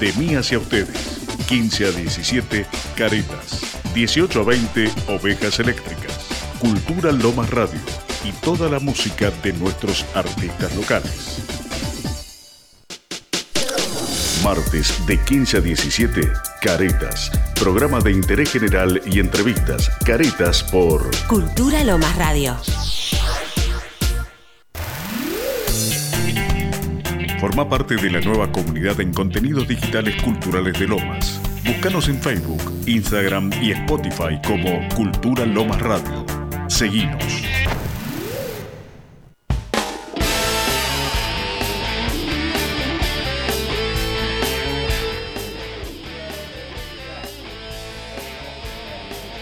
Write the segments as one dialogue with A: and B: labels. A: De mí hacia ustedes. 15 a 17, Caretas. 18 a 20, Ovejas Eléctricas. Cultura Lomas Radio. Y toda la música de nuestros artistas locales. Martes de 15 a 17, Caretas. Programa de interés general y entrevistas. Caretas por
B: Cultura Lomas Radio.
A: Forma parte de la nueva comunidad en contenidos digitales culturales de Lomas. Búscanos en Facebook, Instagram y Spotify como Cultura Lomas Radio. Seguinos.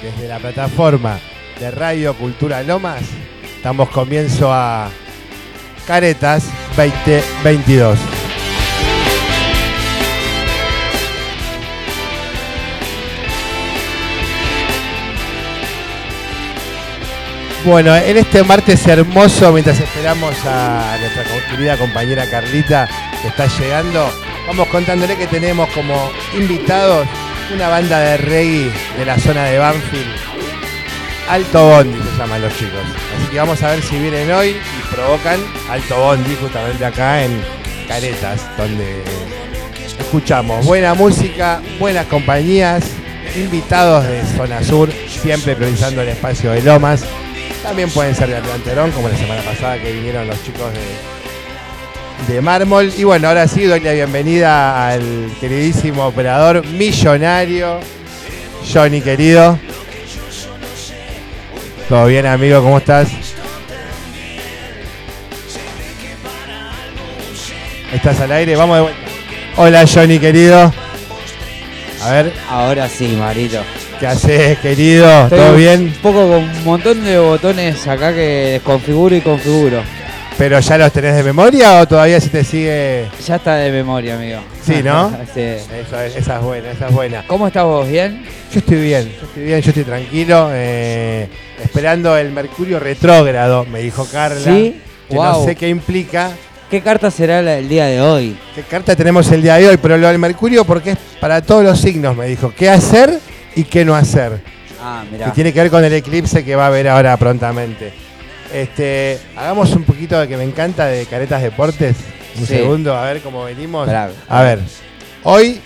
C: Desde la plataforma de Radio Cultura Lomas, damos comienzo a Caretas 2022. Bueno, en este martes hermoso, mientras esperamos a nuestra querida compañera Carlita que está llegando, vamos contándole que tenemos como invitados una banda de reggae de la zona de Banfield. Alto Bondi se llaman los chicos. Así que vamos a ver si vienen hoy y provocan Alto Bondi justamente acá en Caretas, donde escuchamos buena música, buenas compañías, invitados de Zona Sur, siempre priorizando el espacio de Lomas. También pueden ser de Atlanterón, como la semana pasada que vinieron los chicos de, de Mármol. Y bueno, ahora sí doy la bienvenida al queridísimo operador millonario, Johnny querido. ¿Todo bien, amigo? ¿Cómo estás? ¿Estás al aire? Vamos de vuelta. Hola, Johnny, querido. A ver,
D: Ahora sí, Marito.
C: ¿qué haces, querido? ¿Todo
D: Estoy
C: bien?
D: Un poco con un montón de botones acá que desconfiguro y configuro.
C: ¿Pero ya los tenés de memoria o todavía se te sigue...?
D: Ya está de memoria, amigo.
C: Sí, ¿no?
D: Sí.
C: Eso es- esa es buena, esa es buena.
D: ¿Cómo estás vos? ¿Bien?
C: Yo estoy bien, yo estoy bien, yo estoy tranquilo. eh, esperando el Mercurio retrógrado, me dijo Carla.
D: Sí,
C: Que no
D: Guau.
C: sé qué implica,
D: ¿Qué carta será la- el día de hoy?
C: ¿Qué carta tenemos el día de hoy? Pero lo del Mercurio porque es para todos los signos, me dijo. ¿Qué hacer y qué no hacer?
D: Ah,
C: Y
D: mirá.
C: tiene que ver con el eclipse que va a haber ahora prontamente. Este, hagamos un poquito de que me encanta de Caretas Deportes. Un
D: Sí.
C: segundo, a ver cómo venimos.
D: Pará.
C: A ver, hoy,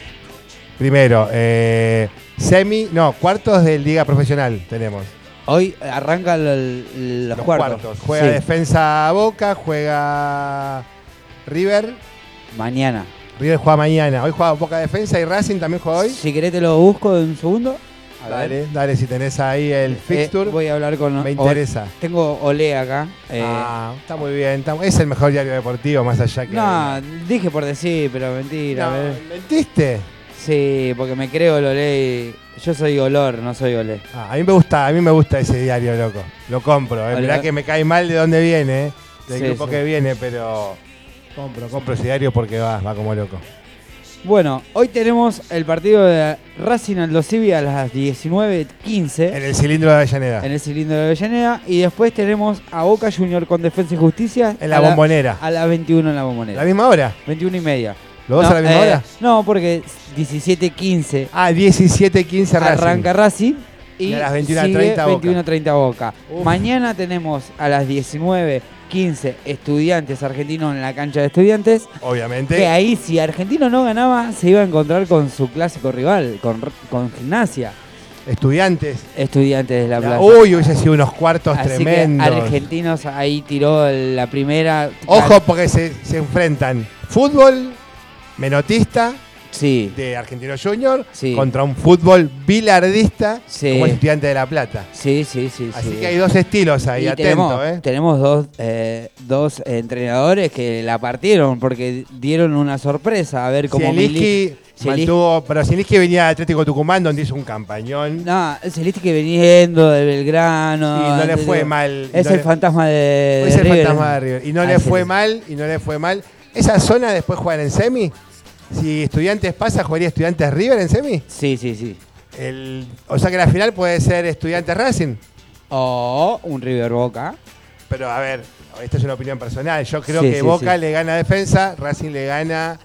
C: primero, eh, semi, no, cuartos de liga profesional tenemos.
D: Hoy arranca el- el- los,
C: Los
D: cuartos.
C: Juega
D: Sí,
C: defensa Boca, juega River.
D: Mañana.
C: River juega mañana. Hoy juega Boca Defensa y Racing también juega hoy.
D: Si querés te lo busco en un segundo. A ver.
C: Dale, dale, si tenés ahí el
D: Eh,
C: fixture.
D: voy a hablar con...
C: me interesa.
D: Tengo Olé acá. eh,
C: Ah, está muy bien. está- es el mejor diario deportivo, más allá que.
D: no, dije por decir, pero mentira. a ver.
C: No, ¿Mentiste?
D: Sí, porque me creo el olé. y- Yo soy olor, no soy olé.
C: Ah, a mí me gusta, a mí me gusta ese diario, loco. Lo compro. Es
D: Olé.
C: verdad que me cae mal de dónde viene, eh, del
D: Sí,
C: grupo
D: sí.
C: que viene, pero compro, compro ese diario porque va, va como loco.
D: Bueno, hoy tenemos el partido de Racing Aldosivi a las
C: En
D: 19.15
C: el cilindro de Avellaneda.
D: en el cilindro de Avellaneda. Y después tenemos a Boca Junior con Defensa y Justicia.
C: En la
D: a
C: Bombonera.
D: a las 21 en la bombonera.
C: ¿La misma hora?
D: 21 y media.
C: ¿Los dos a la misma hora?
D: No, porque 17.15
C: Ah, 17-15 Racing.
D: arranca Racing. Y
C: Y a las
D: 21.30
C: 21:30 Boca.
D: Boca.
C: Uf.
D: Mañana tenemos a las 19.15 Estudiantes Argentinos en la cancha de Estudiantes.
C: Obviamente.
D: Que ahí, si Argentino no ganaba, se iba a encontrar con su clásico rival, con, con Gimnasia,
C: Estudiantes.
D: Estudiantes de la Plata.
C: Uy, hubiese sido unos cuartos
D: Así
C: tremendos.
D: que Argentinos ahí tiró el- la primera.
C: Ojo porque se, se enfrentan fútbol menotista
D: Sí,
C: de Argentino Junior
D: Sí.
C: contra un fútbol bilardista
D: Sí.
C: como es estudiante de La Plata.
D: sí, sí, sí.
C: Así
D: sí.
C: que hay dos estilos
D: Y
C: ahí,
D: tenemos,
C: atento, ¿eh?
D: tenemos dos, eh, dos entrenadores que la partieron porque dieron una sorpresa. A ver cómo
C: Zielinski
D: Zielinski-
C: mantuvo, pero Zielinski venía de Atlético Tucumán donde hizo un campañón.
D: No, Celeste que viniendo de Belgrano.
C: Y no le fue
D: digo,
C: mal,
D: Es
C: no
D: el
C: le-
D: fantasma de.
C: es
D: Eh, de
C: el
D: River. Ah,
C: fantasma de River. Y no le
D: Así
C: fue
D: es.
C: mal, y no le fue mal. ¿Esa zona después juegan en semi? Si estudiantes pasa, ¿jugaría estudiantes River en semi?
D: Sí, sí, sí.
C: El- o sea que la final puede ser estudiantes Racing.
D: O un River Boca.
C: Pero a ver, esta es una opinión personal. Yo creo
D: Sí,
C: que
D: sí,
C: Boca
D: sí.
C: le gana a defensa, Racing le gana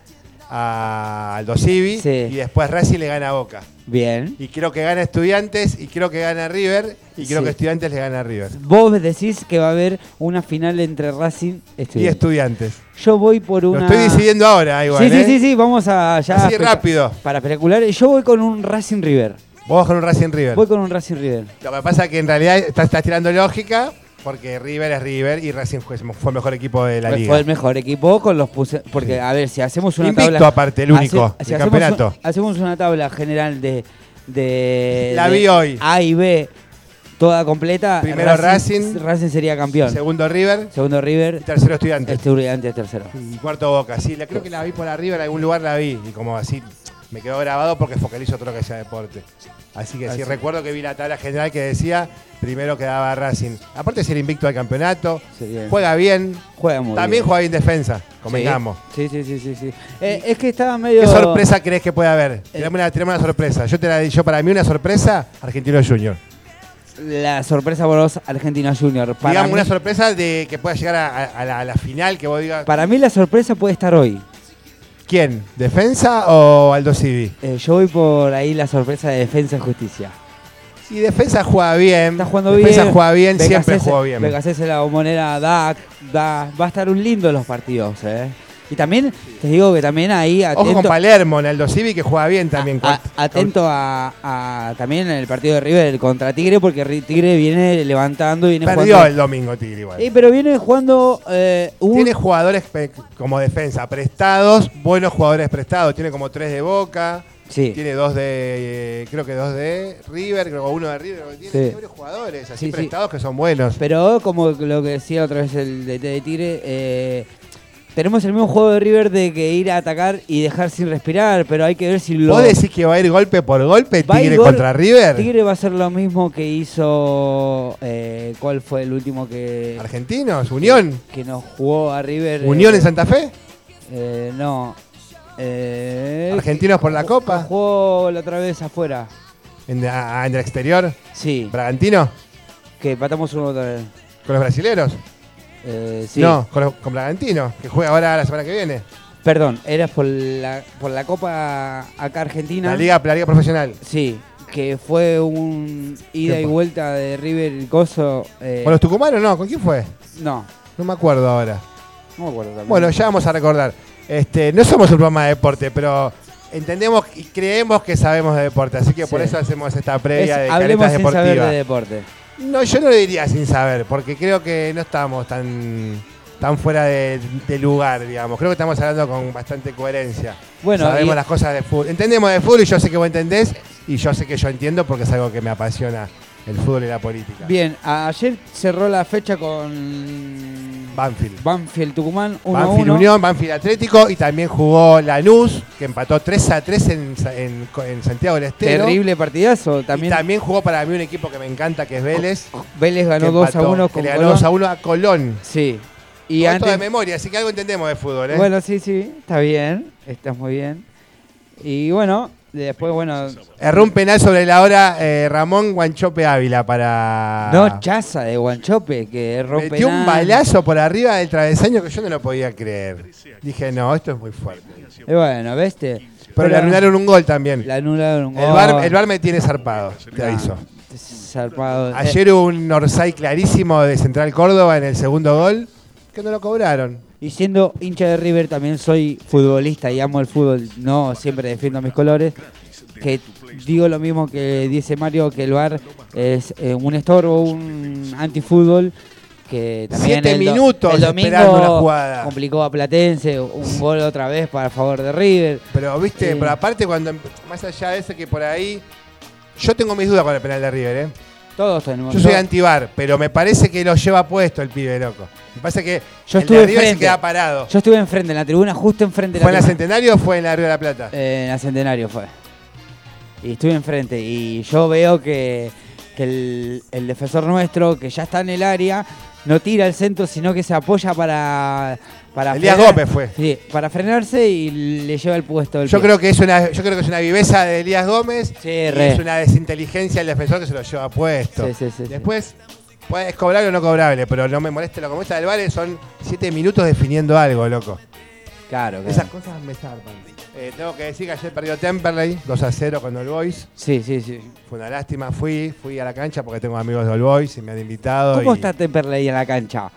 C: a Aldo Civi
D: Sí.
C: y después Racing le gana a Boca.
D: Bien.
C: Y creo que gana Estudiantes y creo que gana River y creo
D: Sí.
C: que Estudiantes le gana a River.
D: Vos decís que va a haber una final entre Racing y
C: Y
D: Estudiantes.
C: Estudiantes.
D: Yo voy por una.
C: Lo estoy decidiendo ahora igual.
D: sí, sí,
C: ¿eh?
D: sí, sí, vamos a ya.
C: Así
D: especu-
C: rápido.
D: Para especular, yo voy con un Racing River.
C: Vos con un Racing River.
D: Voy con un Racing River.
C: Lo que pasa es que en realidad estás, estás tirando lógica porque River es River y Racing fue, fue el mejor equipo de la
D: Fue-
C: liga.
D: Fue el mejor equipo con los puse. Porque, a ver, si hacemos una
C: Invicto,
D: tabla.
C: aparte, el único del
D: hacemos
C: campeonato.
D: un- hacemos una tabla general de. de-
C: La
D: de
C: vi hoy.
D: A y B, toda completa.
C: Primero Racing.
D: Racing sería campeón.
C: Segundo River
D: Segundo River.
C: y tercero Estudiantes.
D: Estudiantes tercero.
C: Y cuarto Boca. Sí, la, creo que la vi por arriba, en algún lugar la vi. Y como así me quedó grabado porque focalizo todo lo que sea deporte. Así que sí, recuerdo que vi la tabla general que decía primero quedaba Racing. Aparte es el invicto al campeonato.
D: Sería-
C: Juega bien.
D: Juega muy
C: También
D: bien.
C: juega bien defensa, convengamos.
D: Sí, sí, sí, sí. sí. Eh, es que estaba medio. Eh.
C: ¿Qué sorpresa crees que puede haber? Tirame una, tirame una sorpresa. Yo te la di- yo para mí una sorpresa, Argentino Junior.
D: La sorpresa por vos, Argentina Junior. Para,
C: Digamos
D: mí,
C: una sorpresa de que pueda llegar a, a- a la, a la final, que vos digas.
D: para mí la sorpresa puede estar hoy.
C: ¿Quién? ¿Defensa o Aldo Civi?
D: Eh, yo voy por ahí la sorpresa de Defensa y Justicia.
C: Si defensa juega bien.
D: Está jugando
C: defensa
D: bien.
C: juega bien,
D: Becasese-
C: siempre jugó bien.
D: Becasese, la bombonera da, da. Va a estar un lindo los partidos, ¿eh? Y también, te digo que también ahí
C: Ojo con
D: atento,
C: Palermo, en Aldo Civi, que juega bien también.
D: a- a- atento a, a también el partido de River contra Tigre, porque Ri- Tigre viene levantando, viene
C: Perdió
D: jugando.
C: el domingo Tigre igual.
D: Eh, pero viene jugando eh, un-
C: Tiene jugadores pe- como defensa, prestados, buenos jugadores prestados. Tiene como tres de Boca,
D: Sí.
C: tiene dos de, eh, creo que dos de River, creo que uno de River. creo que Tiene
D: Sí.
C: tiene varios jugadores así
D: Sí, sí.
C: prestados que son buenos.
D: Pero como lo que decía otra vez el DT de Tigre, eh, tenemos el mismo juego de River de que ir a atacar y dejar sin respirar, pero hay que ver si lo...
C: ¿Vos decís que va a ir golpe por golpe
D: va a
C: Tigre
D: ir gol-
C: contra River?
D: Tigre va a ser lo mismo que hizo... eh, ¿Cuál fue el último que...
C: ¿Argentinos? ¿Unión?
D: Que nos jugó a River... eh,
C: ¿Unión en Santa Fe?
D: eh, no. Eh,
C: ¿Argentinos por la
D: ju-
C: Copa?
D: Jugó la otra vez afuera.
C: ¿En, a- a- en el exterior?
D: Sí,
C: ¿Bragantino?
D: que empatamos uno otra vez.
C: ¿Con los brasileros?
D: Eh, sí.
C: No, con, los- con Bragantino, que juega ahora la semana que viene.
D: Perdón, eras por la, por la Copa acá Argentina.
C: La liga, la liga profesional.
D: Sí, que fue un ida y
C: Tiempo.
D: vuelta de River y Coso. eh,
C: ¿Con los tucumanos no? ¿Con quién fue?
D: no,
C: No me acuerdo ahora.
D: no me acuerdo también.
C: Bueno, ya vamos a recordar. Este, no somos un programa de deporte, pero entendemos y creemos que sabemos de deporte, así que por
D: Sí.
C: eso hacemos esta
D: Es-
C: previa de
D: hablemos
C: caretas
D: sin saber
C: deportivas.
D: de deporte.
C: No, yo no lo diría sin saber, porque creo que no estamos tan, tan fuera de, de lugar, digamos. Creo que estamos hablando con bastante coherencia.
D: Bueno,
C: Sabemos
D: y-
C: las cosas de fútbol. Entendemos de fútbol y yo sé que vos entendés y yo sé que yo entiendo porque es algo que me apasiona el fútbol y la política.
D: Bien, ayer cerró la fecha con
C: Banfield.
D: Banfield Tucumán 1 a
C: Banfield
D: 1.
C: Unión, Banfield Atlético y también jugó Lanús, que empató 3 a 3 en, Sa- en- en Santiago del Estero.
D: Terrible partidazo.
C: También,
D: También, Oh,
C: también jugó para mí un equipo que me encanta, que es Vélez.
D: Vélez ganó
C: que
D: 2 a
C: empató,
D: 1
C: que
D: con
C: le ganó
D: Colón.
C: 2 a 1 a Colón.
D: Sí.
C: Y
D: Y
C: de
D: antes,
C: memoria, así que algo entendemos de fútbol, ¿eh?
D: bueno, sí, sí, está bien, estás muy bien. Y bueno, después, bueno,
C: Erró un penal sobre la hora eh, Ramón Guanchope Ávila para.
D: no chaza de Guanchope que rompe.
C: Metió un balazo por arriba del travesaño que yo no lo podía creer. Dije, no, esto es muy fuerte.
D: Y bueno, ¿viste?
C: Pero le anularon un gol también.
D: Le anularon un gol. Ah,
C: El bar, el bar me tiene zarpado, te aviso.
D: Zarpado. Eh,
C: Ayer hubo un Orsay clarísimo de Central Córdoba en el segundo gol que no lo cobraron.
D: y siendo hincha de River, también soy futbolista y amo el fútbol. No siempre defiendo mis colores. Que digo lo mismo que dice Mario, que el bar es eh, un estorbo, un antifútbol. Que también
C: Siete
D: el do-
C: minutos
D: el domingo
C: esperando una jugada.
D: complicó a Platense un gol otra vez para favor de River. Eh,
C: Pero viste,
D: Sí.
C: pero aparte cuando más allá de eso que por ahí yo tengo mis dudas con el penal de River, ¿eh?
D: Todos tenemos.
C: Yo soy antibar, pero me parece que lo lleva puesto el pibe loco. Me parece que
D: Yo
C: el
D: estuve
C: de River se
D: enfrente.
C: queda parado.
D: Yo estuve enfrente, en la tribuna, justo enfrente de
C: ¿Fue en la
D: tribuna.
C: Centenario o fue en la Río de la Plata?
D: Eh, en la Centenario fue. Y estuve enfrente. Y yo veo que, que el, el defensor nuestro, que ya está en el área, no tira el centro, sino que se apoya para. para
C: Elías
D: frenar-
C: Gómez fue.
D: Sí, para frenarse y le lleva el puesto del
C: Yo
D: pie.
C: creo que es una, yo creo que es una viveza de Elías Gómez.
D: Sí,
C: y
D: re.
C: es una desinteligencia del defensor que se lo lleva puesto.
D: Sí, sí, sí, sí.
C: Después, puede- es cobrable o no cobrable, pero no me molesta lo que molesta del Vale, son siete minutos definiendo algo, loco.
D: Claro, claro.
C: Esas cosas me zarpan. Eh, tengo que decir que ayer perdió Temperley 2 a 0 con All Boys.
D: Sí, sí, sí.
C: Fue una lástima, fui, fui a la cancha porque tengo amigos de All Boys y me han invitado.
D: ¿Cómo
C: y-
D: está Temperley en la cancha?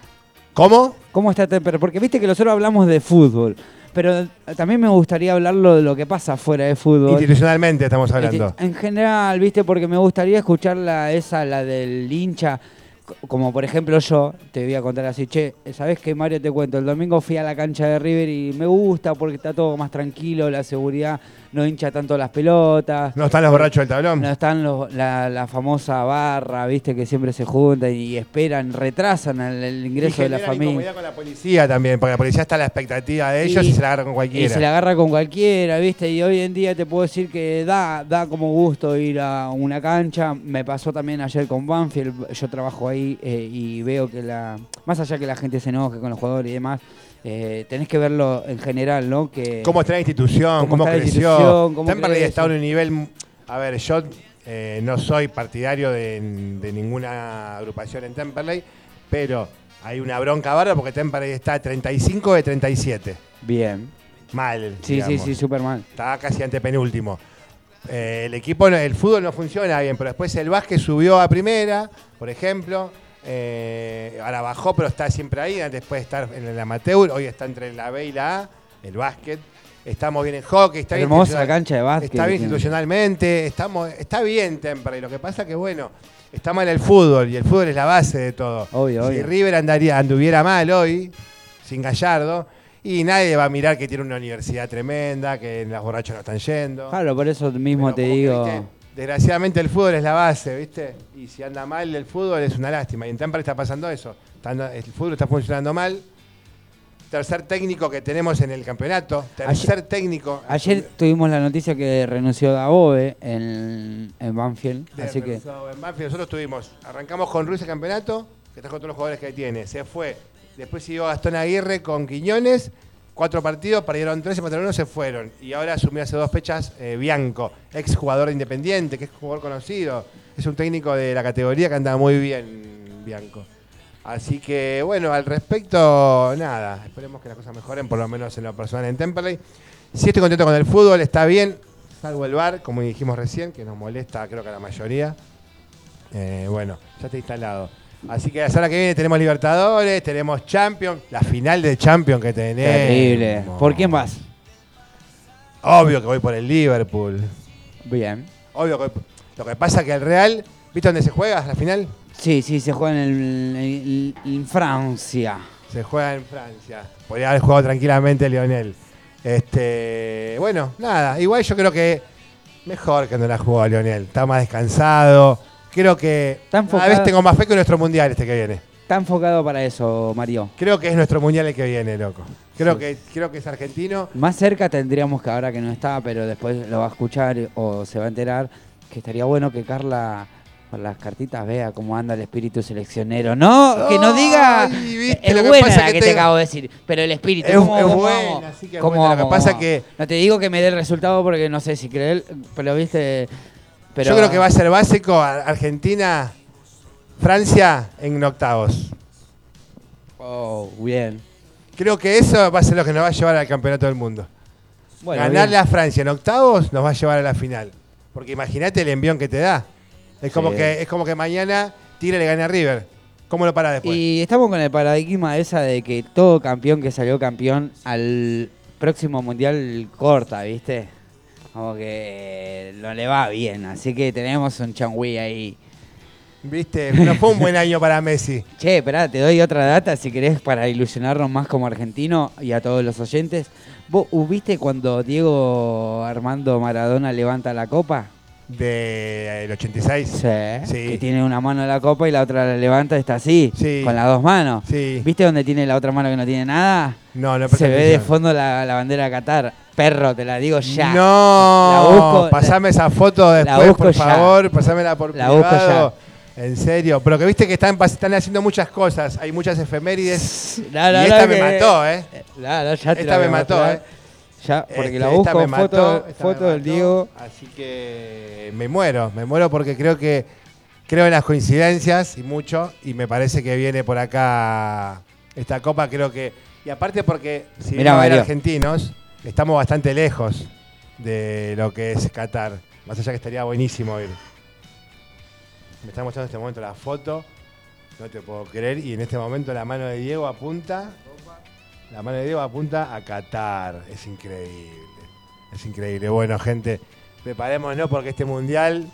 C: ¿Cómo?
D: ¿Cómo está Temperley? Porque viste que nosotros hablamos de fútbol, pero eh, también me gustaría hablarlo de lo que pasa fuera de fútbol. Este,
C: Institucionalmente estamos hablando.
D: En general, viste, porque me gustaría escuchar la, esa, la del hincha. co- Como por ejemplo yo, te voy a contar así, che, ¿sabes qué, Mario? Te cuento, el domingo fui a la cancha de River y me gusta porque está todo más tranquilo, la seguridad no hincha tanto las pelotas.
C: ¿No están los borrachos del tablón?
D: No están los- la, la famosa barra, viste, que siempre se juntan y esperan, retrasan el, el ingreso
C: Y
D: de la
C: generan
D: familia.
C: incomodidad con la policía también, porque la policía está a la expectativa de ellos y,
D: Y-
C: se la agarra con
D: Y
C: cualquiera.
D: se la agarra con cualquiera, viste, y hoy en día te puedo decir que da, da como gusto ir a una cancha. Me pasó también ayer con Banfield, yo trabajo ahí eh, y veo que la. Más allá que la gente se enoje con los jugadores y demás, eh, tenés que verlo en general, ¿no? Que
C: ¿Cómo está la institución?
D: ¿Cómo
C: ¿Cómo,
D: está la
C: creció?
D: institución? ¿Cómo
C: Temperley
D: crece?
C: está en un nivel. A ver, yo eh, no soy partidario de, de ninguna agrupación en Temperley, pero hay una bronca barra porque Temperley está 35 de 37.
D: Bien.
C: Mal.
D: Sí,
C: digamos.
D: sí, sí, Superman.
C: Está casi antepenúltimo. Eh, el equipo, no- el fútbol no funciona bien, pero después el básquet subió a primera, por ejemplo. Eh, ahora bajó, pero está siempre ahí. Antes puede estar en el amateur, hoy está entre la B y la A, el básquet. Estamos bien en hockey, está bien
D: Hermosa
C: institucional-
D: cancha de básquet.
C: Está bien
D: Ah, que tiene.
C: institucionalmente, estamos, está bien Temperley. Lo que pasa que, bueno, está mal el fútbol y el fútbol es la base de todo.
D: Obvio,
C: si
D: obvio.
C: River andaría, anduviera mal hoy, sin Gallardo, y nadie va a mirar que tiene una universidad tremenda, que los borrachos no están yendo.
D: Claro, por eso
C: Pero
D: mismo te
C: como que,
D: digo.
C: ¿viste? Desgraciadamente el fútbol es la base, ¿viste? Y si anda mal el fútbol es una lástima. Y en Temperley está pasando eso. Está anda- el fútbol está funcionando mal. Tercer técnico que tenemos en el campeonato. Tercer técnico.
D: Ayer tuvimos la noticia que renunció Dabove en, en Banfield,
C: de
D: así que
C: Renzo en Banfield. Nosotros tuvimos, arrancamos con Ruiz el campeonato, que trajo todos los jugadores que tiene, se fue. Después siguió Gastón Aguirre con Quiñones, cuatro partidos, perdieron tres y mataron uno, se fueron. Y ahora asumió hace dos fechas eh, Bianco, ex jugador de Independiente, que es jugador conocido. Es un técnico de la categoría que anda muy bien, Bianco. Así que, bueno, al respecto, nada. Esperemos que las cosas mejoren, por lo menos en lo personal en Temperley. Si estoy contento con el fútbol, está bien, salvo el bar, como dijimos recién, que nos molesta, creo que a la mayoría. Eh, bueno, ya está instalado. Así que la semana que viene tenemos Libertadores, tenemos Champions, la final de Champions que tenemos.
D: terrible. ¿Por quién vas?
C: Obvio que voy por el Liverpool.
D: Bien.
C: Obvio que voy por- Lo que pasa que el Real, ¿viste dónde se juega la final?
D: Sí, sí, se juega en, el- en- en Francia.
C: Se juega en Francia. Podría haber jugado tranquilamente Lionel. Este, bueno, nada. Igual yo creo que mejor que no la jugó Lionel. Está más descansado. Creo que
D: Está
C: cada
D: enfocado.
C: vez tengo más fe que nuestro mundial este que viene.
D: Está enfocado para eso, Mario.
C: Creo que es nuestro mundial el que viene, loco. Creo
D: Sí.
C: que creo que es argentino.
D: Más cerca tendríamos que ahora que no está, pero después lo va a escuchar o se va a enterar que estaría bueno que Carla con las cartitas vea cómo anda el espíritu seleccionero. No, que no diga
C: Ay, viste,
D: es
C: lo que
D: buena
C: pasa
D: la
C: que
D: que,
C: te-
D: te acabo de decir, pero el espíritu
C: Es-
D: ¿cómo-
C: es
D: cómo
C: buena,
D: vamos?
C: así que es
D: ¿Cómo
C: buena. Lo que
D: vamos?
C: pasa
D: ¿Cómo?
C: que-
D: no te digo que me dé el resultado porque no sé si creer, pero viste, pero
C: Yo creo que va a ser básico a- Argentina, Francia en octavos.
D: Oh, bien.
C: Creo que eso va a ser lo que nos va a llevar al campeonato del mundo.
D: Bueno,
C: Ganarle
D: bien.
C: a Francia en octavos nos va a llevar a la final. Porque imagínate el envión que te da. Es como
D: Sí.
C: que es como que mañana Tigre le gana a River. ¿Cómo lo para después?
D: Y estamos con el paradigma esa de que todo campeón que salió campeón al próximo mundial corta, ¿viste? Como que no le va bien, así que tenemos un changüí ahí.
C: ¿Viste? No fue un buen año para Messi.
D: Che, esperá, te doy otra data si querés para ilusionarnos más como argentino y a todos los oyentes. ¿Vos viste cuando Diego Armando Maradona levanta la copa?
C: Del 86.
D: Sí.
C: Sí.
D: Que tiene una mano la copa y la otra la levanta y está así,
C: Sí.
D: con las dos manos.
C: Sí.
D: ¿Viste dónde tiene la otra mano que no tiene nada?
C: No, no
D: Se
C: presté
D: ve de
C: atención.
D: fondo la, la bandera de Qatar. Perro, te la digo ya. La
C: No,
D: busco-
C: pasame esa foto
D: la
C: después,
D: busco
C: por
D: ya.
C: favor, pasámela por
D: La busco
C: privado. En serio, pero que viste que están, pas- están haciendo muchas cosas, hay muchas efemérides.
D: No, no,
C: y
D: no,
C: esta me
D: que-
C: mató, ¿eh?
D: No, no, ya te
C: Esta
D: la voy
C: me
D: a
C: mató,
D: mostrar.
C: ¿eh?
D: Ya, porque
C: Este,
D: la
C: esta
D: busco,
C: me
D: foto,
C: mató, esta me
D: foto del
C: mató,
D: Diego.
C: Así que eh, me muero, me muero porque creo que creo en las coincidencias y mucho. Y me parece que viene por acá esta copa, creo que. Y aparte porque si
D: Mirá,
C: no haber
D: Mario.
C: argentinos, estamos bastante lejos de lo que es Qatar. Más allá que estaría buenísimo ir. Me está mostrando en este momento la foto. No te puedo creer. Y en este momento la mano de Diego apunta. La mano de Diego apunta a Qatar. Es increíble. Es increíble. Bueno, gente, preparémonos porque este mundial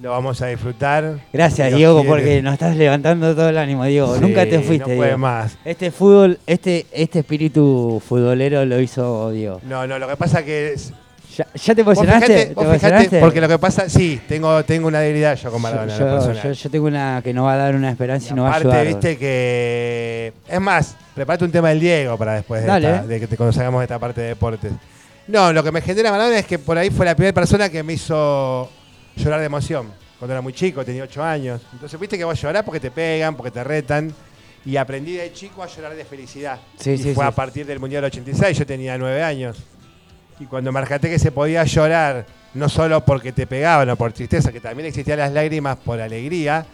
C: lo vamos a disfrutar.
D: Gracias,
C: Dios
D: Diego,
C: quiere.
D: porque nos estás levantando todo el ánimo, Diego.
C: Sí,
D: Nunca te fuiste,
C: No puede
D: Diego.
C: más.
D: Este fútbol, este, este espíritu futbolero lo hizo Diego.
C: No, no, lo que pasa que. es-
D: ¿Ya, ya te
C: Vos
D: emocionaste?
C: fijate,
D: ¿Te
C: vos fijate,
D: emocionaste?
C: porque lo que pasa, sí, tengo, tengo una debilidad yo con
D: yo,
C: Maradona. en lo
D: yo-
C: personal.
D: yo- yo tengo una que no va a dar una esperanza y no va a
C: Aparte,
D: ayudar.
C: viste que. Es más, prepárate un tema del Diego para después pues, de,
D: Dale. eh.
C: esta- de que te conozcamos esta parte de deportes. No, lo que me genera Maradona es que por ahí fue la primera persona que me hizo llorar de emoción. Cuando era muy chico, tenía 8 años. Entonces, viste que vos llorás porque te pegan, porque te retan. Y aprendí de chico a llorar de felicidad.
D: Sí,
C: y
D: sí,
C: fue
D: sí.
C: a partir del Mundial 86, yo tenía 9 años. Y cuando marcaste que se podía llorar, no solo porque te pegaban o por tristeza, que también existían las lágrimas por alegría,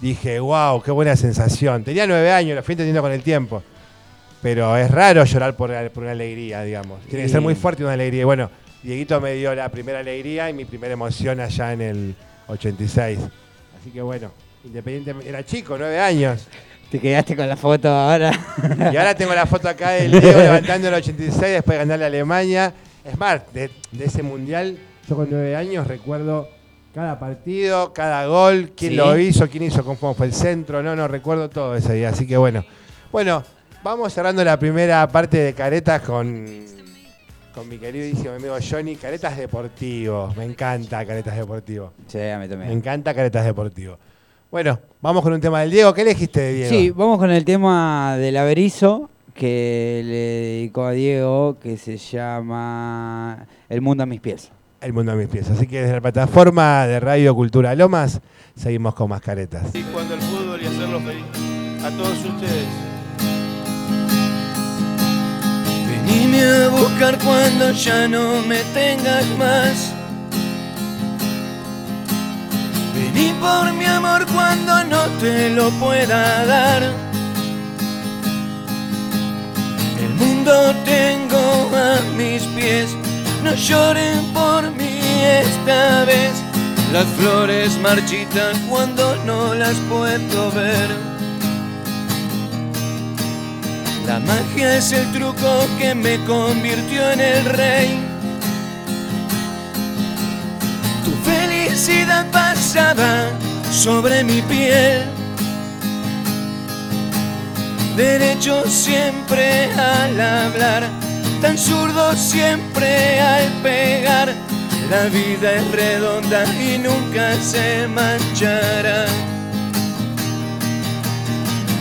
C: dije, wow, qué buena sensación. Tenía nueve años, lo fui entendiendo con el tiempo. Pero es raro llorar por, por una alegría, digamos. Tiene que ser
D: Y-
C: muy fuerte una alegría. Y bueno, Dieguito me dio la primera alegría y mi primera emoción allá en el 86. Así que bueno, independientemente, era chico, nueve años.
D: Te quedaste con la foto ahora.
C: Y ahora tengo la foto acá del Diego levantando el 86 después de ganarle a Alemania. Es más, de, de ese mundial, yo con nueve años recuerdo cada partido, cada gol, quién
D: Sí.
C: lo hizo, quién hizo, cómo fue el centro. No, no, recuerdo todo ese día. Así que bueno. Bueno, vamos cerrando la primera parte de Caretas con, con mi queridísimo amigo Johnny. Caretas Deportivo. Me encanta Caretas Deportivo.
D: Sí, a mí
C: Me
D: también.
C: encanta Caretas Deportivo. Bueno, vamos con un tema del Diego. ¿Qué elegiste de Diego?
D: Sí, vamos con el tema del averizo que le dedicó a Diego, que se llama El mundo a mis pies.
C: El mundo a mis pies. Así que desde la plataforma de Radio Cultura Lomas seguimos con más caretas.
B: y jugando al fútbol y hacerlo feliz a todos ustedes.
E: Venime a buscar cuando ya no me tengas más. Vení por mi amor cuando no te lo pueda dar. El mundo tengo a mis pies. No lloren por mí esta vez. Las flores marchitan cuando no las puedo ver. La magia es el truco que me convirtió en el rey. Tu felicidad pasaba sobre mi piel. Derecho siempre al hablar, tan zurdo siempre al pegar. La vida es redonda y nunca se manchará.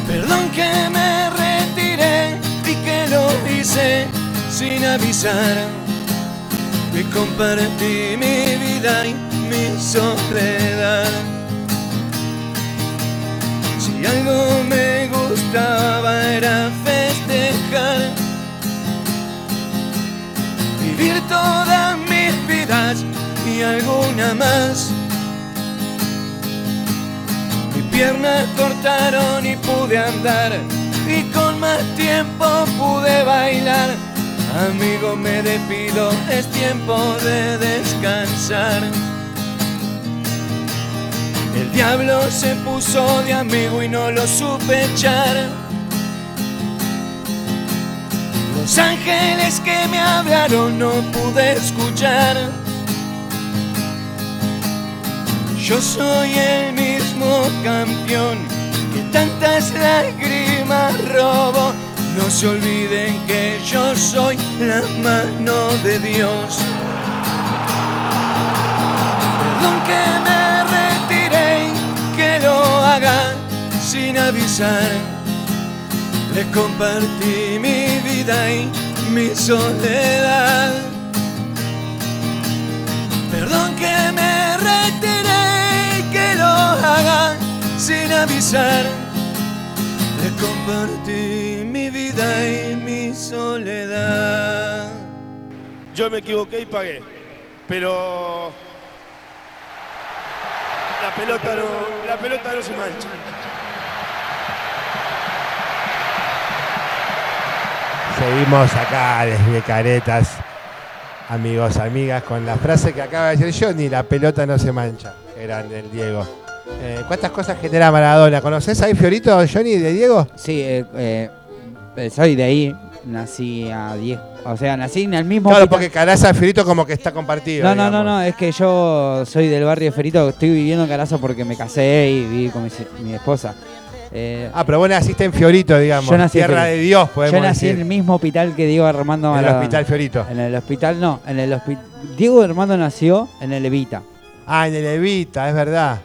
E: Perdón que me retiré y que lo hice sin avisar. Que compartí mi vida y mi soledad. Si algo me gustaba era festejar. Vivir todas mis vidas y alguna más. Mis piernas cortaron y pude andar y con más tiempo pude bailar. Amigo, me despido, es tiempo de descansar. El diablo se puso de amigo y no lo supe echar. Los ángeles que me hablaron no pude escuchar. Yo soy el mismo campeón que tantas lágrimas robó. No se olviden que yo soy la mano de Dios. Perdón que me retiré, que lo haga sin avisar. Les compartí mi vida y mi soledad. Perdón que me retiré y que lo hagan sin avisar. Les compartí mi vida y mi soledad.
B: Yo me equivoqué y pagué, pero la pelota no, la pelota no se mancha.
C: Seguimos acá desde caretas amigos, amigas, con la frase que acaba de decir yo, ni la pelota no se mancha. Eran del Diego. Eh, ¿Cuántas cosas genera Maradona? ¿Conoces ahí Fiorito, Johnny, de Diego?
D: Sí, eh, eh, eh, soy de ahí. Nací a 10. O sea, nací en el mismo.
C: Claro,
D: hospital-
C: porque Caraza Fiorito como que está compartido.
D: No, no, no,
C: digamos.
D: no, es que yo soy del barrio Ferito, estoy viviendo en Carazo porque me casé y viví con mi, se- mi esposa. Eh,
C: Ah, pero vos naciste en Fiorito, digamos.
D: Yo nací en
C: Tierra de
D: Fiorito.
C: Dios, podemos
D: yo nací
C: decir.
D: en el mismo hospital que Diego Armando
C: En el
D: Maradona.
C: hospital Fiorito.
D: En el hospital, no, en el hospital. Diego Armando nació en el Evita.
C: Ah, en el Evita, es verdad.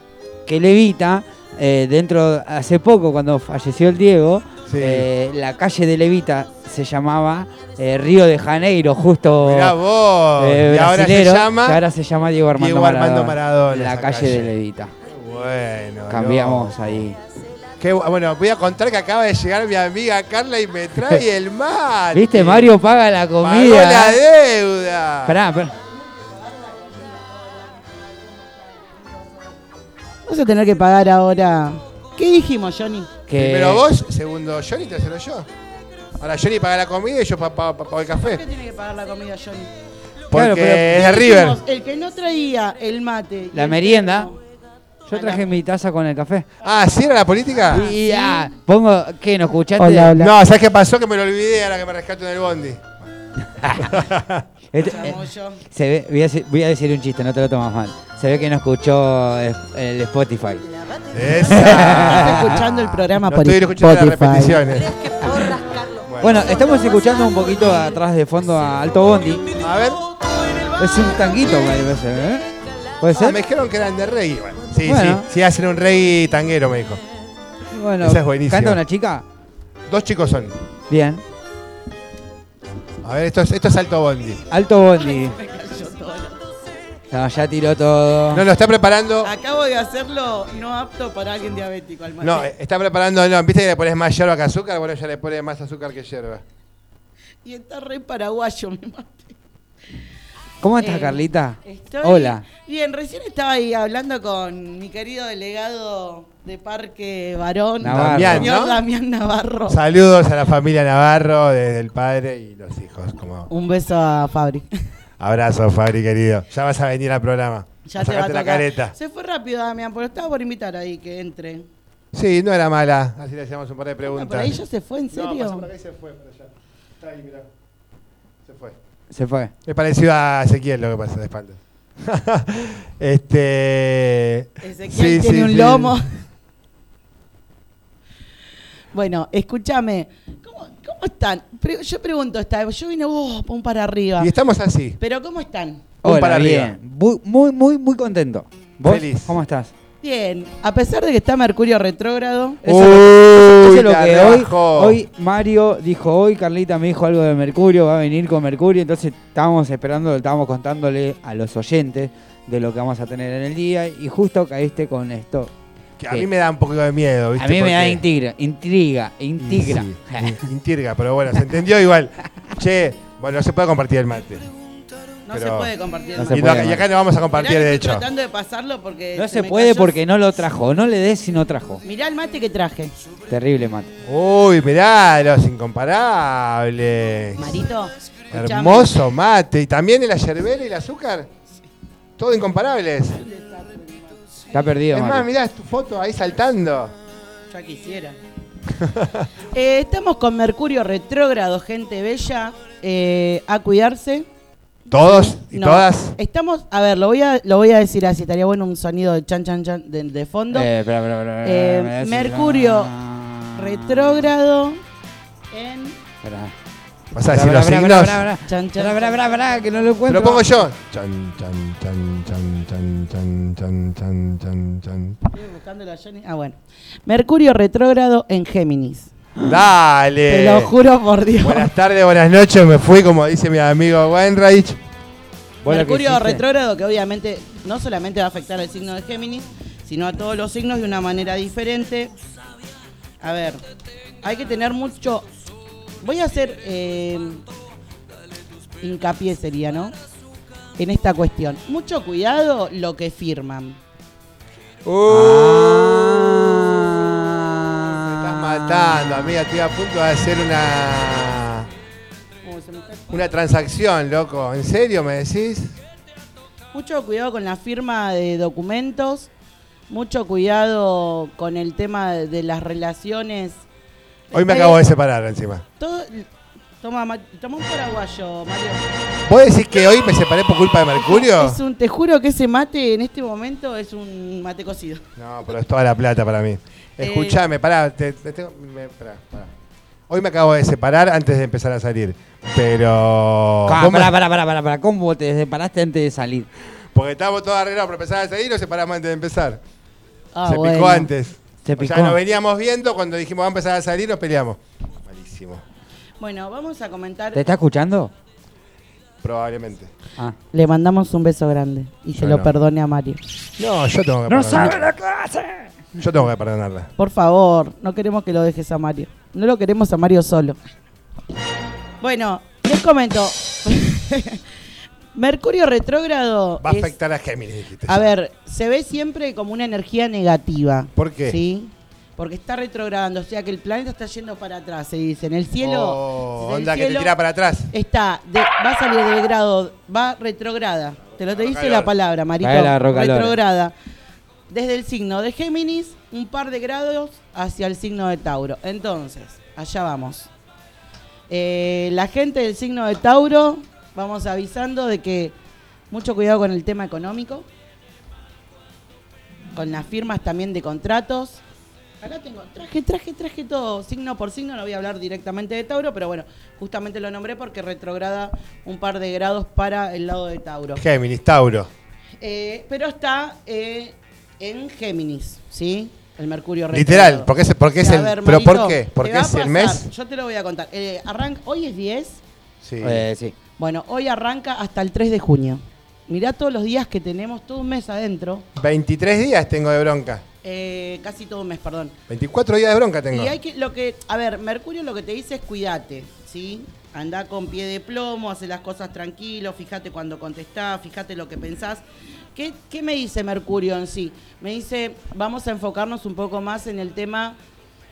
D: Que el Evita, eh, dentro, hace poco cuando falleció el Diego,
C: Sí.
D: eh, la calle de Levita se llamaba eh, Río de Janeiro, justo.
C: Mirá vos.
D: eh,
C: y ahora se
D: brasilero,
C: llama.
D: que ahora se llama Diego Armando
C: Diego Armando Maradona,
D: La
C: esa
D: calle, de
C: calle.
D: Levita.
C: Bueno.
D: Cambiamos
C: no.
D: ahí.
C: Qué bu- bueno, voy a contar que acaba de llegar mi amiga Carla y me trae el mate.
D: ¿Viste? Mario paga la
C: Pagó la
D: comida.
C: deuda.
D: Pará, pará.
F: Vas a tener que pagar ahora. ¿Qué dijimos, Johnny?
D: Que
C: Primero vos, segundo Johnny, tercero yo. Ahora Johnny paga la comida y yo pa- pa- pa- pago el
F: ¿Por qué
C: café.
F: tiene que pagar la comida, Johnny?
C: Porque
D: Claro, pero-
C: es de River.
F: Dijimos, El que no traía el mate. y
D: La
F: el
D: merienda.
F: termo.
D: Yo traje mi taza con el café.
C: Ah, ¿sí era la política?
D: Y ah, pongo. ¿Qué? ¿No escuchaste?
F: Hola, hola.
C: No, ¿sabes qué pasó? Que me lo olvidé ahora que me rescato en el bondi. eh,
D: Este-
F: Chamuyo.
D: se ve, voy, a, decir- voy a decir un chiste, no te lo tomas mal. Se ve que no escuchó eh, el Spotify.
C: Esa.
F: Estoy escuchando el programa
C: No
F: por
C: estoy escuchando las
F: Spotify.
C: repeticiones.
D: Bueno, estamos escuchando un poquito atrás de fondo a Alto Bondi.
C: A ver,
D: Es un tanguito, me parece, ¿eh? ¿Puede
C: ah, me
D: ser?
C: dijeron que eran de reggae. Bueno, sí,
D: Bueno.
C: sí, sí, hacen un reggae tanguero, me dijo.
D: Bueno,
C: esa es buenísima.
D: ¿canta una chica?
C: Dos chicos son.
D: Bien.
C: A ver, esto es, esto es alto bondi.
D: Alto Bondi. No, ya tiró todo.
C: No, no, está preparando.
F: Acabo de hacerlo no apto para alguien diabético al mate.
C: No, eh, está preparando, no. ¿Viste que le pones más hierba que azúcar? Bueno, ya le pones más azúcar que hierba.
F: Y está re paraguayo mi mate.
D: ¿Cómo estás,
F: Eh,
D: Carlita?
F: Estoy
D: Hola.
F: Bien, recién estaba ahí hablando con mi querido delegado de Parque Varón,
D: Navarro.
F: el señor
C: ¿no?
F: Damián Navarro.
C: Saludos a la familia Navarro, desde el padre y los hijos. Como
F: Un beso a Fabri.
C: abrazo, Fabri querido. Ya vas a venir al programa.
F: Ya
C: a
F: te va a
C: sacarte la
F: tocar.
C: careta.
F: Se fue rápido, Damián, porque estaba por invitar ahí que entre.
C: Sí, no era mala. Así le hacíamos un par de
F: Ah,
C: preguntas.
F: por ahí ya se fue, ¿en
C: No,
F: serio?
C: pasó por acá y se fue para allá. Está ahí, mirá. Se fue.
D: Se fue.
C: Es parecido a Ezequiel lo que pasa de espalda. este.
F: Ezequiel
C: sí,
F: tiene
C: sí,
F: un
C: sí.
F: lomo. Bueno, escúchame. ¿Cómo, cómo están? Pre- yo pregunto esta vez, Yo vine uh, un para arriba.
C: Y estamos así. Oh.
F: Pero ¿cómo están?
C: Un
D: Hola,
C: para arriba.
D: bien. Bu- Muy, muy, muy contento. ¿Vos?
C: Feliz.
D: ¿Cómo estás?
F: Bien. A pesar de que está Mercurio retrógrado,
D: Eso es lo-
C: Uy,
D: eso es lo
C: la
D: que hoy,
C: rebajó.
D: hoy Mario dijo, hoy Carlita me dijo algo de Mercurio, va a venir con Mercurio, entonces estábamos esperando, estábamos contándole a los oyentes de lo que vamos a tener en el día y justo caíste con esto.
C: Que a mí me da un poquito de miedo, ¿viste?
D: A mí me da
C: Porque-
D: intriga, intriga, intriga.
C: Sí, sí, intriga, pero bueno, se entendió igual. Che, bueno, no se puede compartir el mate.
F: no
C: Pero-
F: se puede compartir.
D: No
F: el
D: se
C: y,
F: mate.
C: no-
D: puede,
C: y acá no vamos a
F: Mirá
C: compartir,
F: que
C: de
F: estoy
C: hecho.
F: tratando de pasarlo porque
D: No se
F: me
D: puede
F: cayó.
D: porque no lo trajo, no le des si no trajo.
F: Mirá el mate que traje.
D: Terrible, mate.
C: Uy, mirá, los incomparables.
F: Marito, escuchame.
C: Hermoso mate. Y también el ayervela y el azúcar. Todo incomparables.
D: Está perdido,
C: Es más,
D: mate.
C: mirá tu foto ahí saltando.
F: Ya quisiera. Eh, estamos con Mercurio retrógrado, gente bella. Eh, a cuidarse.
C: Todos y
F: No,
C: todas.
F: Estamos, a ver, lo voy a, lo voy a decir así, estaría bueno un sonido de chan chan chan de, de fondo.
D: Eh, espera, espera, espera,
F: Eh,
D: me das-
F: Mercurio
D: Ah.
F: Retrógrado en
D: Pará.
C: Vas a decir
D: Pará,
C: los
D: pará,
C: signos.
D: pará, pará, pará.
F: chan
D: Pará,
F: chan.
D: pará, pará, pará, que no lo encuentro.
C: Lo pongo yo.
G: Chan, chan, chan, chan, chan, chan, chan, chan, chan, chan.
F: Estoy buscando la Johnny. Ah, bueno. Mercurio retrógrado en Géminis.
C: Dale.
F: Te lo juro por Dios.
C: Buenas tardes, buenas noches. Me fui, como dice mi amigo Weinreich.
D: ¿Vos lo que
F: Mercurio
D: hiciste?
F: retrógrado que obviamente no solamente va a afectar al signo de Géminis, sino a todos los signos de una manera diferente. A ver, hay que tener mucho... Voy a hacer eh, hincapié sería, ¿no? En esta cuestión. Mucho cuidado lo que firman.
C: Ah, Uh. Estás matando, amiga. Estoy a punto de hacer una.
F: Ah. Uy, se me está-
C: Una transacción, loco. ¿En serio me decís?
F: Mucho cuidado con la firma de documentos, mucho cuidado con el tema de, de las relaciones.
C: Hoy me
F: Eh,
C: acabo de separar encima.
F: todo- toma, Ma- toma un paraguayo, Mario.
C: ¿Vos decís que hoy me separé por culpa de Mercurio?
F: Es un, te juro que ese mate en este momento es un mate cocido.
C: No, pero es toda la plata para
F: Eh,
C: mí. Escuchame, pará, te, te tengo- me- pará, pará. Hoy me acabo de separar antes de empezar a salir. Pero.
D: Ah,
C: vos me-
D: pará, pará, pará, pará, pará. ¿Cómo vos te separaste antes de salir?
C: Porque estábamos todos arreglados para empezar a salir o separamos antes de empezar.
F: Ah,
C: se
F: bueno.
C: picó antes.
D: Se
C: O
D: picó.
C: sea, nos veníamos viendo cuando dijimos va a empezar a salir, nos peleamos. Malísimo.
F: Bueno, vamos a comentar.
D: ¿Te está escuchando?
C: Probablemente.
D: Ah.
F: Le mandamos un beso grande y se
C: Yo
F: lo
C: no.
F: perdone a Mario.
C: No, yo tengo que
D: ¡No
C: perdonarla.
D: sabe lo que hace!
C: Yo tengo que perdonarla.
F: Por favor, no queremos que lo dejes a Mario. No lo queremos a Mario solo. Bueno, les comento. Mercurio retrógrado.
C: Va a
F: es-
C: afectar a Géminis, dijiste.
F: a ver, se ve siempre como una energía negativa.
C: ¿Por qué?
F: ¿Sí? Porque está retrogradando, o sea que el planeta está yendo para atrás, se dice. En el cielo.
C: Oh,
F: en el
C: onda que te
F: cielo
C: tira para atrás.
F: Está, de- va a salir del grado, va retrograda. Te lo te dice
C: Rocalora.
F: la palabra, Marito.
D: Paela Rocalora.
F: retrograda. Desde el signo de Géminis, un par de grados hacia el signo de Tauro. Entonces, allá vamos. Eh, la gente del signo de Tauro, vamos avisando de que mucho cuidado con el tema económico, con las firmas también de contratos. Acá tengo, traje, traje, traje todo, signo por signo, no voy a hablar directamente de Tauro, pero bueno, justamente lo nombré porque retrograda un par de grados para el lado de Tauro.
C: Géminis, Tauro.
F: Eh, pero está eh, en Géminis, ¿sí? El Mercurio retrogrado.
C: Literal, porque es, porque es
F: A
C: el.
F: ver,
C: pero
F: Marito,
C: ¿por qué?
F: te
C: Porque
F: va a
C: es el
F: pasar,
C: mes.
F: Yo te lo voy a contar. Eh, arranca, hoy es 10,
C: Sí.
D: Eh, sí.
F: bueno, hoy arranca hasta el 3 de junio. Mirá todos los días que tenemos, todo un mes adentro,
C: 23 días tengo de bronca.
F: eh, casi todo un mes, perdón.
C: 24 días de bronca tengo.
F: Y hay que, lo que, a ver, Mercurio lo que te dice es cuídate, ¿sí? Andá con pie de plomo, hace las cosas tranquilo, fíjate cuando contestás, fíjate lo que pensás. ¿Qué, qué me dice Mercurio en sí? Me dice, vamos a enfocarnos un poco más en el tema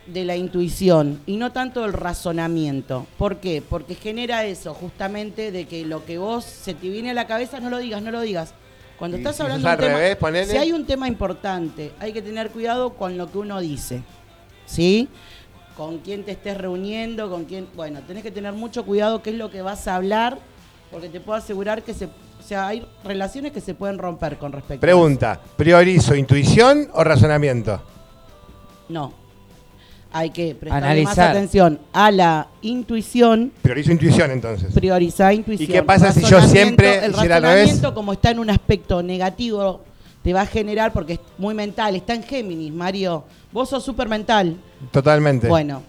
F: de la intuición y no tanto el razonamiento. ¿Por qué? Porque genera eso, justamente, de que lo que vos se te viene a la cabeza, no lo digas, no lo digas. Cuando
C: Y
F: estás
C: si
F: hablando de
C: sos al
F: un tema,
C: revés, ponele.
F: si hay un tema importante, hay que tener cuidado con lo que uno dice. ¿sí? Con quién te estés reuniendo, con quién. Bueno, tenés que tener mucho cuidado qué es lo que vas a hablar, porque te puedo asegurar que se. O sea, hay relaciones que se pueden romper con respecto. a
C: Pregunta: ¿priorizo intuición o razonamiento?
F: eso. No. Hay que prestar más
D: Analizar.
F: atención a la intuición,
C: Priorizo intuición entonces.
F: priorizar intuición.
C: ¿Y qué pasa si yo
F: Razonamiento,
C: siempre
F: El
C: hiciera al
F: razonamiento,
C: revés?
F: como está en un aspecto negativo, te va a generar, porque es muy mental, está en Géminis, Mario. Vos sos súper mental.
C: Totalmente.
F: Bueno,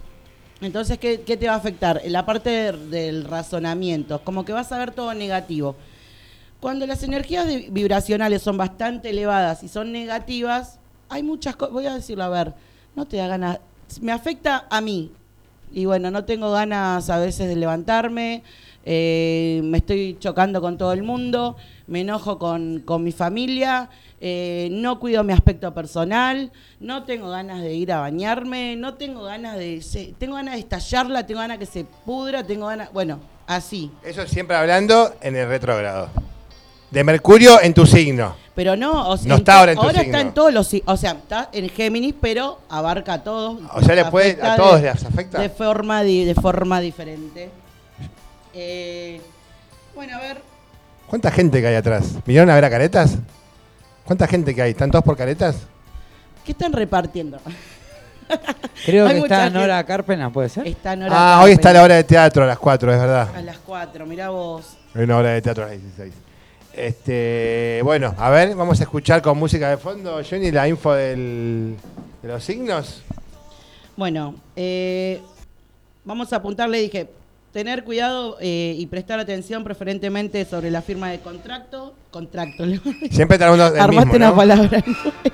F: entonces, ¿qué, qué te va a afectar? La parte de- del razonamiento, como que vas a ver todo negativo. Cuando las energías de- vibracionales son bastante elevadas y son negativas, hay muchas cosas, voy a decirlo, a ver, no te da ganas, me afecta a mí. Y bueno, no tengo ganas a veces de levantarme, eh, me estoy chocando con todo el mundo, me enojo con, con mi familia, eh, no cuido mi aspecto personal, no tengo ganas de ir a bañarme, no tengo ganas de... se- tengo ganas de estallarla, tengo ganas que se pudra, tengo ganas... Bueno, así.
C: Eso siempre hablando en el retrógrado. De Mercurio en tu signo.
F: Pero no, o sea,
C: No
F: en
C: está
F: to-
C: ahora en tu signo.
F: está en todos los, si- o sea, está en Géminis, pero abarca a todos.
C: O sea, le puede-
F: Afecta
C: a todos les afecta.
F: De forma, di- de forma diferente. Eh, bueno, a ver,
C: ¿Cuánta gente que hay atrás? ¿Vinieron a ver a caretas? ¿Cuánta gente que hay? ¿Están todos por caretas?
F: ¿qué están repartiendo?
D: Creo
F: Hay
D: que
F: mucha
D: está
F: gente.
D: Nora Ah, ¿eh? Carpena, pues, ¿puede ser?
F: Están
C: Ah, hoy está la hora de teatro a las 4, es
F: A
C: verdad.
F: las 4, mirá vos.
C: Hay una hora de teatro a las 16. Este, bueno, a ver, vamos a escuchar con música de fondo, Johnny, la info del, de los signos.
F: Bueno, eh, vamos a apuntar, le dije, tener cuidado eh, y prestar atención preferentemente sobre la firma de contrato. Contrato, le-
C: Siempre está hablando del
F: Armaste
C: mismo,
F: una
C: ¿no?
F: palabra.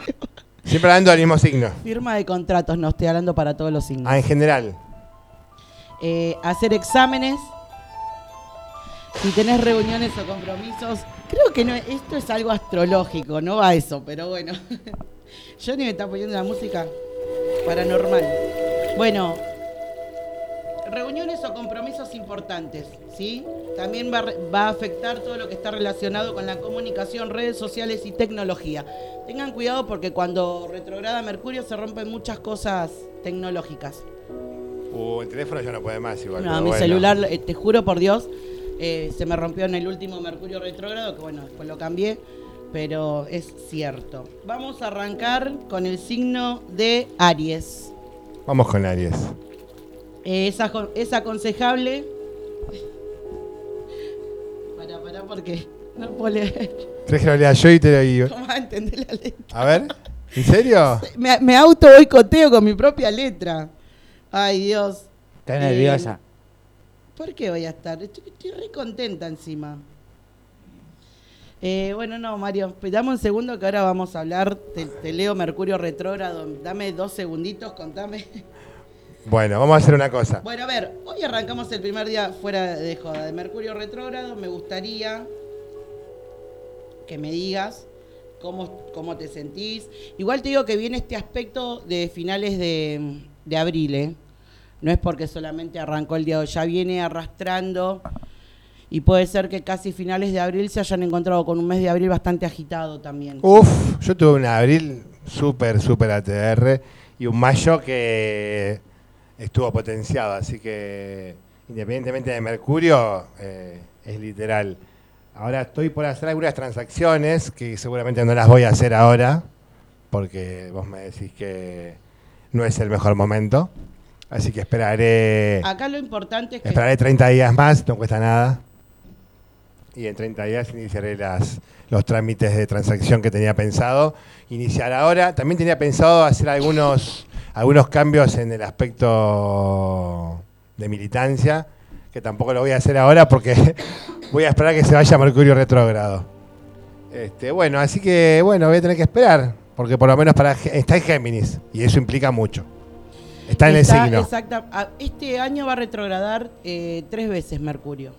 C: Siempre hablando del mismo signo.
F: Firma de contratos, no estoy hablando para todos los signos.
C: Ah, en general.
F: Eh, hacer exámenes. Si tenés reuniones o compromisos. Creo que no, esto es algo astrológico, no va a eso, pero bueno. Johnny me está poniendo la música paranormal. Bueno, reuniones o compromisos importantes, ¿sí? También va, a re- va a afectar todo lo que está relacionado con la comunicación, redes sociales y tecnología. Tengan cuidado porque cuando retrograda Mercurio se rompen muchas cosas tecnológicas.
C: Uh, el teléfono ya no puede más igual.
F: No,
C: pero
F: mi
C: bueno.
F: celular, eh, te juro por Dios, eh, se me rompió en el último Mercurio retrógrado, que bueno, después lo cambié, pero es cierto. Vamos a arrancar con el signo de Aries.
C: Vamos con Aries.
F: Eh, es, ajo- es aconsejable. Pará, pará, porque no puedo leer.
C: ¿Crees que lo lea yo y te lo digo?
F: ¿Cómo vas a entender la letra?
C: A ver. ¿En serio?
F: Me, me auto boicoteo con mi propia letra. Ay, Dios.
D: Está
F: Eh,
D: nerviosa.
F: ¿Por qué voy a estar? Estoy, estoy re contenta encima. Eh, bueno, no, Mario, pe- dame un segundo que ahora vamos a hablar. Te, te leo Mercurio retrógrado. Dame dos segunditos, contame.
C: Bueno, vamos a hacer una cosa.
F: Bueno, a ver, hoy arrancamos el primer día fuera de joda de Mercurio retrógrado. Me gustaría que me digas cómo, cómo te sentís. Igual te digo que viene este aspecto de finales de, de abril, ¿eh? No es porque solamente arrancó el día de hoy, ya viene arrastrando y puede ser que casi finales de abril se hayan encontrado con un mes de abril bastante agitado también.
C: Uf, yo tuve un abril súper, súper ATR y un mayo que estuvo potenciado, así que independientemente de Mercurio, eh, es literal. Ahora estoy por hacer algunas transacciones que seguramente no las voy a hacer ahora, porque vos me decís que no es el mejor momento, así que esperaré...
F: Acá lo importante es que...
C: Esperaré 30 días más, no cuesta nada. Y en 30 días iniciaré las, los trámites de transacción que tenía pensado. Iniciar ahora. También tenía pensado hacer algunos, algunos cambios en el aspecto de militancia, que tampoco lo voy a hacer ahora porque voy a esperar que se vaya Mercurio retrógrado. Este, bueno, así que bueno, voy a tener que esperar, porque por lo menos para, Gé- está en Géminis, y eso implica mucho. Está en el signo.
F: exacta- ah, este año va a retrogradar eh, tres veces Mercurio.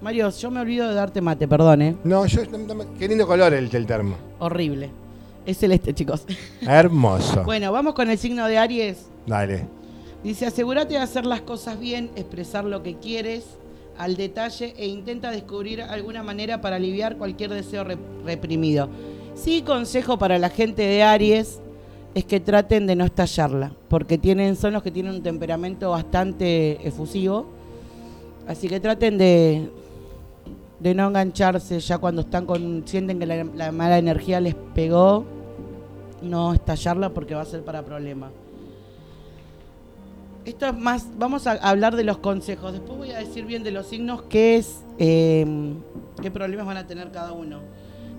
F: Mario, yo me olvido de darte mate, perdón, ¿eh?
C: No, yo, no- no me- qué lindo color el, el termo.
F: Horrible. Es celeste, chicos.
C: Hermoso.
F: Bueno, vamos con el signo de Aries.
C: Dale.
F: Dice, asegúrate de hacer las cosas bien, expresar lo que quieres al detalle e intenta descubrir alguna manera para aliviar cualquier deseo re- reprimido. Sí, consejo para la gente de Aries es que traten de no estallarla, porque tienen, son los que tienen un temperamento bastante efusivo. Así que traten de, de no engancharse ya cuando están con, sienten que la, la mala energía les pegó, no estallarla porque va a ser para problemas. Esto es más, vamos a hablar de los consejos. Después voy a decir bien de los signos qué es, eh, qué problemas van a tener cada uno.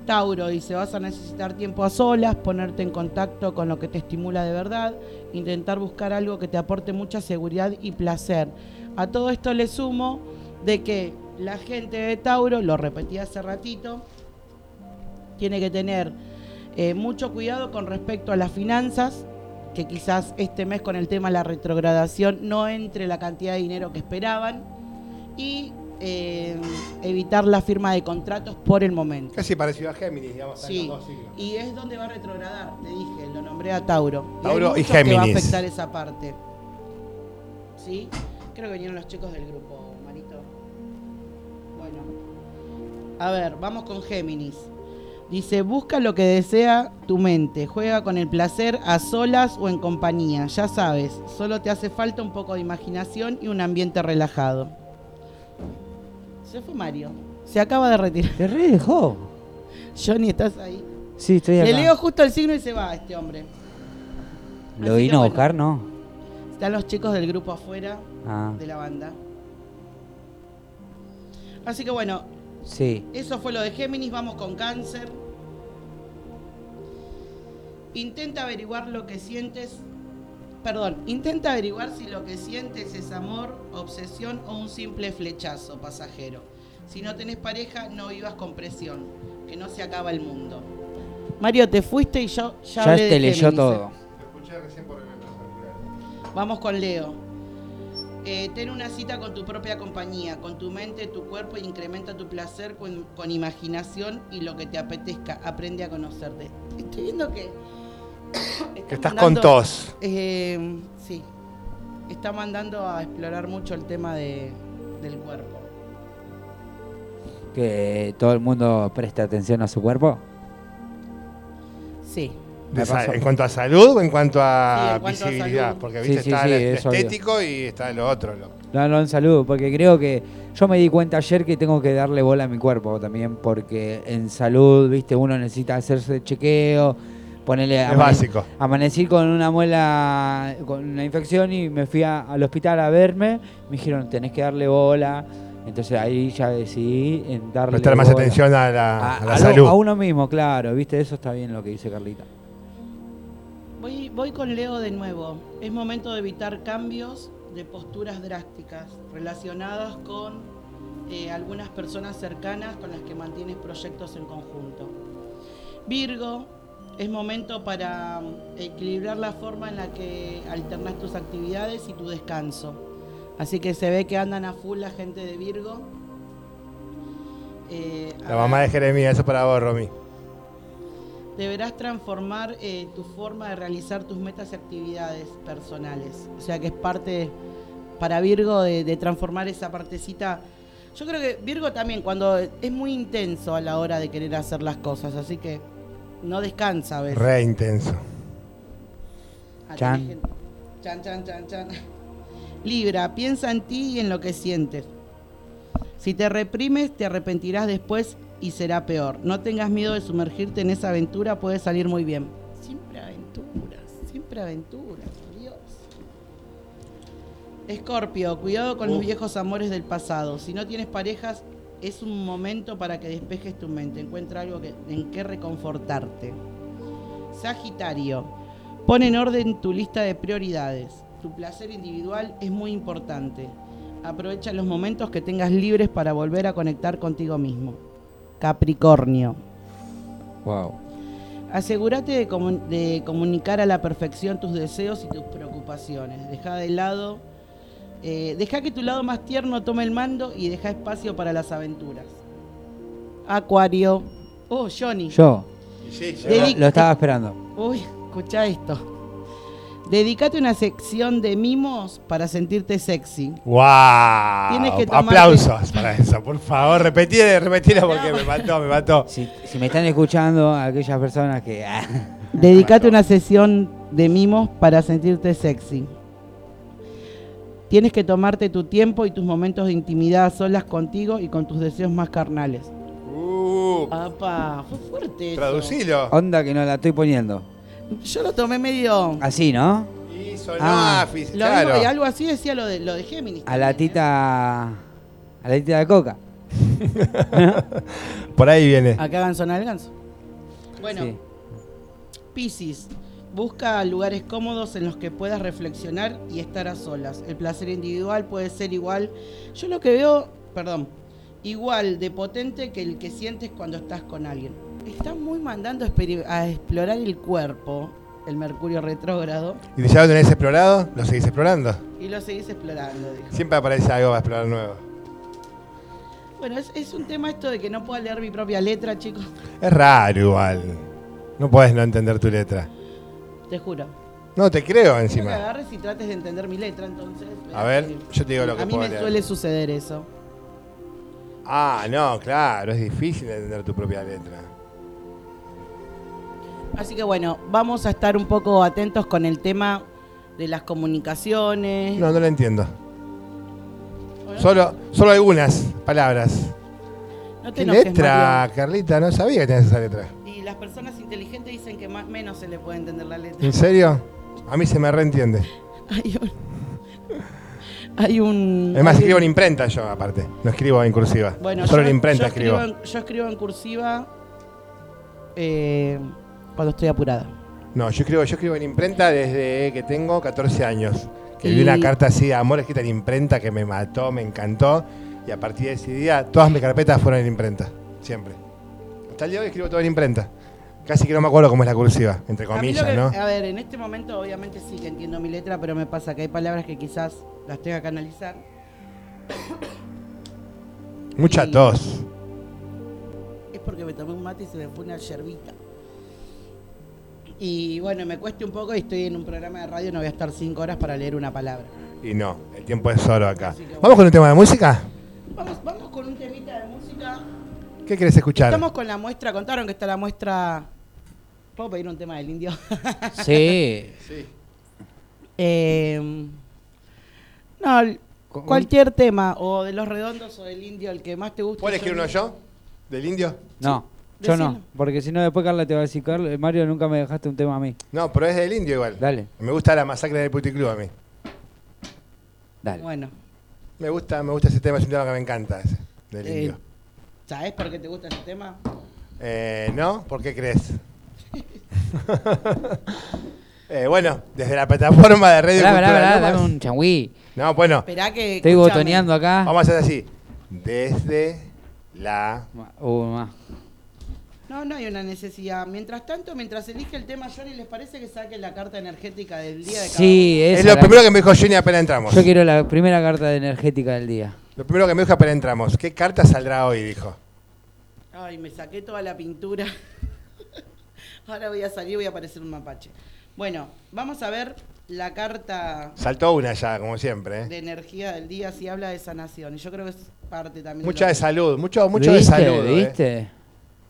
F: Tauro dice, vas a necesitar tiempo a solas, ponerte en contacto con lo que te estimula de verdad, intentar buscar algo que te aporte mucha seguridad y placer. A todo esto le sumo de que la gente de Tauro, lo repetí hace ratito, tiene que tener eh, mucho cuidado con respecto a las finanzas, que quizás este mes con el tema de la retrogradación no entre la cantidad de dinero que esperaban y eh, evitar la firma de contratos por el momento.
C: Casi parecido a Géminis, digamos.
F: Sí, y es donde va a retrogradar, te dije, lo nombré a Tauro. hay
C: Tauro y
F: muchos que va a
C: Géminis.
F: afectar esa parte. ¿Sí? Creo que vinieron los chicos del grupo, Marito. Bueno. A ver, vamos con Géminis. Dice, busca lo que desea tu mente, juega con el placer a solas o en compañía, ya sabes, solo te hace falta un poco de imaginación y un ambiente relajado. Se fue Mario, se acaba de retirar.
D: Te re dejó.
F: Johnny, ¿estás ahí?
D: Sí, estoy acá.
F: Le leo justo el signo y se va este hombre.
D: Lo
F: Así que
D: vino a
F: bueno.
D: buscar, ¿no?
F: Están los chicos del grupo afuera
D: Ah,
F: de la banda. Así que bueno,
D: sí.
F: eso fue lo de Géminis, vamos con cáncer. Intenta averiguar lo que sientes. Perdón, intenta averiguar si lo que sientes es amor, obsesión o un simple flechazo pasajero. Si no tenés pareja, no vivas con presión, que no se acaba el mundo. Mario, te fuiste y yo ya,
D: Ya
F: hablé de
D: te leyó
F: Géminis, ¿eh?
D: todo.
F: Vamos con Leo. Eh, ten una cita con tu propia compañía, con tu mente, tu cuerpo e incrementa tu placer con, con imaginación y lo que te apetezca. Aprende a conocerte. Estoy viendo que.
C: Que estás con tos.
F: Eh, sí. está mandando a explorar mucho el tema de- del cuerpo.
D: Que todo el mundo preste atención a su cuerpo.
F: Sí.
C: De
D: Me
C: sa-
D: pasó.
C: en cuanto a salud o en cuanto a
F: Sí, en cuanto a
C: visibilidad,
F: salud.
C: porque
D: Sí,
C: viste,
D: sí,
C: está
D: sí,
C: el
D: es obvio.
C: estético y está lo otro. lo-
D: No, no, en salud, porque creo que yo me di cuenta ayer que tengo que darle bola a mi cuerpo también, porque en salud, viste, uno necesita hacerse chequeo, ponerle...
C: Es básico.
D: Amanecí con una muela, con una infección y me fui a- al hospital a verme, me dijeron, tenés que darle bola, entonces ahí ya decidí en darle...
C: Prestar más
D: bola.
C: atención a la,
D: A-
C: a la
D: a lo-
C: salud.
D: a uno mismo, claro, viste, eso está bien lo que dice Carlita.
F: Voy, voy con Leo de nuevo. Es momento de evitar cambios de posturas drásticas relacionadas con eh, algunas personas cercanas con las que mantienes proyectos en conjunto. Virgo, es momento para mm, equilibrar la forma en la que alternas tus actividades y tu descanso. Así que se ve que andan a full la gente de Virgo. Eh,
C: La mamá de Jeremías, eso para vos, Romy.
F: Deberás transformar eh, tu forma de realizar tus metas y actividades personales. O sea que es parte para Virgo de, de transformar esa partecita. Yo creo que Virgo también cuando es muy intenso a la hora de querer hacer las cosas, así que no descansa a veces.
C: Re intenso.
F: Ah, tenés
D: Chan.
F: gente. Chan, chan, chan, chan. Libra, piensa en ti y en lo que sientes. Si te reprimes, te arrepentirás después y será peor. No tengas miedo de sumergirte en esa aventura, puede salir muy bien. Siempre aventuras, siempre aventuras, Dios. Escorpio, cuidado con los viejos amores del pasado. Si no tienes parejas, es un momento para que despejes tu mente. Encuentra algo que- en que reconfortarte. Sagitario, pon en orden tu lista de prioridades. Tu placer individual es muy importante. Aprovecha los momentos que tengas libres para volver a conectar contigo mismo. Capricornio,
D: Wow.
F: asegúrate de, comu- de comunicar a la perfección tus deseos y tus preocupaciones. Deja de lado, eh, deja que tu lado más tierno tome el mando y deja espacio para las aventuras. Acuario, oh Johnny,
D: Yo,
F: Dedic-
D: lo estaba esperando.
F: Uy, escucha esto. Dedícate una sección de mimos para sentirte sexy.
C: ¡Wow!
F: Tienes que tomarte-
C: Ah, Aplausos para eso, por favor. Repetile, repetile porque me mató, me mató.
D: Si, si me están escuchando, aquellas personas que... ah,
C: Este
F: Dedícate una sesión de mimos para sentirte sexy. Tienes que tomarte tu tiempo y tus momentos de intimidad a solas contigo y con tus deseos más carnales.
C: Uh,
F: Apa, fue fuerte. eso.
C: traducilo.
D: Onda que no la estoy poniendo.
F: Yo lo tomé medio.
D: Así, ¿no?
C: Y sonó
D: Ah,
C: afis,
F: Lo
C: claro.
F: mismo, y algo así decía lo de, lo de Géminis.
D: A la
F: también, ¿eh?
D: tita. A la tita de coca.
C: Por ahí viene.
F: Acá hagan sonar el ganso. Bueno,
D: Sí.
F: Piscis, busca lugares cómodos en los que puedas reflexionar y estar a solas. El placer individual puede ser igual. Yo lo que veo, perdón, igual de potente que el que sientes cuando estás con alguien. Está muy mandando a experi- a explorar el cuerpo, el Mercurio retrógrado,
C: ¿Y ya lo tenés explorado? ¿Lo seguís explorando?
F: y lo seguís explorando, dijo.
C: Siempre aparece algo para explorar nuevo.
F: Bueno, es, es un tema esto de que no pueda leer mi propia letra, chicos.
C: Es raro igual. No puedes no entender tu letra.
F: Te juro.
C: No, te creo
F: Quiero que
C: encima.
F: agarres y trates de entender mi letra, entonces.
C: A ver, yo te digo lo que
F: A mí
C: puedo
F: me
C: leer.
F: suele suceder eso.
C: Ah, no, claro, es difícil entender tu propia letra.
F: Así que bueno, vamos a estar un poco atentos con el tema de las comunicaciones.
C: No, no la entiendo. Solo, solo algunas palabras.
F: No te
C: ¿Qué
F: enojes,
C: letra, Carlita? No sabía que tenías esa letra.
F: Mario. Y las personas inteligentes dicen que más menos se le puede entender la letra.
C: ¿En serio? A mí se me reentiende.
F: Hay un. Hay un.
C: Es
F: hay
C: más,
F: un-
C: escribo en imprenta yo, aparte. No escribo en cursiva.
F: Bueno,
C: solo
F: yo,
C: en imprenta
F: yo
C: escribo.
F: en- yo escribo en cursiva eh, cuando estoy apurada.
C: No, yo escribo, yo escribo en imprenta desde que tengo 14 años. Que
F: Y-
C: vi una carta así de amor escrita en imprenta que me mató, me encantó. Y a partir de ese día, todas mis carpetas fueron en imprenta. Siempre. Hasta el día de hoy escribo todo en imprenta. Casi que no me acuerdo cómo es la cursiva, entre
F: A mí lo
C: comillas,
F: que-
C: ¿no?
F: A ver, en este momento obviamente sí que entiendo mi letra, pero me pasa que hay palabras que quizás las tenga que analizar.
C: Mucha tos.
F: Es porque me tomé un mate y se me fue una yerbita. Y bueno, me cuesta un poco y estoy en un programa de radio, no voy a estar cinco horas para leer una palabra.
C: Y no, el tiempo es oro acá. ¿Vamos con un tema de música?
F: Vamos, vamos con un temita de música.
C: ¿Qué querés escuchar?
F: Estamos con la muestra, contaron que está la muestra. ¿Puedo pedir un tema del indio?
D: Sí.
F: Eh, no, l-
C: Con-
F: cualquier tema, o de los redondos o del indio, el que más te guste.
C: ¿Puedes elegir uno yo? ¿Del indio?
D: No, yo no.
F: Decilo.
D: Porque si no, después Carla te va a decir, "Carla, Mario, nunca me dejaste un tema a mí.
C: No, pero es del indio igual.
D: Dale.
C: Me gusta la masacre del puticlub a mí.
D: Dale.
F: Bueno,
C: Me gusta, me gusta ese tema, es un tema que me encanta, ese, del
F: Eh.
C: indio.
F: ¿sabes por qué te gusta ese tema?
C: Eh, ¿No? ¿Por qué crees? Eh, bueno, desde la plataforma de Radio
D: Pará, pará,
C: Cultura
D: pará,
C: Lomas-
D: dame un changüí.
C: No, bueno,
F: Esperá que.
D: Estoy
F: escuchame.
D: botoneando acá.
C: vamos a hacer así. Desde la...
D: Ma- uh, ma.
F: No, no hay una necesidad. Mientras tanto, mientras elige el tema, Johnny, ¿les parece que saque la carta energética del día de cada uno?
D: Sí,
C: Es,
D: esa
C: lo
D: la-
C: primero que me dijo Jenny apenas entramos.
D: Yo quiero la primera carta de energética del día.
C: Lo primero que me dijo apenas entramos. ¿Qué carta saldrá hoy? Dijo.
F: Ay, me saqué toda la pintura. Ahora voy a salir y voy a aparecer un mapache. Bueno, vamos a ver la carta
C: Saltó una ya, como siempre. ¿eh?
F: de energía del día si habla de sanación. Y yo creo que es parte también.
C: Mucha de
F: de lo-
C: salud, mucho, mucho de
D: ¿Viste?
C: salud. ¿eh?
D: ¿Viste?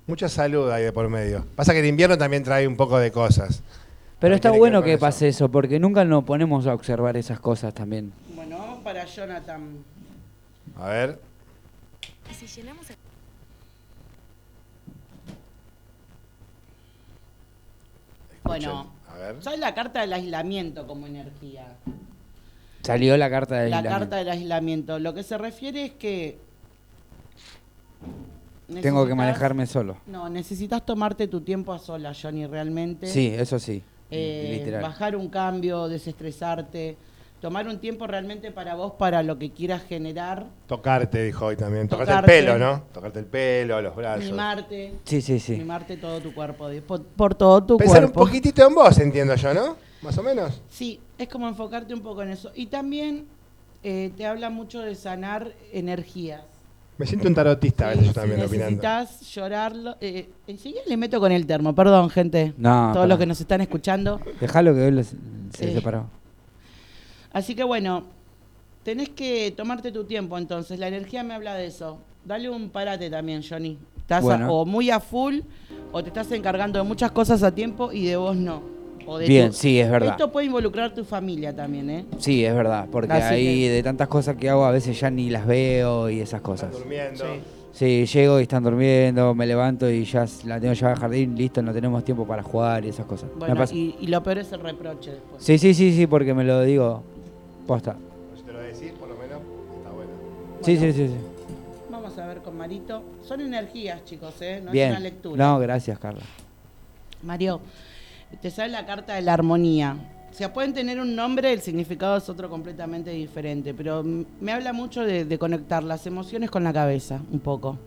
C: Mucha salud hay de por medio. Pasa que el invierno también trae un poco de cosas.
D: Pero
C: También
D: está
C: tiene que
D: bueno
C: ver
D: que
C: con
D: pase eso, porque nunca nos ponemos a observar esas cosas también.
F: Bueno, vamos para Jonathan.
C: A ver.
H: Y si llenamos el-
C: escuchen.
F: Bueno.
C: A ver.
F: ¿Sabes la carta del aislamiento como energía?
D: Salió la carta de
F: La carta del aislamiento. Lo que se refiere es que.
D: Tengo que
F: necesitas-
D: manejarme solo.
F: No, necesitas tomarte tu tiempo a sola, Johnny, realmente.
D: Sí, eso sí.
F: Eh,
D: literal.
F: bajar un cambio, desestresarte, tomar un tiempo realmente para vos, para lo que quieras generar,
C: Tocarte, dijo hoy también. Tocarte,
F: Tocarte.
C: el pelo, ¿no? Tocarte el pelo, los brazos.
F: mimarte,
D: Sí, sí, sí.
F: mimarte todo tu cuerpo, Dios, por, por todo tu
C: Pensar un
F: cuerpo.
C: poquitito en vos, entiendo yo, ¿no? Más o menos.
F: Sí, es como enfocarte un poco en eso. Y también eh, te habla mucho de sanar energías.
C: Me siento un tarotista a veces
F: Sí,
C: yo también
F: si
C: opinando.
F: necesitas llorarlo. Eh, enseguida le meto con el termo, perdón, gente.
D: No,
F: Todos
D: pará.
F: los que nos están escuchando.
D: Dejalo que hoy los- se
F: Sí.
D: separó.
F: Así que bueno, tenés que tomarte tu tiempo entonces. La energía me habla de eso. Dale un parate también, Johnny. Estás a-
D: Bueno.
F: o muy a full o te estás encargando de muchas cosas a tiempo y de vos no. O de
D: Bien,
F: tu-
D: sí, es verdad.
F: Esto puede involucrar tu familia también, ¿eh?
D: Sí, es verdad, porque
F: Así
D: ahí
F: que-
D: de tantas cosas que hago a veces ya ni las veo y esas cosas.
C: Durmiendo.
D: Sí, llego y están durmiendo, me levanto y ya s- la tengo llevada al jardín, listo, no tenemos tiempo para jugar y esas cosas. Me
F: Bueno,
D: pasa.
F: y, y lo peor es el reproche después.
D: Sí, sí, sí, sí, porque me lo digo. Posta.
C: Si te lo decís, por lo menos, está bueno.
D: Sí, sí, sí, sí.
F: Vamos a ver con Marito. Son energías, chicos, ¿eh? No
D: Bien.
F: es una lectura.
D: No, gracias, Carla.
F: Mario, te sale la carta de la armonía. O sea, pueden tener un nombre, el significado es otro completamente diferente, pero mm, me habla mucho de, de conectar las emociones con la cabeza, un poco.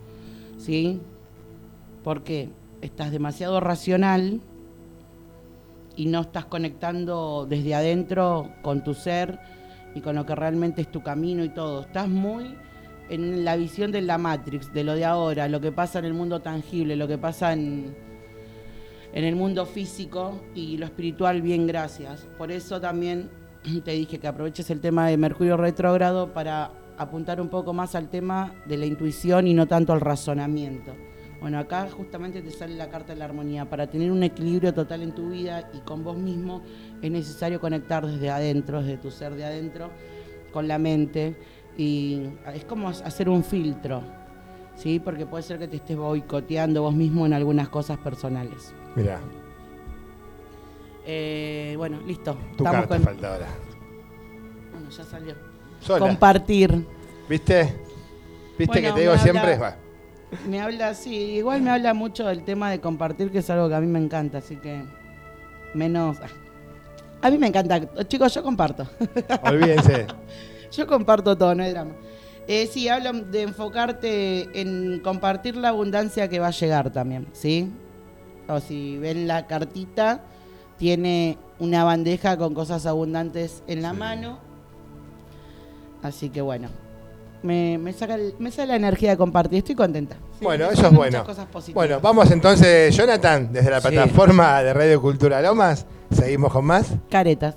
F: ¿Sí? Porque estás demasiado racional y no estás conectando desde adentro con tu ser y con lo que realmente es tu camino y todo. Estás muy en la visión de la Matrix, de lo de ahora, lo que pasa en el mundo tangible, lo que pasa en, en el mundo físico y lo espiritual, bien, gracias. Por eso también te dije que aproveches el tema de Mercurio retrógrado para apuntar un poco más al tema de la intuición y no tanto al razonamiento. Bueno, acá justamente te sale la carta de la armonía. Para tener un equilibrio total en tu vida y con vos mismo, es necesario conectar desde adentro, desde tu ser de adentro, con la mente. Y es como hacer un filtro, ¿sí? Porque puede ser que te estés boicoteando vos mismo en algunas cosas personales.
C: Mira,
F: Eh, bueno, listo.
C: tu
F: Estamos
C: carta
F: con.
C: falta ahora.
F: Bueno, ya salió.
C: Sola.
F: Compartir.
C: ¿Viste? ¿Viste
F: Bueno,
C: que te
F: me
C: digo
F: habla-
C: siempre? Va.
F: Me habla, sí, igual me habla mucho del tema de compartir, que es algo que a mí me encanta, así que. Menos. ah. A mí me encanta. Chicos, yo comparto.
C: Olvídense.
F: Yo comparto todo, no hay drama. Eh, sí, hablo de enfocarte en compartir la abundancia que va a llegar también, ¿sí? O si ven la cartita, tiene una bandeja con cosas abundantes en la mano. Así que bueno, me, me saca el- me sale la energía de compartir, estoy contenta. Sí,
C: bueno,
F: me
C: eso es
F: salen muchas
C: bueno.
F: cosas positivas.
C: Bueno, vamos entonces, Jonathan, desde la
D: Sí.
C: plataforma de Radio Cultura Lomas. Seguimos con más.
F: Caretas.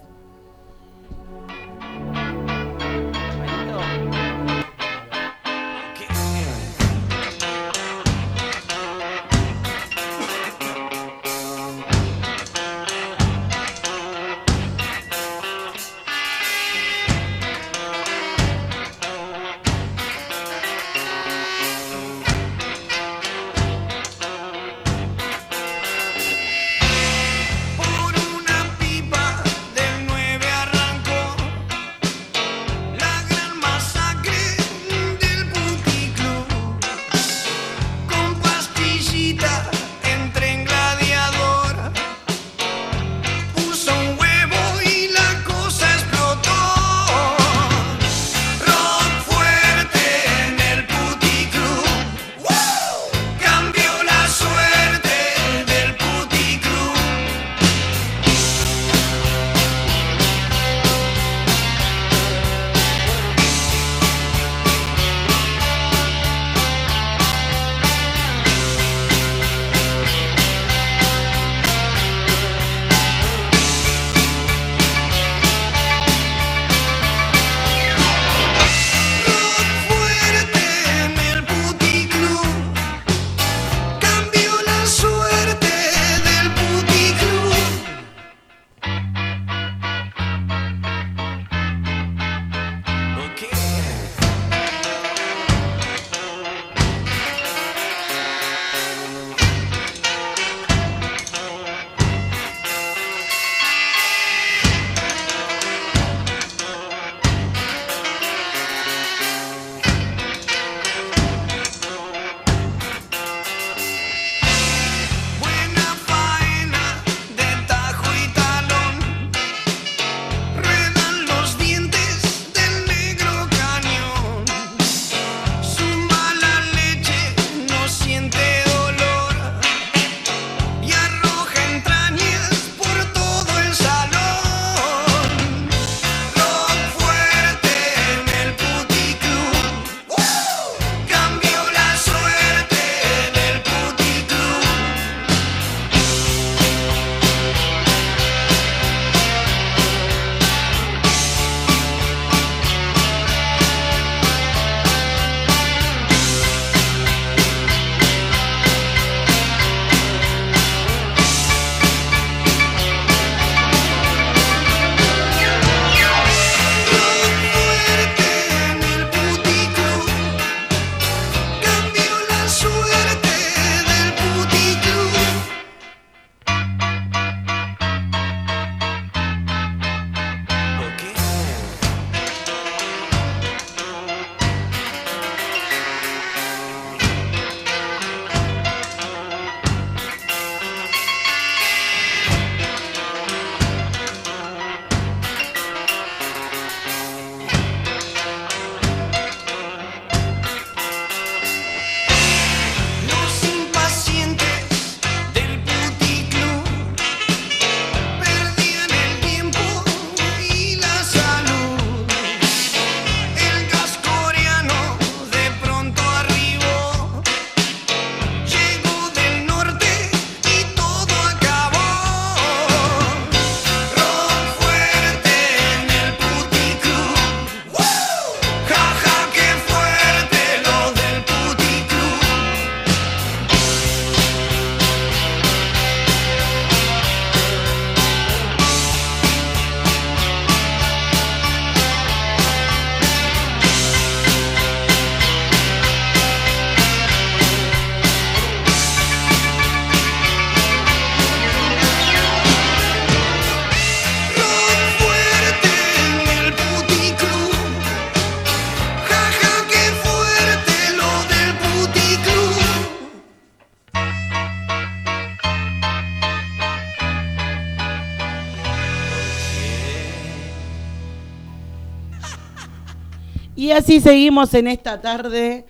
F: Y así seguimos en esta tarde,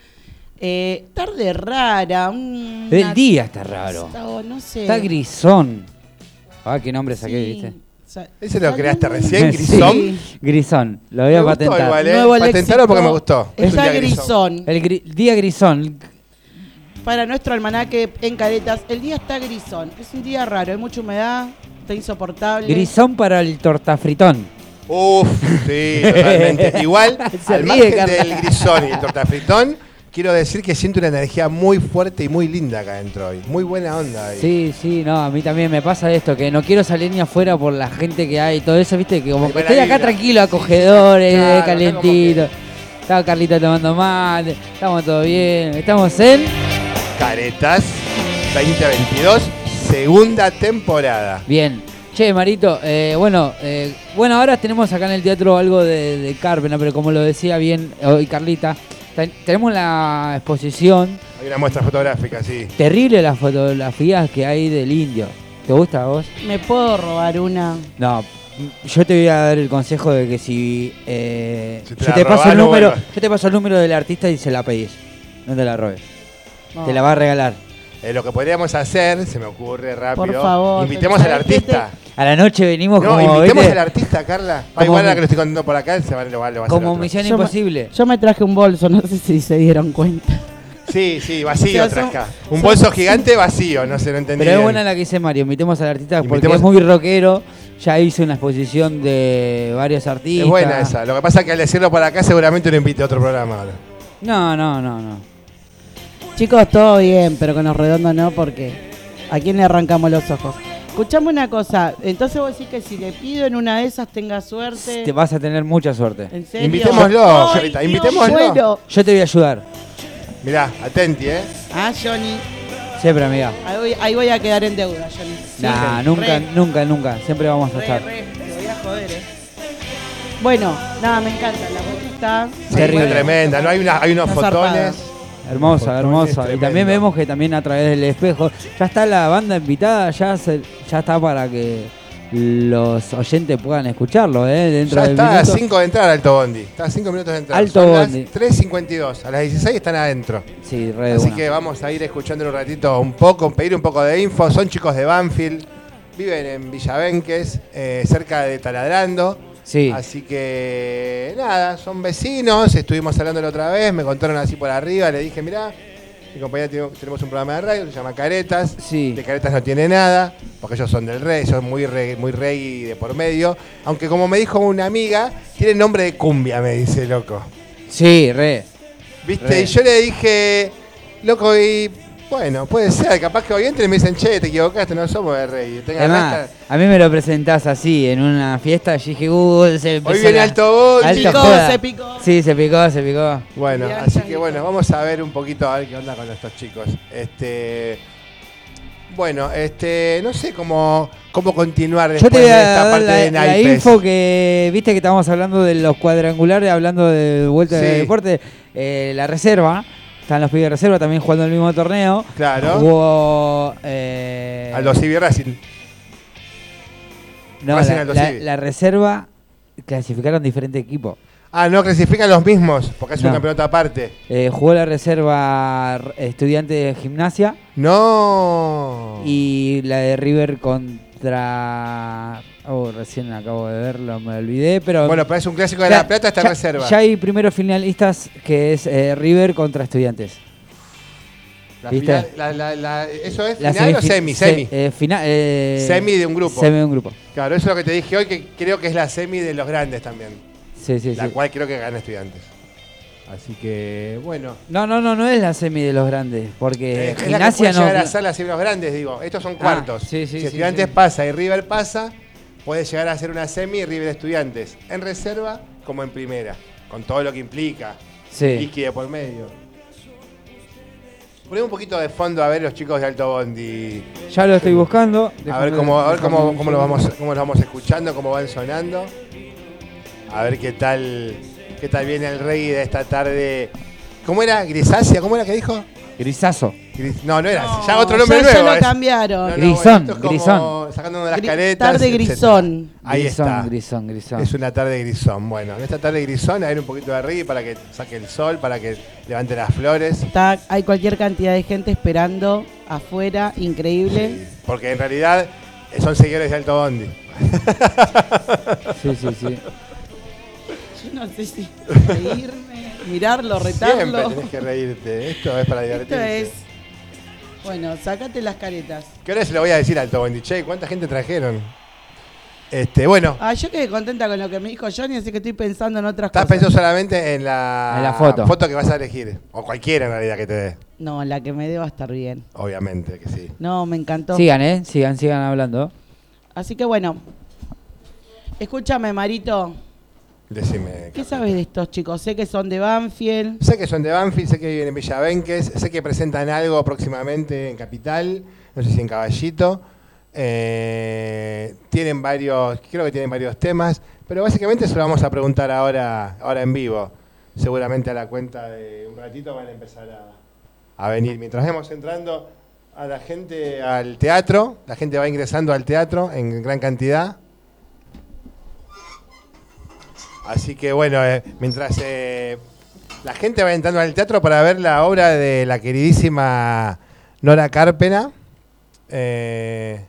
F: eh, tarde rara. una-
D: El Eh, día está raro.
F: Está- oh, no sé.
D: Está grisón. Ah, qué nombre saqué,
F: Sí.
D: ¿viste?
F: Sa-
C: Ese lo creaste
F: saliendo-
C: recién,
D: Sí.
C: Grisón.
D: Grisón. Lo voy a
C: Me gustó
D: patentar.
C: igual, ¿eh?
F: Nuevo
C: Patentalo porque me gustó. Es un
F: Está
C: día grisón.
F: grisón.
D: El gri- día grisón.
F: Para nuestro almanaque en caretas, el día está grisón. Es un día raro, hay mucha humedad, está insoportable.
D: Grisón para el tortafritón.
C: Uf, sí, totalmente. Igual,
D: Se
C: al
D: ríe,
C: margen
D: Carla.
C: del grisón y el tortafritón, quiero decir que siento una energía muy fuerte y muy linda acá adentro hoy. Muy buena onda hoy.
D: Sí, sí, no, a mí también me pasa esto, que no quiero salir ni afuera por la gente que hay y todo eso, viste, que como
C: Hay
D: que
C: buena
D: estoy acá
C: vibra.
D: tranquilo,
C: Sí, sí, sí.
D: acogedores, eh,
C: Claro, acá
D: calentito.
C: como
D: Estaba Carlita tomando mal, estamos todo bien, estamos en...
C: Caretas 2022, segunda temporada.
D: Bien. Che, Marito, eh, bueno, eh, bueno, ahora tenemos acá en el teatro algo de, de Carpena, pero como lo decía bien hoy Carlita, ten- tenemos la exposición,
C: Hay una muestra fotográfica, sí.
D: terrible las fotografías que hay del indio. ¿Te gusta a vos?
F: ¿Me puedo robar una?
D: No, yo te voy a dar el consejo de que si, eh,
C: Si te
D: yo
C: la
D: te paso
C: robás,
D: el
C: no
D: número,
C: vuelvas.
D: yo te paso el número del artista y se la pedís. No te la robes.
F: No.
D: Te la va a regalar.
C: Eh, lo que podríamos hacer, se me ocurre rápido.
F: Por favor,
C: Invitemos al
F: pero ¿sabes qué
C: artista.
D: A la noche venimos
C: No,
D: como,
C: invitemos
D: ¿viste?
C: al artista, Carla. Ah,
D: Como
C: igual
D: mi-
C: la que lo estoy contando por acá, se va, lo va- lo va a hacer
D: como
C: otro.
D: Misión
F: Yo me-
D: Imposible.
F: Yo me traje un bolso, no sé si se dieron cuenta.
C: Sí, sí, vacío
F: O sea, son-
C: atrás acá. Un bolso gigante vacío, no se lo entendí.
D: Pero es
C: bien.
D: buena la que dice Mario, invitemos al artista porque
C: Invitemos-
D: es muy rockero. Ya hizo una exposición de varios artistas.
C: Es buena esa. Lo que pasa es que al decirlo por acá seguramente lo invite a otro programa ahora.
D: No, no, no, no.
F: Chicos, todo bien, pero con los redondos no, porque ¿a quién le arrancamos los ojos? Escuchame una cosa, entonces vos decís que si le pido en una de esas tenga suerte.
D: Te vas a tener mucha suerte.
F: ¿En serio?
C: Invitémoslo,
F: Ay,
C: Carlita,
F: Dios,
C: invitémoslo.
F: bueno.
D: Yo te voy a ayudar.
C: Mirá, atenti, ¿eh?
F: Ah, Johnny,
D: Siempre, amiga.
F: ahí voy, ahí voy a quedar en deuda, Johnny.
D: Nah,
F: Sí,
D: nunca,
F: re.
D: nunca, nunca. Siempre vamos a
F: Re,
D: estar.
F: re, te voy a joder, eh. Bueno, nada, me encanta. La muestra está.
C: Sí,
D: Terrible.
C: fue tremenda. ¿no? Hay, una- hay unos
F: Está
C: fotones.
F: zarpada.
D: Hermosa,
C: Fotones
D: hermosa. Y
C: tremendo.
D: también vemos que también a través del espejo ya está la banda invitada, ya se- ya está para que los oyentes puedan escucharlo, ¿eh? Dentro
C: Ya
D: del
C: está a
D: minuto.
C: 5 de entrar Alto Bondi. Está a 5 minutos de entrar.
D: Alto
C: Son las
D: Bondi.
C: 3.52. A las 16 están adentro.
D: Sí, re de
C: Así
D: una.
C: que vamos a ir escuchándolo un ratito un poco, pedir un poco de info. Son chicos de Banfield. Viven en Villavenques, eh, cerca de Taladrando.
D: Sí.
C: Así que nada, son vecinos, estuvimos hablando la otra vez, me contaron así por arriba, le dije, mirá, mi compañera tiene- tenemos un programa de radio, se llama Caretas,
D: Sí.
C: de Caretas no tiene nada, porque ellos son del rey, son muy rey, muy rey de por medio, aunque como me dijo una amiga, tiene nombre de cumbia, me dice loco.
D: Sí, re.
C: ¿Viste?
D: Re.
C: Y yo le dije, loco, y bueno, puede ser, capaz que hoy entren y me dicen, che, te equivocaste, no somos de rey. tengan
D: Además,
C: rasta".
D: a mí me lo presentás así, en una fiesta, yo dije, uh, se empezó
C: Hoy viene
D: la-
C: Alto Bondi.
D: alta
F: Picó,
D: joda.
F: se picó.
D: Sí, se picó, se picó.
C: Bueno,
F: Bien,
C: así que
F: Changuito.
C: bueno, vamos a ver un poquito a ver qué onda con estos chicos. Este, bueno, este, no sé cómo, cómo continuar
D: Yo
C: después
D: te voy
C: de
D: a
C: esta
D: dar
C: parte
D: la,
C: de
D: la
C: naipes.
D: info que viste que estábamos hablando de los cuadrangulares, hablando de vuelta de
C: Sí.
D: deporte, eh, la reserva, están los pibes de reserva también jugando el mismo torneo.
C: Claro.
D: Hubo eh,
C: A los Civi Racing.
D: no,
C: Racing
D: la,
C: Aldo
D: la-
C: Civi.
D: la reserva clasificaron diferente equipo.
C: Ah, no clasifican los mismos, porque es
D: No.
C: un campeonato aparte.
D: Eh, jugó la reserva r- estudiante de gimnasia
C: No.
D: y la de River contra oh, recién acabo de verlo, me olvidé, pero
C: bueno, pero es un clásico de
D: Ya-
C: la Plata está
D: ya-
C: reserva.
D: Ya hay primero finalistas que es eh, River contra Estudiantes.
C: La
D: ¿viste?
C: final- la- la- la- ¿Eso es
D: La
C: final o
D: semifi-
C: semi?
D: se-
C: Semi.
D: eh, fina- eh,
C: Semi de un grupo.
D: Semi de un grupo.
C: Claro, eso es lo que te dije hoy, que creo que es la semi de los grandes también.
D: Sí, sí,
C: la
D: sí.
C: cual creo que gana estudiantes. Así que, bueno.
D: No, no, no, no es la semi de los grandes, porque
C: Eh, es la que
D: gimnasia
C: puede
D: no.
C: llegar a ser las los grandes, digo. Estos son
D: Ah,
C: cuartos.
D: sí, sí, sí,
C: si Estudiantes
D: sí.
C: pasa y River pasa, puede llegar a ser una semi y River Estudiantes. En reserva como en primera. Con todo lo que implica.
D: Sí.
C: Líquido por medio. Ponemos un poquito de fondo a ver los chicos de Alto Bondi.
D: Ya lo estoy buscando.
C: A ver
D: Déjame-
C: cómo, a ver cómo,
D: déjame-
C: cómo los vamos, cómo los vamos escuchando, cómo van sonando. A ver qué tal, qué tal viene el rey de esta tarde. ¿Cómo era? ¿Grisácea? ¿Cómo era que dijo?
D: Grisazo.
C: Gris- No, no era.
F: No,
C: así. ya otro nombre
F: ya- ya
C: nuevo.
F: lo
C: es.
F: cambiaron.
C: No, no,
D: Grisón,
C: esto es como-
D: Grisón.
C: sacando, sacándonos las
F: Gri-
C: caretas.
F: tarde
I: este,
C: etcétera.
F: grisón.
C: Ahí
D: grisón,
C: está.
D: Grisón, grisón.
C: Es una tarde grisón. Bueno, en esta tarde grisón hay un poquito de río para que saque el sol, para que levante las flores.
F: Está- hay cualquier cantidad de gente esperando afuera, increíble.
C: Porque en realidad eh, son seguidores de Alto Bondi.
D: Sí, sí, sí.
F: Yo no sé si reírme, mirarlo,
C: Siempre
F: retarlo.
C: tenés que reírte. Esto es para
F: Esto
C: divertirse.
F: es. Bueno, sacate las caretas.
C: Que ahora se lo voy a decir a Alto Bondi. Che, ¿cuánta gente trajeron? Este, bueno,
F: Ah, yo quedé contenta con lo que me dijo Johnny, así que estoy pensando en otras
C: estás
F: cosas.
C: pensando solamente en la,
D: En la foto.
C: que vas a elegir. O cualquiera en realidad que te dé.
F: No, la que me deba estar bien.
C: Obviamente que sí.
F: No, me encantó.
D: Sigan, ¿eh? Sigan, sigan hablando.
F: Así que bueno. Escúchame, Marito.
C: Decime.
F: ¿Qué
C: Carlos.
F: sabes de estos chicos? Sé que son de Banfield.
C: Sé que son de Banfield, sé que viven en Villavenques, sé que presentan algo próximamente en Capital, no sé si en Caballito. Eh, tienen varios, creo que tienen varios temas, pero básicamente se lo vamos a preguntar ahora, ahora en vivo. Seguramente a la cuenta de un ratito van a empezar a, a venir. Mientras vemos entrando a la gente al teatro, la gente va ingresando al teatro en gran cantidad. Así que bueno, eh, mientras eh, la gente va entrando al teatro para ver la obra de la queridísima Nora Carpena, eh,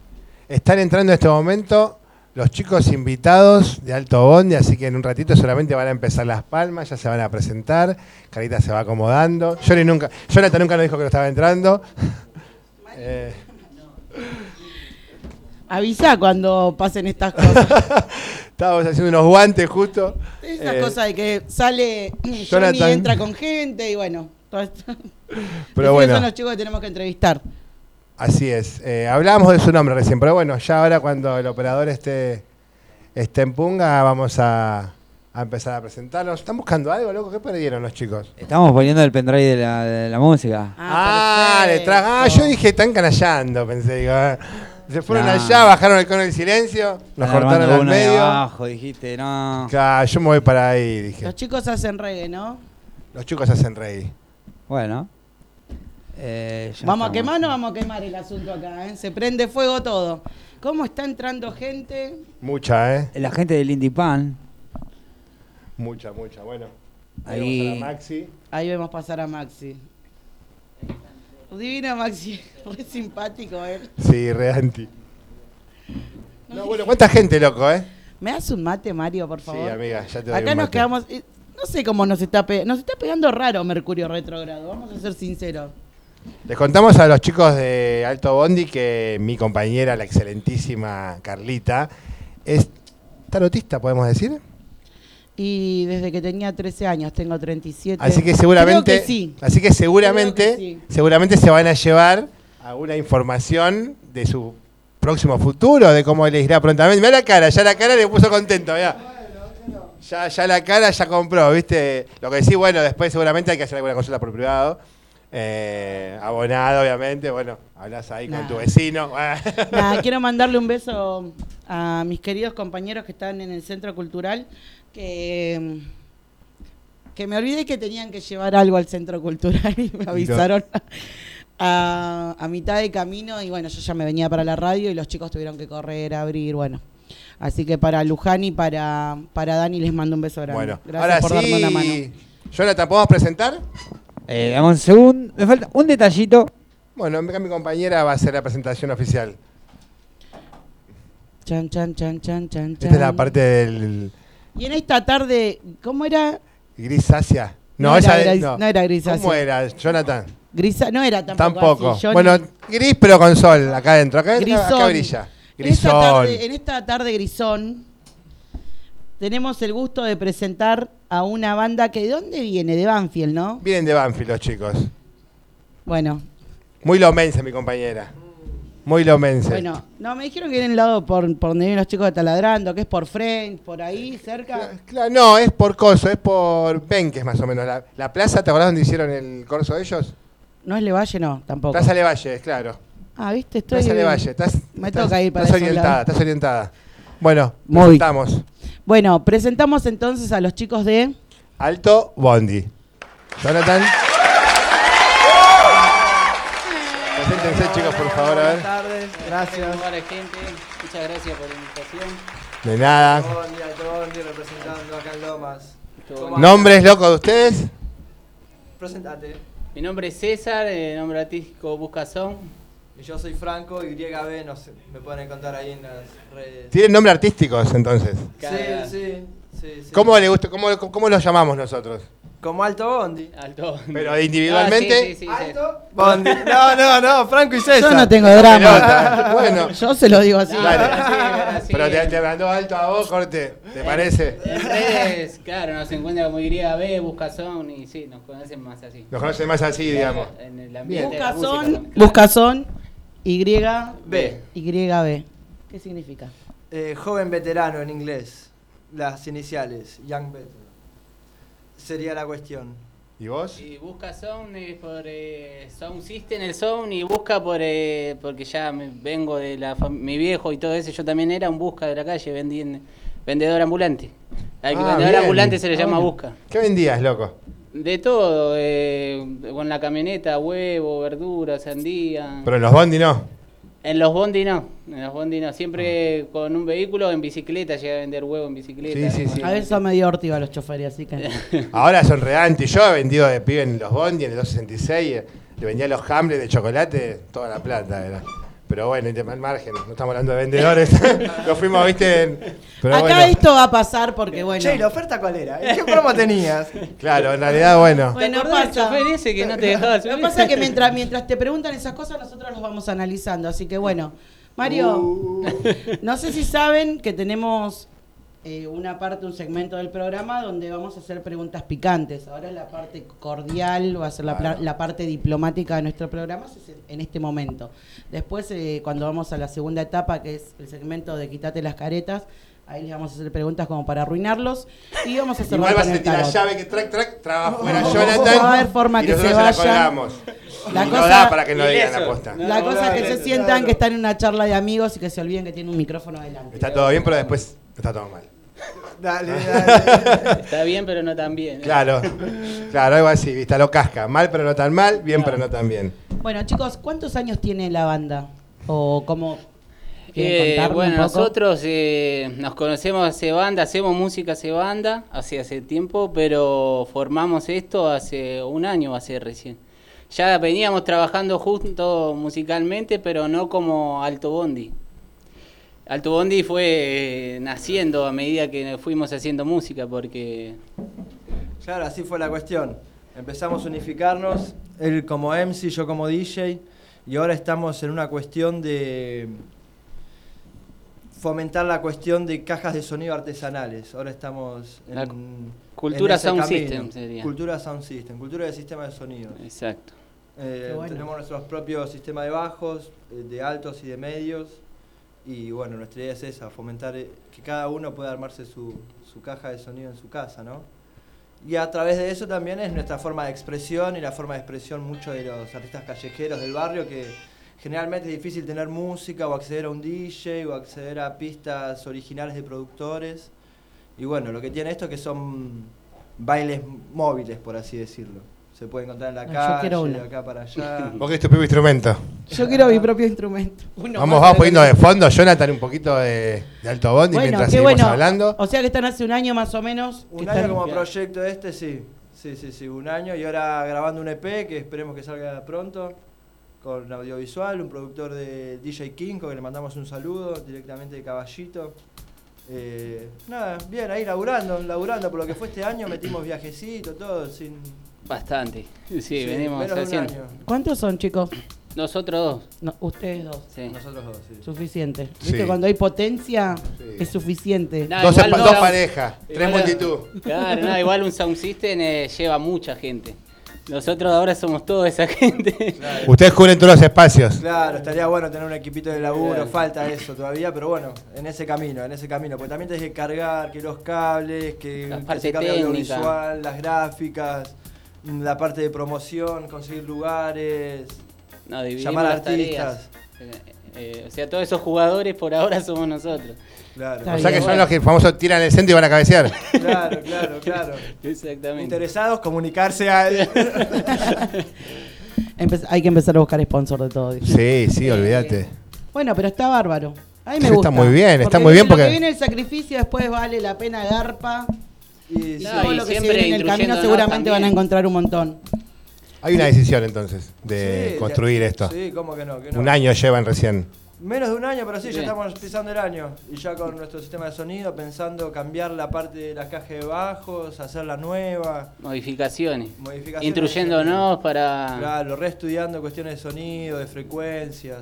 C: están entrando en este momento los chicos invitados de Alto Bondi, así que en un ratito solamente van a empezar las palmas, ya se van a presentar, Carita se va acomodando, Johnny nunca, Jonathan nunca nos dijo que no estaba entrando. Eh,
F: Avisa cuando pasen estas cosas.
C: estábamos haciendo unos guantes justo.
F: Esas
C: Eh,
F: cosas de que sale Johnny
C: Jonathan.
F: entra con gente y bueno. todo esto.
C: Pero
F: Esos
C: bueno.
F: son los chicos que tenemos que entrevistar.
C: Así es. Eh, hablábamos de su nombre recién, pero bueno, ya ahora cuando el operador esté, esté en punga, vamos a, a empezar a presentarnos. ¿Están buscando algo, loco? ¿Qué perdieron los chicos?
D: Estamos poniendo el pendrive de la, de la música.
C: Ah, le
F: perfecto.
C: tra- Ah, yo dije, están canallando, pensé. Digo, ah, Se fueron
D: No.
C: allá, bajaron el cono del silencio, nos
D: Están
C: cortaron
D: armando
C: al
D: uno de
C: medio.
D: abajo, dijiste, no.
C: Claro, yo me voy para ahí, dije.
F: Los chicos hacen reggae, ¿no?
C: Los chicos hacen reír.
D: Bueno. Eh, ya
F: ¿Vamos
D: estamos.
F: a quemar o vamos a quemar el asunto acá? eh? Se prende fuego todo. ¿Cómo está entrando gente?
C: Mucha, ¿eh?
D: La gente del Indie Pan.
C: Mucha, mucha. Bueno,
D: Ahí.
C: vamos a la Maxi.
F: Ahí vemos pasar a Maxi. Divina Maxi, re simpático, ¿eh?
C: Sí, Reanti. No, bueno, ¿cuánta gente, loco, eh?
F: ¿Me das un mate, Mario, por favor?
C: Sí, amiga, ya te doy
F: Acá
C: un
F: nos
C: mate.
F: quedamos. eh, No sé cómo nos está pe- Nos está pegando raro Mercurio retrógrado, vamos a ser sinceros.
C: Les contamos a los chicos de Alto Bondi que mi compañera, la excelentísima Carlita, es tarotista, podemos decir.
F: Y desde que tenía 13 años, tengo 37.
C: Así que seguramente,
F: Creo que sí.
C: así que seguramente,
F: Creo que sí.
C: seguramente se van a llevar alguna información de su próximo futuro, de cómo les irá prontamente. Mirá la cara, ya la cara le puso contento, mirá. Ya, ya la cara ya compró, ¿viste? Lo que sí, bueno, después seguramente hay que hacer alguna consulta por privado. Eh, abonado, obviamente. Bueno, hablas ahí con
F: Nah.
C: tu vecino.
F: Nada, quiero mandarle un beso a mis queridos compañeros que están en el centro cultural, que, que me olvidé que tenían que llevar algo al centro cultural y me avisaron a, a mitad de camino y bueno, yo ya me venía para la radio y los chicos tuvieron que correr, abrir, bueno. Así que para Luján y para, para Dani les mando un beso grande.
C: Bueno,
F: Gracias
C: ahora
F: por darme
C: sí.
F: una mano.
C: Jonathan, ¿podemos presentar?
D: Eh, dame un segundo. Me falta un detallito.
C: Bueno, acá mi compañera va a hacer la presentación oficial.
F: Chan, chan, chan, chan, chan,
C: Esta es la
F: chan.
C: parte del
F: Y en esta tarde, ¿cómo era?
C: grisácea. No,
F: No era
C: esa de-
F: gris- no era grisácea.
C: ¿Cómo era, Jonathan?
F: Grisa, no era tampoco.
C: Tampoco.
F: así, Johnny.
C: Bueno, gris pero con sol acá adentro. Acá, acá- acá
F: Grisón.
C: brilla.
F: En esta,
C: Grisón.
F: tarde, en esta tarde grisón tenemos el gusto de presentar a una banda que de dónde viene, de Banfield, ¿no?
C: Vienen de Banfield los chicos.
F: Bueno,
C: Muy lomense mi compañera. Muy lomense.
F: bueno, no me dijeron que vienen al lado por, por donde vienen los chicos de Taladrando, que es por French, por ahí, cerca.
C: Cla- claro, no, es por Coso, es por Benques más o menos. La, la plaza, ¿te acordás donde hicieron el corso de ellos?
F: No es Levalle, no, tampoco.
C: Plaza Levalle, claro.
F: Ah, viste, estoy.
C: Plaza Levalle. Estás,
F: Me
C: estás-
F: toca ir para
C: Estás
F: esos
C: orientada,
F: lados.
C: estás orientada. Bueno,
D: Muy.
C: presentamos.
F: Bueno, presentamos entonces a los chicos de.
C: Alto Bondi. Jonathan. Preséntense, chicos, por favor, a ver.
J: tardes, gracias.
I: gente. Muchas gracias por la invitación.
C: De
I: Ah.
C: nada.
J: Todo el día, todo el día representando acá en Lomas. Tomás,
C: ¿Nombres locos de ustedes?
J: Presentate.
I: Mi nombre es César, el nombre artístico Buscazón.
J: Y yo soy Franco y griega B, no sé, me pueden encontrar ahí en las redes.
C: Tienen nombres artísticos entonces.
I: Cada-
J: Sí, sí, sí, sí.
C: ¿Cómo, le gusta, cómo, cómo los llamamos nosotros?
J: Como Alto Bondi.
I: Alto.
C: Pero individualmente.
I: Ah, sí, sí, sí, sí.
J: Alto Bondi. No, no, no, Franco y César.
F: Yo no tengo
C: Pelota,
F: drama.
C: bueno,
F: Yo se lo digo así.
C: Dale.
I: Así, así.
C: pero te, te mandó alto a vos, corte. ¿Te
J: Eh,
C: parece?
I: En redes, claro, nos encuentra como YB, Buscazón y sí, nos conocen más así.
C: Nos conocen más así, digamos.
I: En el ambiente de la música,
F: Buscazón,
I: claro.
F: Buscazón, Y,
J: B.
F: YB. ¿Qué significa?
J: Eh, joven veterano en inglés. Las iniciales. Young Veteran. Sería la cuestión.
C: ¿Y vos?
I: Y busca Sound eh, por eh, Sound System, el Sound, y busca por eh, porque ya me- vengo de la fam- mi viejo y todo eso, yo también era un busca de la calle, vendí en- vendedor ambulante. Al
C: Ah,
I: vendedor
C: bien.
I: ambulante se le llama
C: Ah,
I: busca.
C: ¿Qué vendías, loco?
I: De todo, eh, con la camioneta, huevo, verduras, sandía.
C: Pero en los Bondi no.
I: En los bondi no, en los bondi no. Siempre con un vehículo, en bicicleta, llegué a vender huevo en bicicleta.
C: Sí, sí, sí.
F: A veces son medio hortiva los choferes, así que.
C: Ahora son re anti. Yo he vendido de pibe en los Bondi, en el 266. eh, Le vendía los Hamlet de chocolate, toda la plata era. Pero bueno, y de mal margen, no estamos hablando de vendedores. Lo fuimos, viste. en- Pero
F: Acá
C: bueno,
F: esto va a pasar porque, bueno.
J: Che, ¿y la oferta cuál era? ¿Qué promo tenías?
C: claro, en realidad, bueno.
F: Bueno,
I: ¿Acordás del
F: pasa.
I: chofer ese que no te dejaba
F: Lo
I: subir?
F: que pasa es que mientras, mientras te preguntan esas cosas, nosotros los vamos analizando. Así que bueno, Mario,
J: Uh.
F: no sé si saben que tenemos eh, una parte, un segmento del programa donde vamos a hacer preguntas picantes. Ahora es la parte cordial va a ser la, pla- la parte diplomática de nuestro programa ese es en este momento. Después, eh, cuando vamos a la segunda etapa, que es el segmento de Quítate las caretas, ahí les vamos a hacer preguntas como para arruinarlos. Y vamos a hacer
C: Igual vas a tirar la llave que track, track,
F: Oh,
C: trabajo fuera Jonathan.
F: No va a haber forma
C: y
F: que se
C: nosotros la
F: vayan.
C: colgamos.
F: La
C: Y no
F: cosa-
C: da para que no digan la
I: Ileso.
C: posta.
I: No.
F: La cosa es que
J: claro,
F: se sientan
J: claro.
F: que están en una charla de amigos y que se olviden que tienen un micrófono adelante.
C: Está todo bien, pero después está todo mal.
J: Dale, dale.
I: Está bien, pero ¿eh? no tan bien.
C: Claro, claro, algo así, viste, lo casca. Mal, pero no tan mal, bien, pero no tan bien.
F: Bueno, chicos, ¿cuántos años tiene la banda? ¿O cómo?
I: Eh,
F: ¿Quieren contarme
I: bueno,
F: un poco?
I: nosotros eh, nos conocemos hace banda, hacemos música hace banda, hace hace tiempo, pero formamos esto hace un año, hace recién. Ya veníamos trabajando juntos musicalmente, pero no como Alto Bondi. Alto Bondi fue eh, naciendo a medida que fuimos haciendo música, porque
J: Claro, así fue la cuestión. Empezamos a unificarnos, él como MC, yo como DJ, y ahora estamos en una cuestión de fomentar la cuestión de cajas de sonido artesanales. Ahora estamos en
I: La cu- cultura
J: ese
I: sound
J: camino.
I: system sería.
J: Cultura sound system, cultura de sistema de sonido.
I: exacto.
J: Eh,
F: Qué bueno.
J: Tenemos nuestros propios sistemas de bajos, eh, de altos y de medios. Y bueno, nuestra idea es esa, fomentar eh, que cada uno pueda armarse su, su caja de sonido en su casa, ¿no? Y a través de eso también es nuestra forma de expresión y la forma de expresión mucho de los artistas callejeros del barrio que generalmente es difícil tener música o acceder a un DJ o acceder a pistas originales de productores. Y bueno, lo que tiene esto es que son bailes móviles, por así decirlo. Se puede encontrar en la
F: No, yo
J: calle,
F: quiero una.
J: de acá para allá.
C: Vos que es tu propio este instrumento.
F: Yo quiero mi propio instrumento.
C: vamos, vamos poniendo de fondo, Jonathan, un poquito de, de alto bondi mientras seguimos hablando.
F: O sea que están hace un año más o menos. que
J: Un año
F: están-
J: como proyecto este, sí. Sí, sí, sí, un año. Y ahora grabando un EP que esperemos que salga pronto. Con audiovisual, un productor de DJ Kinko que le mandamos un saludo directamente de Caballito. Eh, nada, bien, ahí laburando, laburando. Por lo que fue este año metimos viajecito, todo, sin.
I: Bastante. Sí,
J: sí,
I: venimos
J: menos de un
I: haciendo.
J: año.
F: ¿Cuántos son, chicos?
I: Nosotros dos.
F: No, ustedes dos.
I: Sí.
J: Nosotros dos, sí.
F: Suficiente.
C: Sí.
F: ¿Viste? Cuando hay potencia,
C: Sí.
F: es suficiente.
I: Nah,
C: Dos,
I: igual
C: pa-
I: no
C: dos
I: la-
C: parejas, tres
I: Igual-
C: multitud.
I: Claro, no, igual un sound system eh, lleva mucha gente. Nosotros ahora somos toda esa gente.
C: Ustedes cubren todos los espacios.
J: Claro, estaría bueno tener un equipito de laburo, falta eso todavía, pero bueno, en ese camino, en ese camino, porque también tenés que cargar, que los cables, que,
I: La
J: que
I: parte
J: se cargue
I: técnica.
J: audiovisual, las gráficas, mm, la parte de promoción, conseguir lugares,
I: No, dividimos
J: llamar a
I: las
J: artistas.
I: tareas. Eh, eh, o sea, todos esos jugadores por ahora somos nosotros.
J: Claro,
F: Está
C: O sea que son
F: bueno.
C: los que famosos tiran el centro y van a cabecear.
J: claro, claro, claro.
I: Exactamente.
J: Interesados, comunicarse a él.
F: Empe- hay que empezar a buscar sponsor de todo. dice.
C: Sí, sí, olvídate.
F: Bueno, pero está bárbaro. A mí me
C: Sí,
F: gusta.
C: está muy bien, está
F: Porque
C: muy bien
F: lo que
C: porque-
F: viene el sacrificio, después vale la pena garpa.
J: Y,
F: Y
J: sí,
I: No,
F: todo
I: y
F: lo que se
I: siempre
F: viene en el camino
I: instruyéndonos
F: seguramente van a
I: también.
F: encontrar un montón.
C: Hay una decisión entonces de
J: sí,
C: construir
J: de-
C: esto.
J: Sí, cómo que no, que no.
C: Un año llevan recién.
J: Menos de un año, pero sí, ya
I: Bien.
J: estamos pisando el año. Y ya con nuestro sistema de sonido, pensando cambiar la parte de la caja de bajos, hacerla nueva.
I: Modificaciones.
J: Modificaciones.
I: Intruyéndonos para.
J: Eh, Claro, reestudiando cuestiones de sonido, de frecuencias.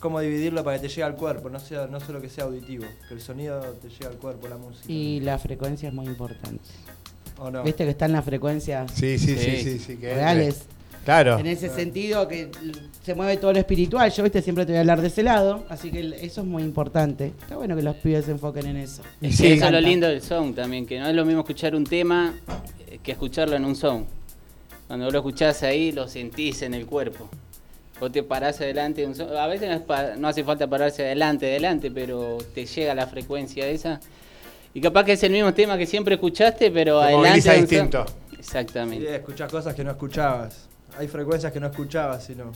J: Cómo dividirlo para que te llegue al cuerpo, no, sea, no solo que sea auditivo, que el sonido te llegue al cuerpo, la música.
F: Y la frecuencia es muy importante.
J: ¿O no?
F: Viste que están las frecuencias
C: Sí, sí, sí,
I: Sí.
C: sí, sí. que entre.
F: reales.
C: Claro.
F: En ese sentido que l- se mueve todo lo espiritual. Yo, viste, siempre te voy a hablar de ese lado. Así que el- eso es muy importante. Está bueno que los pibes se enfoquen en eso.
C: Y
I: Es
C: sí.
I: que eso es lo
F: Canta.
I: lindo del sound también, que no es lo mismo escuchar un tema eh, que escucharlo en un sound. Cuando vos lo escuchás ahí, lo sentís en el cuerpo. Vos te parás adelante de un sound. A veces no, es pa- no hace falta pararse adelante, adelante, pero te llega la frecuencia esa. Y capaz que es el mismo tema que siempre escuchaste, pero
C: Te
I: adelante.
C: moviliza
I: de un sound.
C: distinto.
J: Sí,
I: Exactamente.
J: escuchás cosas que no escuchabas. Hay frecuencias que no escuchabas, sino.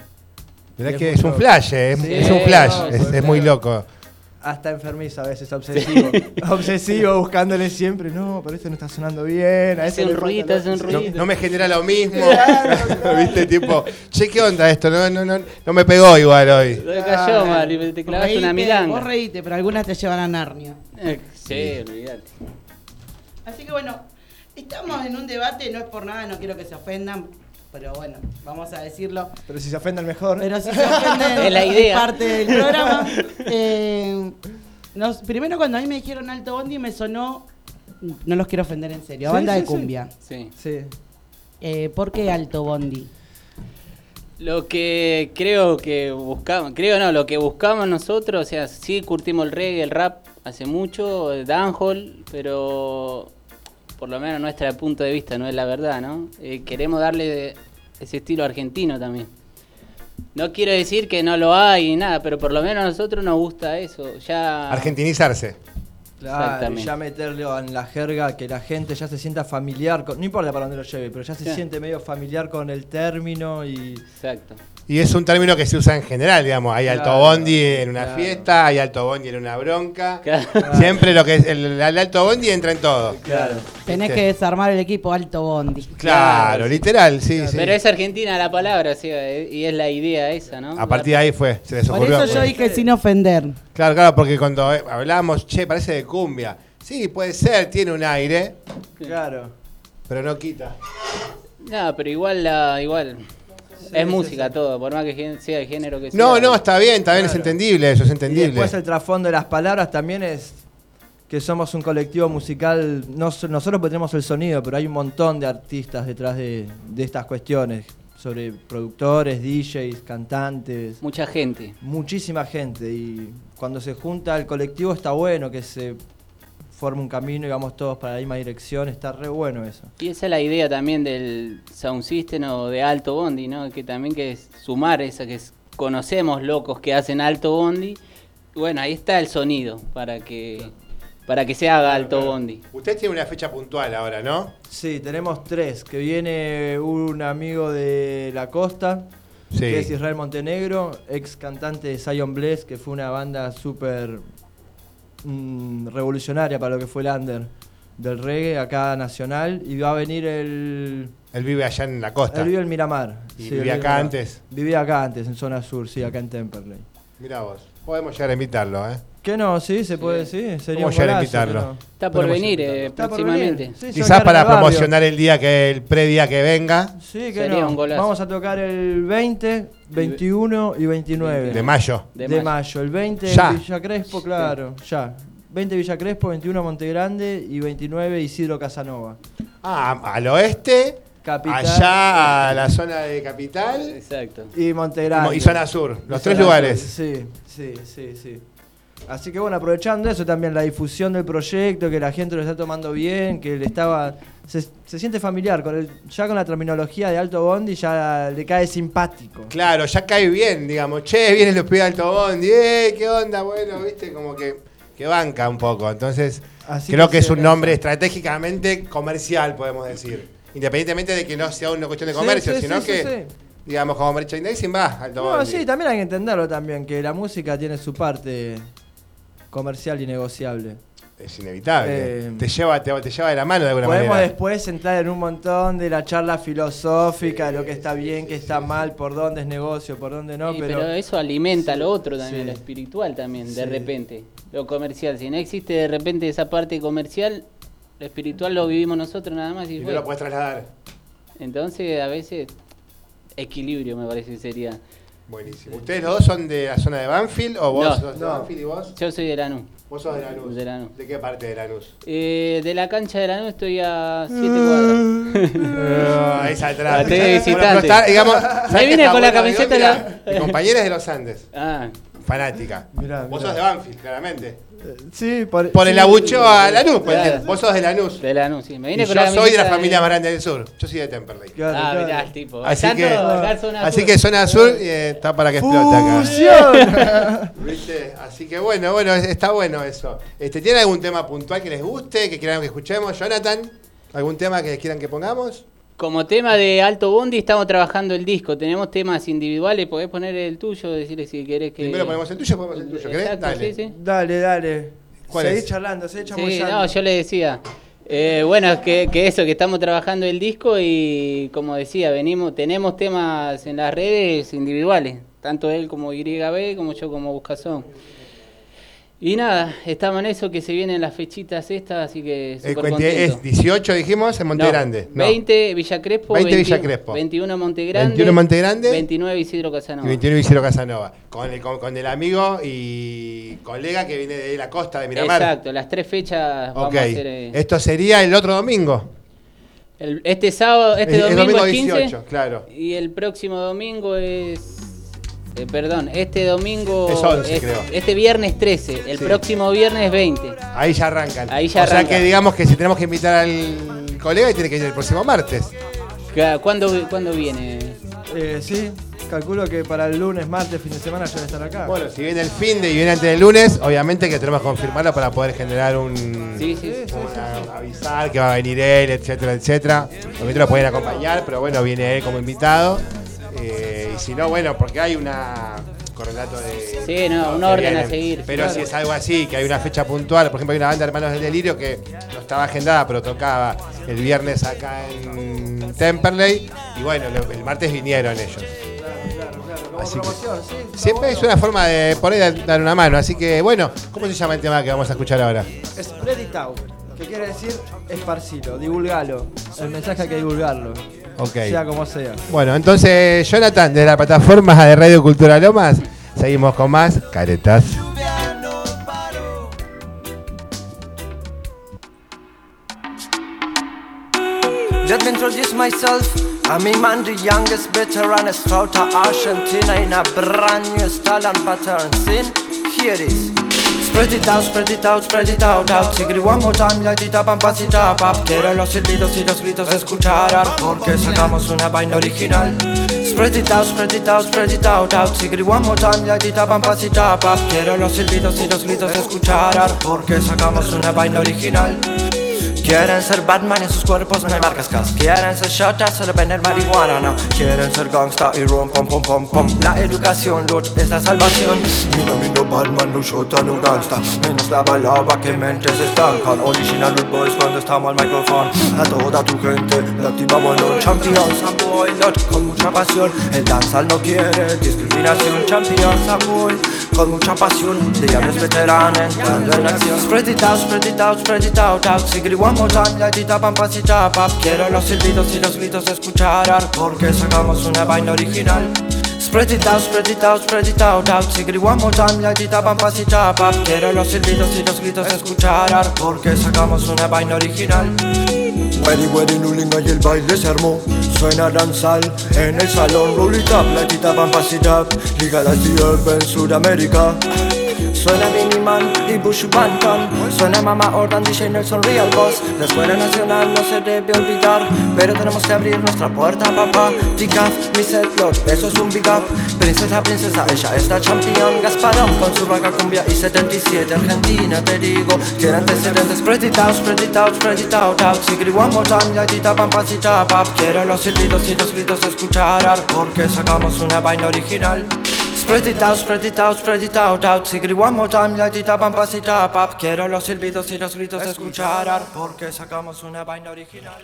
C: Mirá que es un flash, eh, es,
J: Sí,
C: es un flash,
J: no,
C: es,
J: sobre
C: es muy
J: todo.
C: loco.
J: Hasta enfermiza a veces, obsesivo. obsesivo, buscándole siempre. No, pero esto no está sonando bien. A
I: Hace
J: ese
I: un
J: le falta
I: ruido,
J: lo-
I: hace un
J: Sí.
C: No,
I: ruido.
C: no me genera lo mismo. Viste, tipo, che, ¿qué onda esto? No, no, no, no me pegó igual hoy.
I: Lo que cayó, Mari, te clavaste una
F: Reíte,
I: milanga.
F: Vos reíte, pero algunas te llevan a Narnia.
I: Eh, Sí, olvidate.
F: Así que bueno, estamos en un debate, no es por nada, no quiero que se ofendan, pero bueno, vamos a decirlo.
J: Pero si se ofende el mejor.
F: Pero si se ofenden,
I: Es la idea.
F: parte del programa. Eh, nos- primero cuando a mí me dijeron Alto Bondi me sonó, no los quiero ofender en serio, a
J: Sí,
F: banda
J: sí,
F: de
J: sí.
F: cumbia.
I: Sí.
J: Sí.
F: Eh, ¿Por qué Alto Bondi?
I: Lo que creo que buscamos, creo no, lo que buscamos nosotros, o sea, sí curtimos el reggae, el rap hace mucho, el dancehall, pero por lo menos nuestra punto de vista no es la verdad, ¿no? Eh, queremos darle ese estilo argentino también. No quiero decir que no lo hay ni nada, pero por lo menos a nosotros nos gusta eso. Ya
C: Argentinizarse.
J: Claro, y
I: Exactamente.
J: ya meterlo en la jerga, que la gente ya se sienta familiar con. No importa para dónde lo lleve, pero ya se
I: Sí.
J: siente medio familiar con el término y.
I: Exacto.
C: Y es un término que se usa en general, digamos. Hay alto
J: Claro,
C: bondi en una
J: claro.
C: fiesta, hay alto bondi en una bronca.
I: Claro.
C: Siempre lo que es el, el alto bondi entra en todo.
J: Claro.
F: Tenés
C: Viste.
F: que desarmar el equipo Alto Bondi.
C: Claro, literal, sí, sí.
I: Pero es argentina la palabra, o sea, eh, y es la idea esa, ¿no?
C: A partir de ahí fue, se les
F: Por
C: ocurrió.
F: eso yo dije sin ofender.
C: Claro, claro, porque cuando eh, hablamos, che, parece de cumbia. Sí, puede ser, tiene un aire,
J: Claro.
C: pero no quita.
I: No, pero igual la, igual. es música todo, por más que gen- sea el género que sea.
C: No, no, está bien, está bien, es
J: Claro.
C: entendible, eso es
J: Y
C: entendible.
J: después el trasfondo de las palabras también es que somos un colectivo musical, no so- nosotros porque tenemos el sonido, pero hay un montón de artistas detrás de, de estas cuestiones, sobre productores, DJs, cantantes,
I: Mucha gente.
J: muchísima gente. Y cuando se junta el colectivo está bueno que se forme un camino y vamos todos para la misma dirección, está re bueno eso.
I: Y esa es la idea también del Sound System o de Alto Bondi, ¿no? Que también que es sumar esa que es- conocemos locos que hacen Alto Bondi. Bueno, ahí está el sonido para que para que se haga Alto Bondi.
C: Usted tiene una fecha puntual ahora, ¿no?
J: Sí, tenemos tres, que viene un amigo de la costa,
C: Sí.
J: que es Israel Montenegro, ex cantante de Zion Bless, que fue una banda súper mm, revolucionaria para lo que fue el under del reggae acá nacional, y va a venir el...
C: Él vive allá en la costa.
J: Él vive en Miramar.
C: ¿Y
J: Sí,
C: vivía
J: él vive en
C: acá
J: Miramar.
C: antes?
J: Vivía acá antes, en zona sur, sí, acá en Temperley.
C: Mirá vos, podemos llegar a invitarlo, ¿eh?
J: Que no, sí, se puede decir, sería
C: ¿Cómo
J: un
C: llegar a
J: golazo,
C: invitarlo?
J: que no.
I: Está por
C: Podemos
I: venir eh,
J: Está por
I: próximamente.
J: venir. Sí, yo
C: Quizás
J: acá en
C: para
J: el barrio.
C: promocionar el día que, el previa que venga,
J: Sí, que
I: Sería
J: no.
I: un golazo.
J: Vamos a tocar el 20, 21 y 29.
C: de mayo.
I: De
J: De,
I: mayo.
J: mayo. El 20
C: Ya.
J: en Villa Crespo, claro, ya. 20 Villa Crespo, 21 Monte Grande y 29 Isidro Casanova.
C: Ah, al oeste,
J: Capital.
C: allá a la zona de capital
I: Exacto.
J: Y Monte Grande.
C: y zona sur,
J: Y zona
C: los tres
J: sur,
C: lugares.
J: Sí, sí, sí, sí. Así que bueno, aprovechando eso también, la difusión del proyecto, que la gente lo está tomando bien, que le estaba. Se, se siente familiar, con el, ya con la terminología de Alto Bondi ya le cae simpático.
C: Claro, ya cae bien, digamos, che, vienen los pibes de Alto Bondi, eh, qué onda, bueno, viste, como que, que banca un poco. Entonces,
J: Así
C: creo
J: que
C: que es
J: se
C: un
J: lanza.
C: nombre estratégicamente comercial, podemos decir. Independientemente de que no sea una cuestión de
J: Sí,
C: comercio,
J: sí,
C: sino
J: sí,
C: que
J: sí, sí.
C: digamos, como merchandising va. Alto
J: No,
C: Bondi.
J: sí, también hay que entenderlo también, que la música tiene su parte comercial y negociable.
C: Es inevitable.
J: Eh,
C: te, lleva, te, te lleva de la mano de alguna
J: Podemos
C: manera.
J: después entrar en un montón de la charla filosófica, de lo que está bien, que está mal, por dónde es negocio, por dónde no,
I: Sí, pero,
J: pero...
I: eso alimenta lo otro también, este,
J: Sí.
I: lo espiritual también, de
J: Sí.
I: repente. Lo comercial, si no existe de repente esa parte comercial, lo espiritual lo vivimos nosotros nada más. Y,
C: Y no
I: fue.
C: lo puedes trasladar.
I: Entonces, a veces, equilibrio me parece que sería.
C: Buenísimo. ¿Ustedes los dos son de la zona de Banfield o vos
I: No.
C: sos de
J: No.
C: Banfield y vos?
I: Yo soy de Lanús.
C: Vos sos de Lanús.
I: De Lanús.
C: ¿De qué parte de Lanús?
I: Eh, de la cancha de Lanús estoy a 7 cuadras.
C: Ah, es atrás.
I: Traté de
C: Bueno,
I: visitante.
C: pero está, digamos, ¿sabés
I: Ahí
C: qué
I: viene
C: está
I: con la
C: bueno, Dios?
I: camiseta
C: Mirá,
I: la-
C: Mi compañera es de los Andes,
I: ah,
C: fanática.
J: Mirá, mirá.
C: Vos
J: Eh,
C: sos de Banfield, claramente.
J: Sí, por,
C: Por el
J: sí.
C: abucheo a Lanús, pues,
I: Claro.
C: vos sos de Lanús.
I: de Lanús, sí. Me vine
C: Y
I: con
C: yo soy de la
I: camiseta
C: familia más grande del sur. Yo soy de Temperley.
J: Claro,
I: Ah,
J: claro.
I: mirá, el tipo.
C: Así
I: Tanto
C: que,
I: acá zona
C: así
I: sur.
C: que zona sur eh, está para que explote acá.
J: ¡Fusión!
C: ¿Viste? Así que bueno, bueno, es- está bueno eso. Este, ¿Tienen algún tema puntual que les guste, que quieran que escuchemos? Jonathan, ¿algún tema que quieran que pongamos?
I: Como tema de Alto Bondi estamos trabajando el disco. Tenemos temas individuales, podés poner el tuyo, decirle si querés que...
C: Primero ponemos el tuyo, ponemos el tuyo, ¿querés?
I: Exacto,
C: Dale.
I: sí, sí.
J: dale, dale.
C: ¿Cuál
J: seguí
C: es?
J: charlando, seguí
I: Sí,
J: chamullando.
I: no, yo le decía. eh, bueno, que, que eso, que estamos trabajando el disco y como decía, venimos, tenemos temas en las redes individuales, tanto él como YB, como yo como Buscazón. Y nada, estamos en eso que se vienen las fechitas estas, así que
C: El
I: súper
C: cuente- es
I: contento.
C: 18, dijimos, en Monte
I: No,
C: Grande. No.
I: 20 Villa Crespo,
C: 20 Villa
I: 21
C: Crespo.
I: 21 Monte Grande,
C: 21 Monte Grande.
I: 29 Isidro Casanova.
C: Y 21 Isidro Casanova. Con el, con, con el amigo y colega que viene de la costa de Miramar.
I: Exacto, las tres fechas
C: Ok.
I: vamos a hacer. eh,
C: Esto sería el otro domingo.
I: el- este
F: Oh,
I: sábado, este
C: El- el
I: domingo, es 15.
C: 18, claro.
I: Y el próximo domingo es. eh, perdón, este domingo.
C: Es 11, creo.
I: Este viernes 13, el
C: Sí.
I: próximo viernes 20.
C: Ahí ya arrancan.
I: Ahí ya
C: o sea
I: arranca.
C: que digamos que si tenemos que invitar al colega, tiene que ir el próximo martes.
I: Ca- ¿Cuándo, cuándo viene?
J: Eh, sí, calculo que para el lunes, martes, fin de semana ya van a estar acá.
C: Bueno, si viene el fin de y viene antes del lunes, obviamente que tenemos que confirmarlo para poder generar un.
I: Sí, sí. sí.
C: una- avisar que va a venir él, etcétera, etcétera. Obviamente lo pueden acompañar, pero bueno, viene él como invitado. Eh, y si no, bueno, porque hay una correlato de.
I: Sí, no, un orden
C: que
I: a
C: vienen.
I: seguir,
C: Pero
I: claro.
C: si es algo así, que hay una fecha puntual, por ejemplo, hay una banda Hermanos del Delirio que no estaba agendada, pero tocaba el viernes acá en Temperley. Y bueno, lo- el martes vinieron ellos.
J: como
C: así que-
J: promoción, sí. está
C: Siempre es
J: bueno.
C: una forma de por ahí dar- dar una mano. Así que bueno, ¿cómo se llama el tema que vamos a escuchar ahora?
J: Spread it out, que quiere decir esparcilo, divulgalo. El mensaje hay que divulgarlo,
C: Ok.
J: sea como sea.
C: Bueno, entonces, Jonathan, de la plataforma de Radio Cultura Lomas, seguimos con más caretas.
K: Let me introduce myself. I'm Iman, the youngest veteran scout of Argentina in a brand new style and pattern. Seen? Here it is. Spread it out, spread it out, spread it out, out. Seguir one more time, light it up and pass it up, up. Quiero los silbidos y los gritos escuchar, out, porque sacamos una vaina original. Spread it out, spread it out, spread it out, out. Seguir one more time, light it up and pass it up, up. Quiero los silbidos y los gritos escuchar, out, porque sacamos una vaina original. Quieren ser Batman en sus cuerpos no hay marcas cas Quieren ser shotas, solo vender marihuana, no Quieren ser gangsta y rom pom pom pom pom La educación, Lord, es la salvación Ni no ni no Batman, no shota, no gangsta Menos la palabra que mentes estancan Original Lord Boys cuando estamos al micrófono A toda tu gente, la activamos, Lord Champions, Samboy, Lord, con mucha pasión El danzal no quiere discriminación Champions, Samboy, con mucha pasión De llaves veteranos, entrando en acción Spread it out, spread it out, spread it out, out. Seguir one more time, light it up and pass it up, up. Quiero los silbidos y los gritos escuchar, out, porque sacamos una vaina original. Spread it out, spread it out, spread it out, out. Seguir one more time, light it up and pass it up, up. Quiero los silbidos y los gritos escuchar, out, porque sacamos una vaina original. Weddy Weddy Lulinga y el baile se armó Suena danzal en el salón Roll it up, light it up and pass it up Liga las the Urban Sudamérica
L: Suena Vinnie Man y Bushu Banton Suena Mama Orban, DJ Nelson Real Boss La escuela nacional no se debe olvidar Pero tenemos que abrir nuestra puerta, papá Ticaf, mi Lord, eso es un big up Princesa, princesa, ella es la champion Gasparón con su vaca cumbia y 77 Argentina, te digo Que antecedentes, spread it out, spread it out, spread it out, out Sigri one more time, yaitita, pampacita, pap Quiero los silbidos y los gritos escuchar Porque sacamos una vaina original Spread it out, spread it out, spread it out, out Sigri one more time, yaitita, pampacita, pap Quiero los silbidos y los gritos escuchar Porque sacamos una vaina original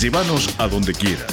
A: Llévanos a donde quieras.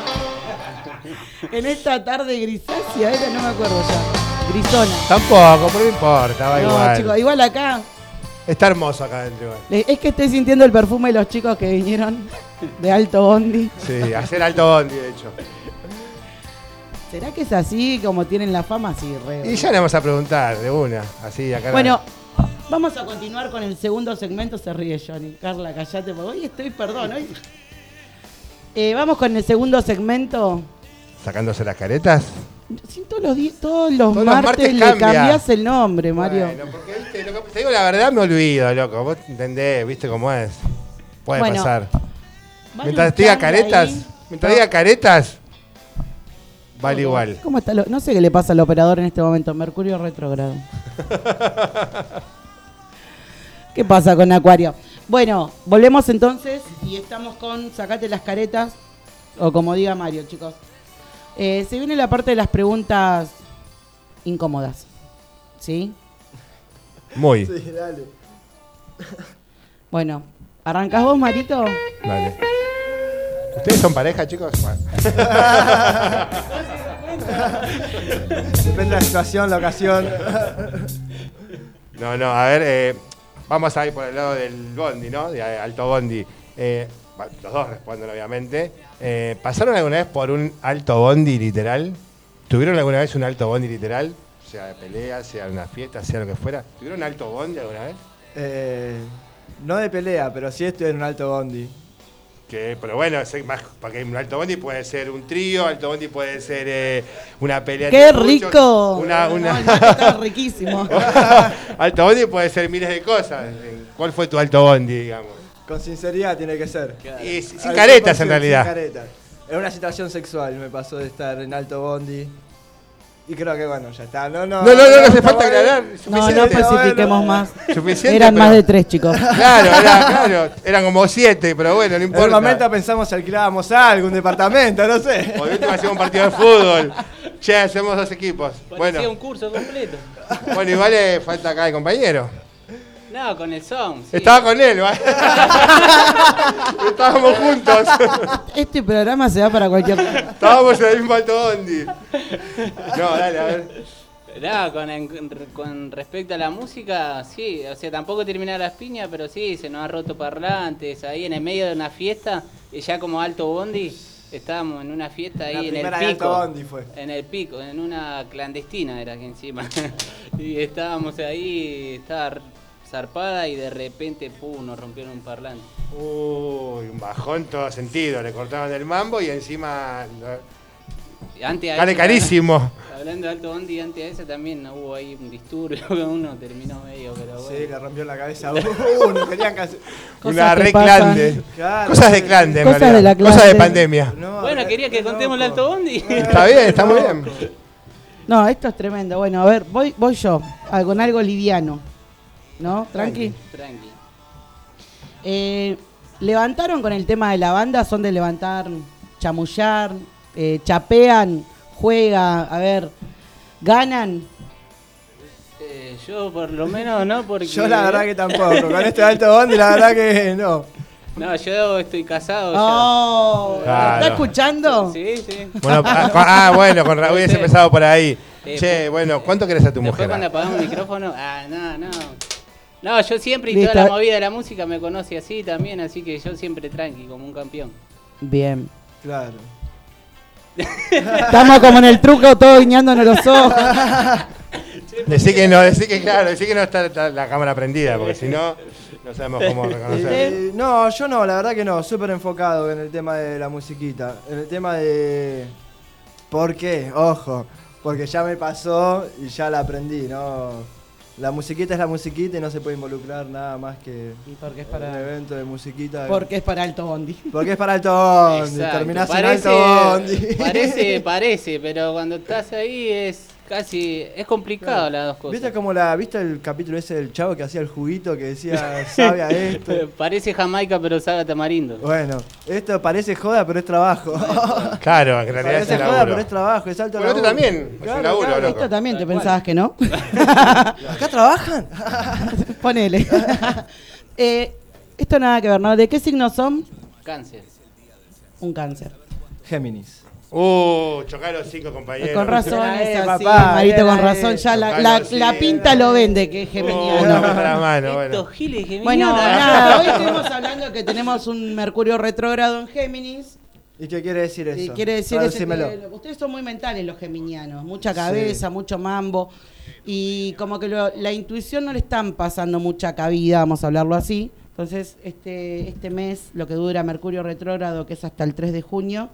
F: en esta tarde grisácea, era, no me acuerdo ya. Grisona.
C: Tampoco, pero no importa, va
F: no,
C: igual.
F: chicos, igual acá.
C: Está hermoso acá adentro igual.
F: le- Es que estoy sintiendo el perfume de los chicos que vinieron de Alto Bondi.
C: Sí, hacer alto bondi, de hecho.
F: ¿Será que es así como tienen la fama? Sí, re.
C: Y ya le vamos a preguntar de una, así acá.
F: Bueno, vamos a continuar con el segundo segmento. Se ríe Johnny. Carla, callate, porque hoy estoy, perdón, hoy. Eh, vamos con el segundo segmento.
C: Sacándose las caretas.
F: Sí, todos los, días, todos los
C: Todos los
F: martes,
C: martes
F: le
C: cambia.
F: cambias el nombre, Mario.
C: Bueno, porque viste, lo que- te digo la verdad me olvido, loco. Vos entendés, viste cómo es. Puede
F: Bueno,
C: pasar.
F: Van
C: Mientras
F: luchando
C: diga caretas,
F: ahí.
C: mientras diga caretas, vale igual.
F: ¿Cómo está lo- no sé qué le pasa al operador en este momento. Mercurio retrógrado. ¿Qué pasa con Acuario? Bueno, volvemos entonces y estamos con Sacate las caretas, o como diga Mario, chicos. Eh, se viene la parte de las preguntas incómodas. ¿Sí?
C: Muy.
J: Sí, dale.
F: Bueno, ¿arrancás vos, Marito?
C: Dale. ¿Ustedes son pareja, chicos? Bueno.
J: Depende de la situación, la ocasión.
C: No, no, a ver, eh, vamos a ir por el lado del Bondi, ¿no? De eh, Alto Bondi. Eh, va- los dos responden, obviamente. Eh, ¿Pasaron alguna vez por un Alto Bondi literal? ¿Tuvieron alguna vez un Alto Bondi literal? Sea de pelea, sea de una fiesta, sea lo que fuera. ¿Tuvieron Alto Bondi alguna vez?
J: Eh, no de pelea, pero sí estoy en un alto bondi.
C: Que, pero bueno, es más, porque un Alto Bondi puede ser un trío, Alto Bondi puede ser eh, una pelea.
F: ¡Qué
C: entre muchos,
F: rico!
C: Una, una...
F: No, el mate está riquísimo.
C: alto Bondi puede ser miles de cosas. ¿Cuál fue tu Alto Bondi, digamos?
J: Con sinceridad tiene que ser.
C: Y sin
J: Algo
C: caretas, en
J: pasión,
C: realidad.
J: Sin caretas. En una situación sexual me pasó de estar en alto bondi. Y creo que bueno, ya está. No, no,
C: No, no, no, no hace
J: está
C: falta
J: bueno.
C: aclarar.
F: No,
C: Suficiente.
F: no especifiquemos más.
C: Suficiente,
F: Eran más
C: pero-
F: de tres, chicos.
C: Claro, era- claro, eran como siete, pero bueno, no
J: En un
C: importa.
J: momento pensamos si alquilábamos algo, un departamento, no sé.
C: Por último hacemos un partido de fútbol. Che, hacemos dos equipos.
I: Parecía
C: Bueno,
I: un curso completo.
C: bueno, igual eh, falta acá el compañero.
I: No, con el sound. sí.
C: Estaba con él, ¿va? Estábamos juntos.
F: Este programa se va para cualquier lado.
C: Estábamos en el mismo alto bondi. No, dale, a ver.
I: No, con, en- con respecto a la música, sí, o sea, tampoco terminar las piñas, pero sí, se nos ha roto parlantes ahí en el medio de una fiesta, y ya como alto bondi, estábamos en una fiesta ahí
J: La
I: en el
J: primera
I: pico.
J: de Alto Bondi fue.
I: En el pico, en una clandestina era que encima. y estábamos ahí, estaba zarpada y de repente, pum, nos rompieron un parlante.
C: Uy, un bajón en todo sentido. Le cortaban el mambo y encima. lo-
I: Y Antes a
C: Sale
I: eso-
C: carísimo.
I: Hablando de alto bondi, antes de eso también hubo ahí un disturbio que uno terminó medio, pero bueno.
J: Sí, le rompió la cabeza a uno, Uh, querían que hacer-
F: Cosas
C: Una
F: que
C: re
F: pasan.
C: clande.
J: Claro.
C: Cosas de clande, en
F: Cosas de
C: realidad.
F: la clande.
C: Cosas de pandemia.
J: No,
I: Bueno,
J: re-
I: quería que
J: re
I: contemos el
J: loco.
I: alto bondi.
C: Está bien, está muy bien.
F: No, esto es tremendo. Bueno, a ver, voy, voy yo a- con algo liviano. ¿No? Tranqui.
I: Tranqui.
F: Eh, levantaron con el tema de la banda, son de levantar, chamullar, eh, chapean, juega, a ver, ganan.
I: Eh, yo por lo menos no, porque...
J: Yo la verdad que tampoco. Con este alto bondi, la verdad que no.
I: No, yo estoy casado.
F: Oh, ¿Está escuchando?
I: Sí, sí.
C: Bueno, ah, con- ah, bueno, con Raúl hubiese empezado por ahí.
I: Sí,
C: Che, bueno, ¿cuánto querés a tu
I: Después
C: mujer?
I: cuando apagamos el micrófono, ah, no, no. No, yo siempre y
F: Listo.
I: toda la movida de la música me conoce así también, así que yo siempre tranqui, como un campeón.
F: Bien.
J: Claro.
F: Estamos como en el truco, todos guiñándonos los ojos.
C: Decí que no, decí que claro, decí que no está la, la cámara prendida, porque si no, no sabemos cómo reconocer.
J: Eh, no, yo no, la verdad que no. Súper enfocado en el tema de la musiquita. En el tema de. ¿Por qué? Ojo. Porque ya me pasó y ya la aprendí, ¿no? La musiquita es la musiquita y no se puede involucrar nada más que.
F: porque es
J: para. Un evento de musiquita.
F: Porque es para alto bondi.
J: Porque es para alto bondi.
I: Exacto.
J: Terminás
I: Parece-
J: en alto bondi.
I: Parece, parece, pero cuando estás ahí es casi, es complicado las dos cosas.
J: ¿Viste como la. ¿Viste el capítulo ese del chavo que hacía el juguito que decía sabe a esto?
I: Parece Jamaica, pero sabe a tamarindo.
J: Bueno, esto parece joda, pero es trabajo.
C: Claro, en realidad es
J: parece
C: un
J: joda,
C: laburo.
J: pero es trabajo, este es alto
C: Pero esto
J: laburo.
C: también, es un laburo, loco.
F: Esto también, ¿te pensabas que no?
J: ¿Acá trabajan?
F: Ponele. Eh, esto nada que ver, ¿no? ¿De qué signo son?
I: Cáncer.
F: Un cáncer.
J: Géminis.
C: Uh, chocá los cinco compañeros.
F: Con razón,
J: Era
F: es
J: él,
F: así,
J: papá,
F: Marito,
J: era
F: con razón.
J: él.
F: Ya la,
C: Tocalo,
F: la-
C: sí,
F: la
C: era
F: pinta
C: él.
F: lo vende, que es
C: Uh,
F: geminiano.
C: no, meta la mano, bueno.
I: Estos giles que
F: Bueno,
I: vinieron.
F: nada, hoy estuvimos hablando que tenemos un Mercurio retrógrado en Géminis.
J: ¿Y qué quiere decir eso?
F: Y quiere decir ese que
J: Traducímelo.
F: ustedes son muy mentales los geminianos, mucha cabeza, mucho mambo. Y como que lo- la intuición no le están pasando mucha cabida, vamos a hablarlo así. Entonces, este, este mes, lo que dura Mercurio retrógrado, que es hasta el 3 de junio,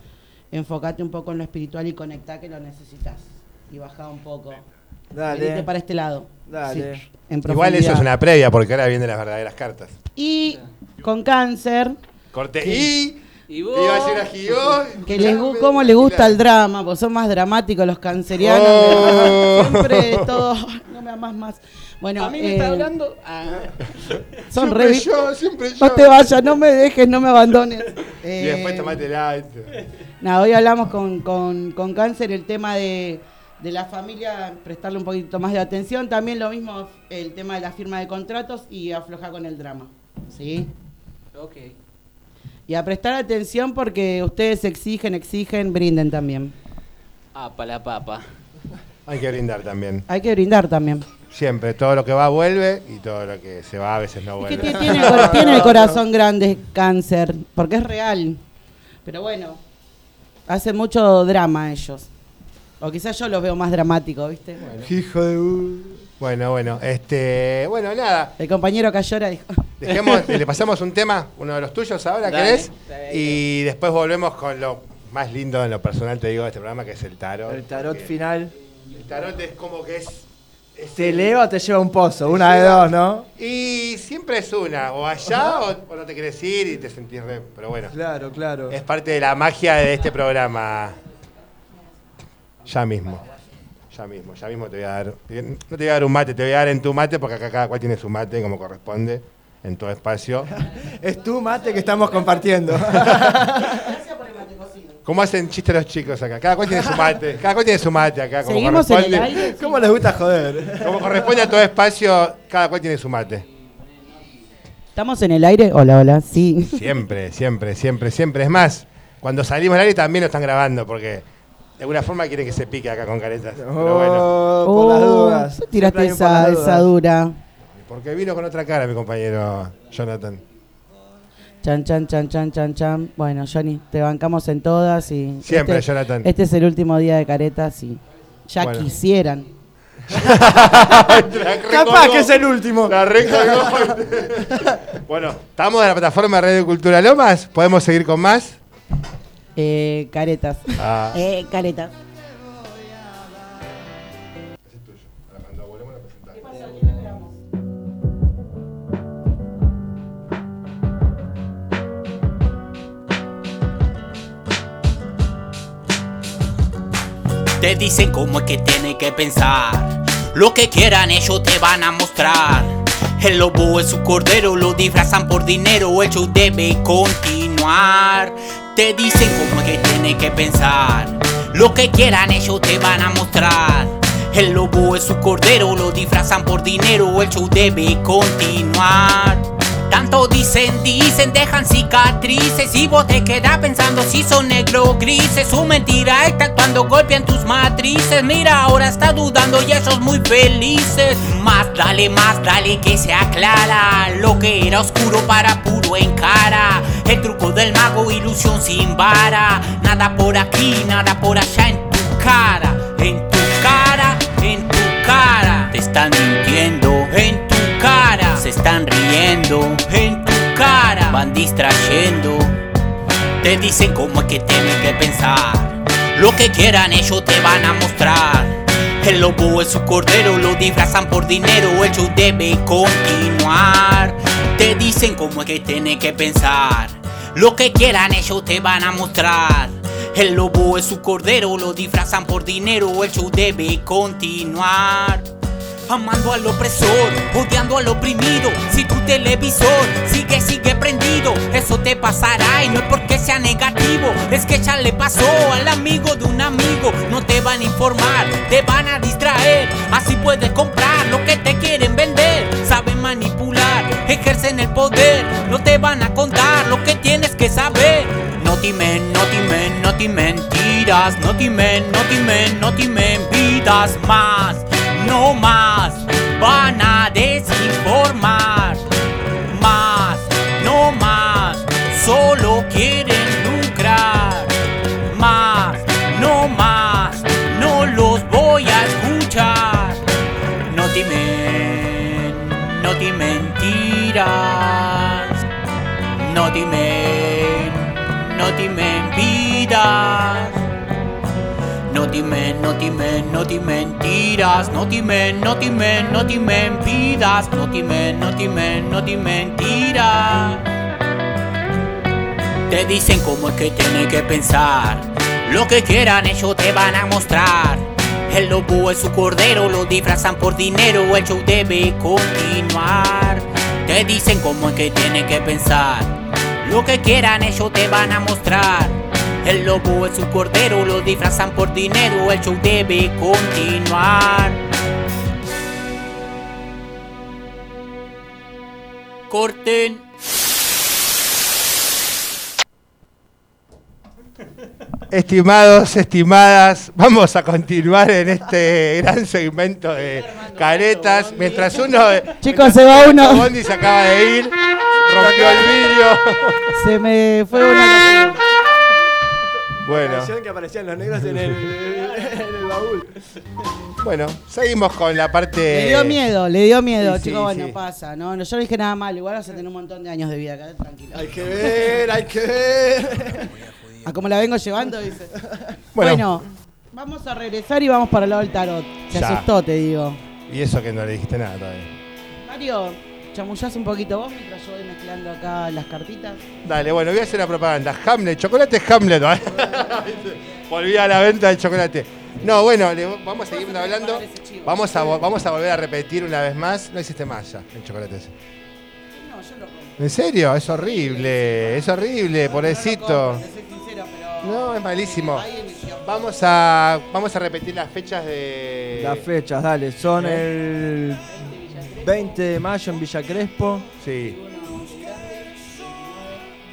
F: enfócate un poco en lo espiritual y conectá que lo necesitas. Y bajá un poco. Venite
J: Dale.
F: para este lado.
J: Dale.
F: Sí, en
C: Igual eso es
F: profundidad.
C: una previa, porque ahora vienen las verdaderas cartas.
F: Y con cáncer,
C: Corte y...
I: Y
C: Te
I: vos.
C: iba a decir a Gio,
F: Que les gu- cómo les gusta el drama, pues son más dramáticos los cancerianos.
C: Oh.
F: Siempre todo, no me amas más. Bueno,
I: A mí me
F: eh,
I: está hablando. Ah,
F: son
C: Siempre
F: re-
C: yo, siempre yo.
F: No te vayas, no me dejes, no me abandones.
C: Y
F: Eh,
C: después tomate el alto.
F: nada, hoy hablamos con, con- con cáncer el tema de, de la familia, prestarle un poquito más de atención. También lo mismo el tema de la firma de contratos y afloja con el drama. ¿Sí?
I: ok.
F: Y a prestar atención porque ustedes exigen, exigen, brinden también.
I: Ah, para la papa.
C: Hay que brindar también.
F: Hay que brindar también.
C: Siempre, todo lo que va vuelve y todo lo que se va a veces no
F: Es que tiene,
C: vuelve.
F: tiene el cor- tiene el corazón grande cáncer, porque es real. Pero bueno, hacen mucho drama ellos. O quizás yo los veo más dramáticos, ¿viste?
C: Hijo de... u- Bueno, bueno, este... Bueno, nada.
F: El compañero Cayora dijo.
C: Dejemos, le pasamos un tema, uno de los tuyos ahora,
I: Dale,
C: ¿querés?
I: dale.
C: Y después volvemos con lo más lindo en lo personal, te digo, de este programa, que es el tarot.
J: El tarot
C: Que-
J: final.
C: El tarot es como que es... es
J: ¿Te
C: el-
J: eleva o te lleva a un pozo? Una de dos, ¿no?
C: Y siempre es una, o allá o, o no te querés ir y te sentís re... Pero bueno,
J: Claro, claro.
C: es parte de la magia de este programa. Ya mismo, ya mismo, ya mismo te voy a dar... te- No te voy a dar un mate, te voy a dar en tu mate, porque acá cada cual tiene su mate como corresponde, en todo espacio.
J: Es tu mate que estamos compartiendo.
C: ¿Cómo hacen chistes los chicos acá? Cada cual tiene su mate. Cada cual tiene su mate acá. Como
F: ¿Seguimos en el
C: corresponde,
F: aire?
J: ¿Cómo les gusta joder?
C: como corresponde a todo espacio, cada cual tiene su mate.
F: ¿Estamos en el aire? Hola, hola. Sí.
C: Siempre, siempre, siempre, siempre. Es más, cuando salimos al aire también lo están grabando porque de alguna forma quieren que se pique acá con caretas. Pero bueno.
J: Oh, por las dudas.
F: Oh, tiraste
J: Siempre hay un por
F: esa,
J: las
F: esa
J: dudas.
F: dura.
C: Porque vino con otra cara mi compañero Jonathan.
F: Chan, chan, chan, chan, chan, chan. Bueno, Johnny, te bancamos en todas y.
C: Siempre,
F: este,
C: Jonathan.
F: Este es el último día de caretas y ya
C: Bueno.
F: quisieran.
J: Capaz que es el último.
C: La recolgó. bueno, estamos en la plataforma de Radio Cultura Lomas. ¿Podemos seguir con más?
F: Eh, caretas.
C: Ah.
F: Eh, caretas.
M: Te dicen cómo es que tienen que pensar. Lo que quieran ellos te van a mostrar. El lobo es su cordero, lo disfrazan por dinero, el show debe continuar. Te dicen cómo es que tienen que pensar. Lo que quieran ellos te van a mostrar. El lobo es su cordero, lo disfrazan por dinero, el show debe continuar. Tanto dicen, dicen, dejan cicatrices y vos te quedás pensando si son negro o grises. Su mentira está cuando golpean tus matrices. Mira, ahora está dudando y ellos muy felices. Más dale, más dale que se aclara lo que era oscuro para puro encara. El truco del mago, ilusión sin vara. Nada por aquí, nada por allá en tu cara, en tu cara, en tu cara. Te están mintiendo en tu cara, se están riendo en tu cara, van distrayendo. Te dicen cómo es que tienes que pensar, lo que quieran ellos te van a mostrar. El lobo es su cordero, lo disfrazan por dinero, el show debe continuar. Te dicen cómo es que tienes que pensar, lo que quieran ellos te van a mostrar. El lobo es su cordero, lo disfrazan por dinero, el show debe continuar. Amando al opresor, odiando al oprimido. Si tu televisor sigue, sigue prendido, eso te pasará y no es porque sea negativo. Es que ya le pasó al amigo de un amigo. No te van a informar, te van a distraer. Así puedes comprar lo que te quieren vender. Saben manipular, ejercen el poder. No te van a contar lo que tienes que saber. No te men, no te men, no te mentiras. No te men, no te men, no te mentiras más no más van a desinformar más no más solo quieren lucrar más no más no los voy a escuchar no te men no te mentiras no te men no te mentiras no te men, no te men, no te mentiras, no te men, no te men, no te mentiras, no te men, no te men, no te mentiras. Te dicen cómo es que tienes que pensar, lo que quieran ellos te van a mostrar. El lobo es su cordero, lo disfrazan por dinero, el show debe continuar. Te dicen cómo es que tienes que pensar, lo que quieran ellos te van a mostrar. El lobo es un cordero, lo disfrazan por dinero, el show debe continuar. Corten.
C: Estimados, estimadas, vamos a continuar en este gran segmento de caretas. Mientras uno.
F: Chicos, se va uno.
C: Bondi se acaba de ir, rompió el vidrio.
F: Se me fue una.
C: Bueno.
J: canción que aparecían los negros en el, en el baúl.
C: Bueno, seguimos con la parte.
J: Eh,
F: Le dio miedo, le dio miedo,
C: Sí, sí,
F: chicos, bueno,
C: sí.
F: pasa, ¿no? No, Yo no dije nada malo, igual vas a tener un montón de años de vida acá, tranquilo.
J: Hay que ver, hay que ver.
F: A como la vengo llevando, dice.
C: Bueno.
F: Bueno. vamos a regresar y vamos para el lado del tarot. Se
C: Ya.
F: asustó, te digo.
C: Y eso que no le dijiste nada todavía.
F: Mario, chamullás un poquito vos mientras yo voy mezclando acá las cartitas.
C: Dale, bueno, voy a hacer la propaganda. Hamlet, chocolate Hamlet. ¿no? Volví a la venta del chocolate. No, bueno, le- vamos a seguir hablando. Vamos a, vo- vamos a volver a repetir una vez más. No hiciste más ya el chocolate ese.
F: No, yo lo compro.
C: ¿En serio? Es horrible, es horrible, pobrecito.
F: Soy sincero, pero.
C: No, es malísimo.
F: Ahí en el shop.
C: Vamos a, vamos a repetir las fechas de...
J: Las fechas, dale, son
C: ¿no?
J: el 20 de mayo en Villa Crespo,
C: Sí.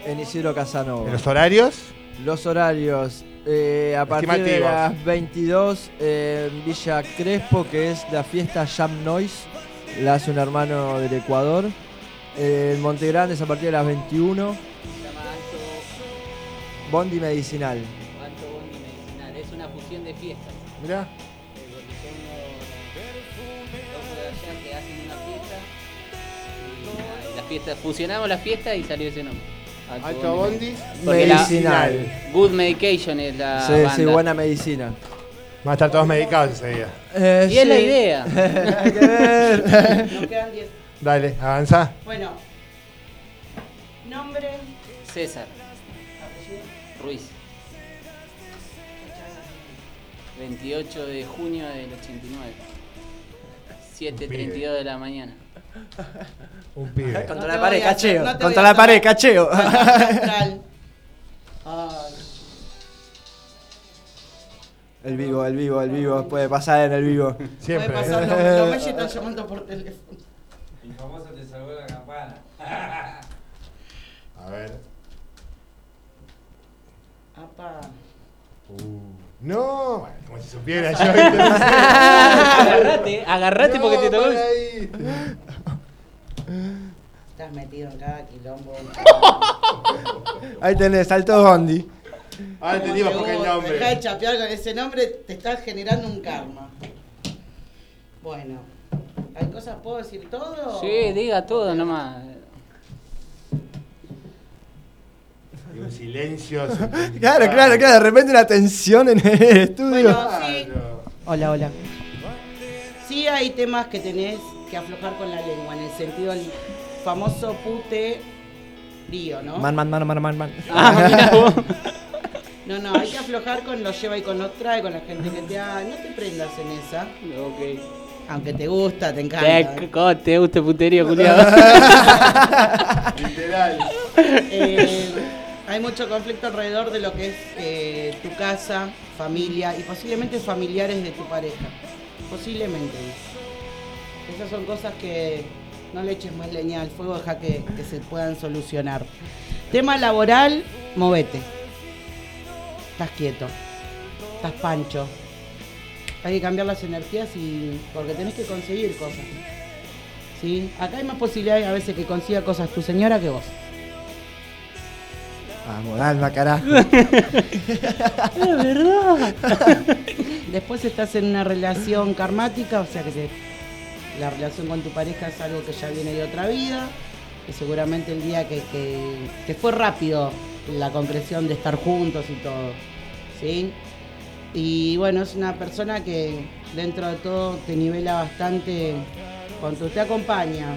J: en Isidro Casanova.
C: ¿Los horarios?
J: Los horarios, eh, a partir de
C: Estimativos.
J: las 22 eh, en Villa Crespo, que es la fiesta Jam Noise, la hace un hermano del Ecuador. Eh, en Montegrande es a partir de las 21. Bondi Medicinal.
I: Alto Bondi Medicinal, es una fusión de fiestas.
C: Mirá.
I: Eh, porque son los- los de allá que hacen una fiesta. y nada, y la fiesta- Fusionamos las fiestas y salió ese nombre.
C: Alto Bondi.
I: Porque la-
J: Medicinal.
I: Good Medication es la
F: Ah,
J: Sí,
I: banda.
J: sí, buena medicina.
C: Van a estar todos medicados enseguida.
J: Eh,
I: Y es la
J: sí.
I: idea.
J: Hay que ver.
F: Nos quedan 10.
C: Dale, avanza.
F: Bueno. Nombre.
I: César. Ruiz. 28 de junio del 89. 7.32 de la mañana.
C: Un pibe.
J: Contra
F: No
J: la
F: te
J: pared,
F: voy a hacer-
J: cacheo.
F: no te voy
J: Contra
F: a
J: la
F: tomar.
J: pared, cacheo.
F: Central. Ay.
J: El vivo, el vivo, el vivo, puede pasar en el vivo.
C: Siempre.
F: Puede pasar, los, los Messi están llamando por teléfono.
N: Mi famoso te salvó la campana.
C: A ver.
F: Apa.
C: No, bueno, como si supiera yo.
I: Agarrate, agarrate porque te tocó.
F: Estás metido en cada quilombo.
J: Ahí tenés, salto Bondi.
C: Ahora entendimos por qué el nombre.
F: Dejá de chapear con ese nombre, te estás generando un karma. Bueno, ¿hay cosas? ¿Puedo decir todo?
I: Sí, diga todo nomás.
C: Y un silencio.
J: Claro, claro, claro, de repente una tensión en el estudio.
F: Bueno, sí.
J: Hola, hola.
F: Sí hay temas que tenés que aflojar con la lengua, en el sentido del famoso pute río, ¿no? Ah,
J: Man, man, man, man, man, man.
F: No, no, hay que aflojar con lo lleva y con lo trae, con la gente que te da. No te prendas en esa.
I: Ok.
F: Aunque te gusta, te encanta. eh.
I: Te, co- te gusta el puterío, culiado.
C: Literal.
F: Eh, hay mucho conflicto alrededor de lo que es eh, tu casa, familia y posiblemente familiares de tu pareja. Posiblemente. Esas son cosas que no le eches más leña al fuego, deja que, que se puedan solucionar. Tema laboral, movete. Estás quieto. Estás pancho. Hay que cambiar las energías y porque tenés que conseguir cosas. ¿Sí? Acá hay más posibilidades a veces que consiga cosas tu señora que vos.
J: Vamos, alma, carajo.
F: Es verdad. Después estás en una relación karmática, o sea que te- la relación con tu pareja es algo que ya viene de otra vida. Que seguramente el día que, que, que fue rápido la concreción de estar juntos y todo. ¿Sí? Y bueno, es una persona que dentro de todo te nivela bastante cuando te acompaña.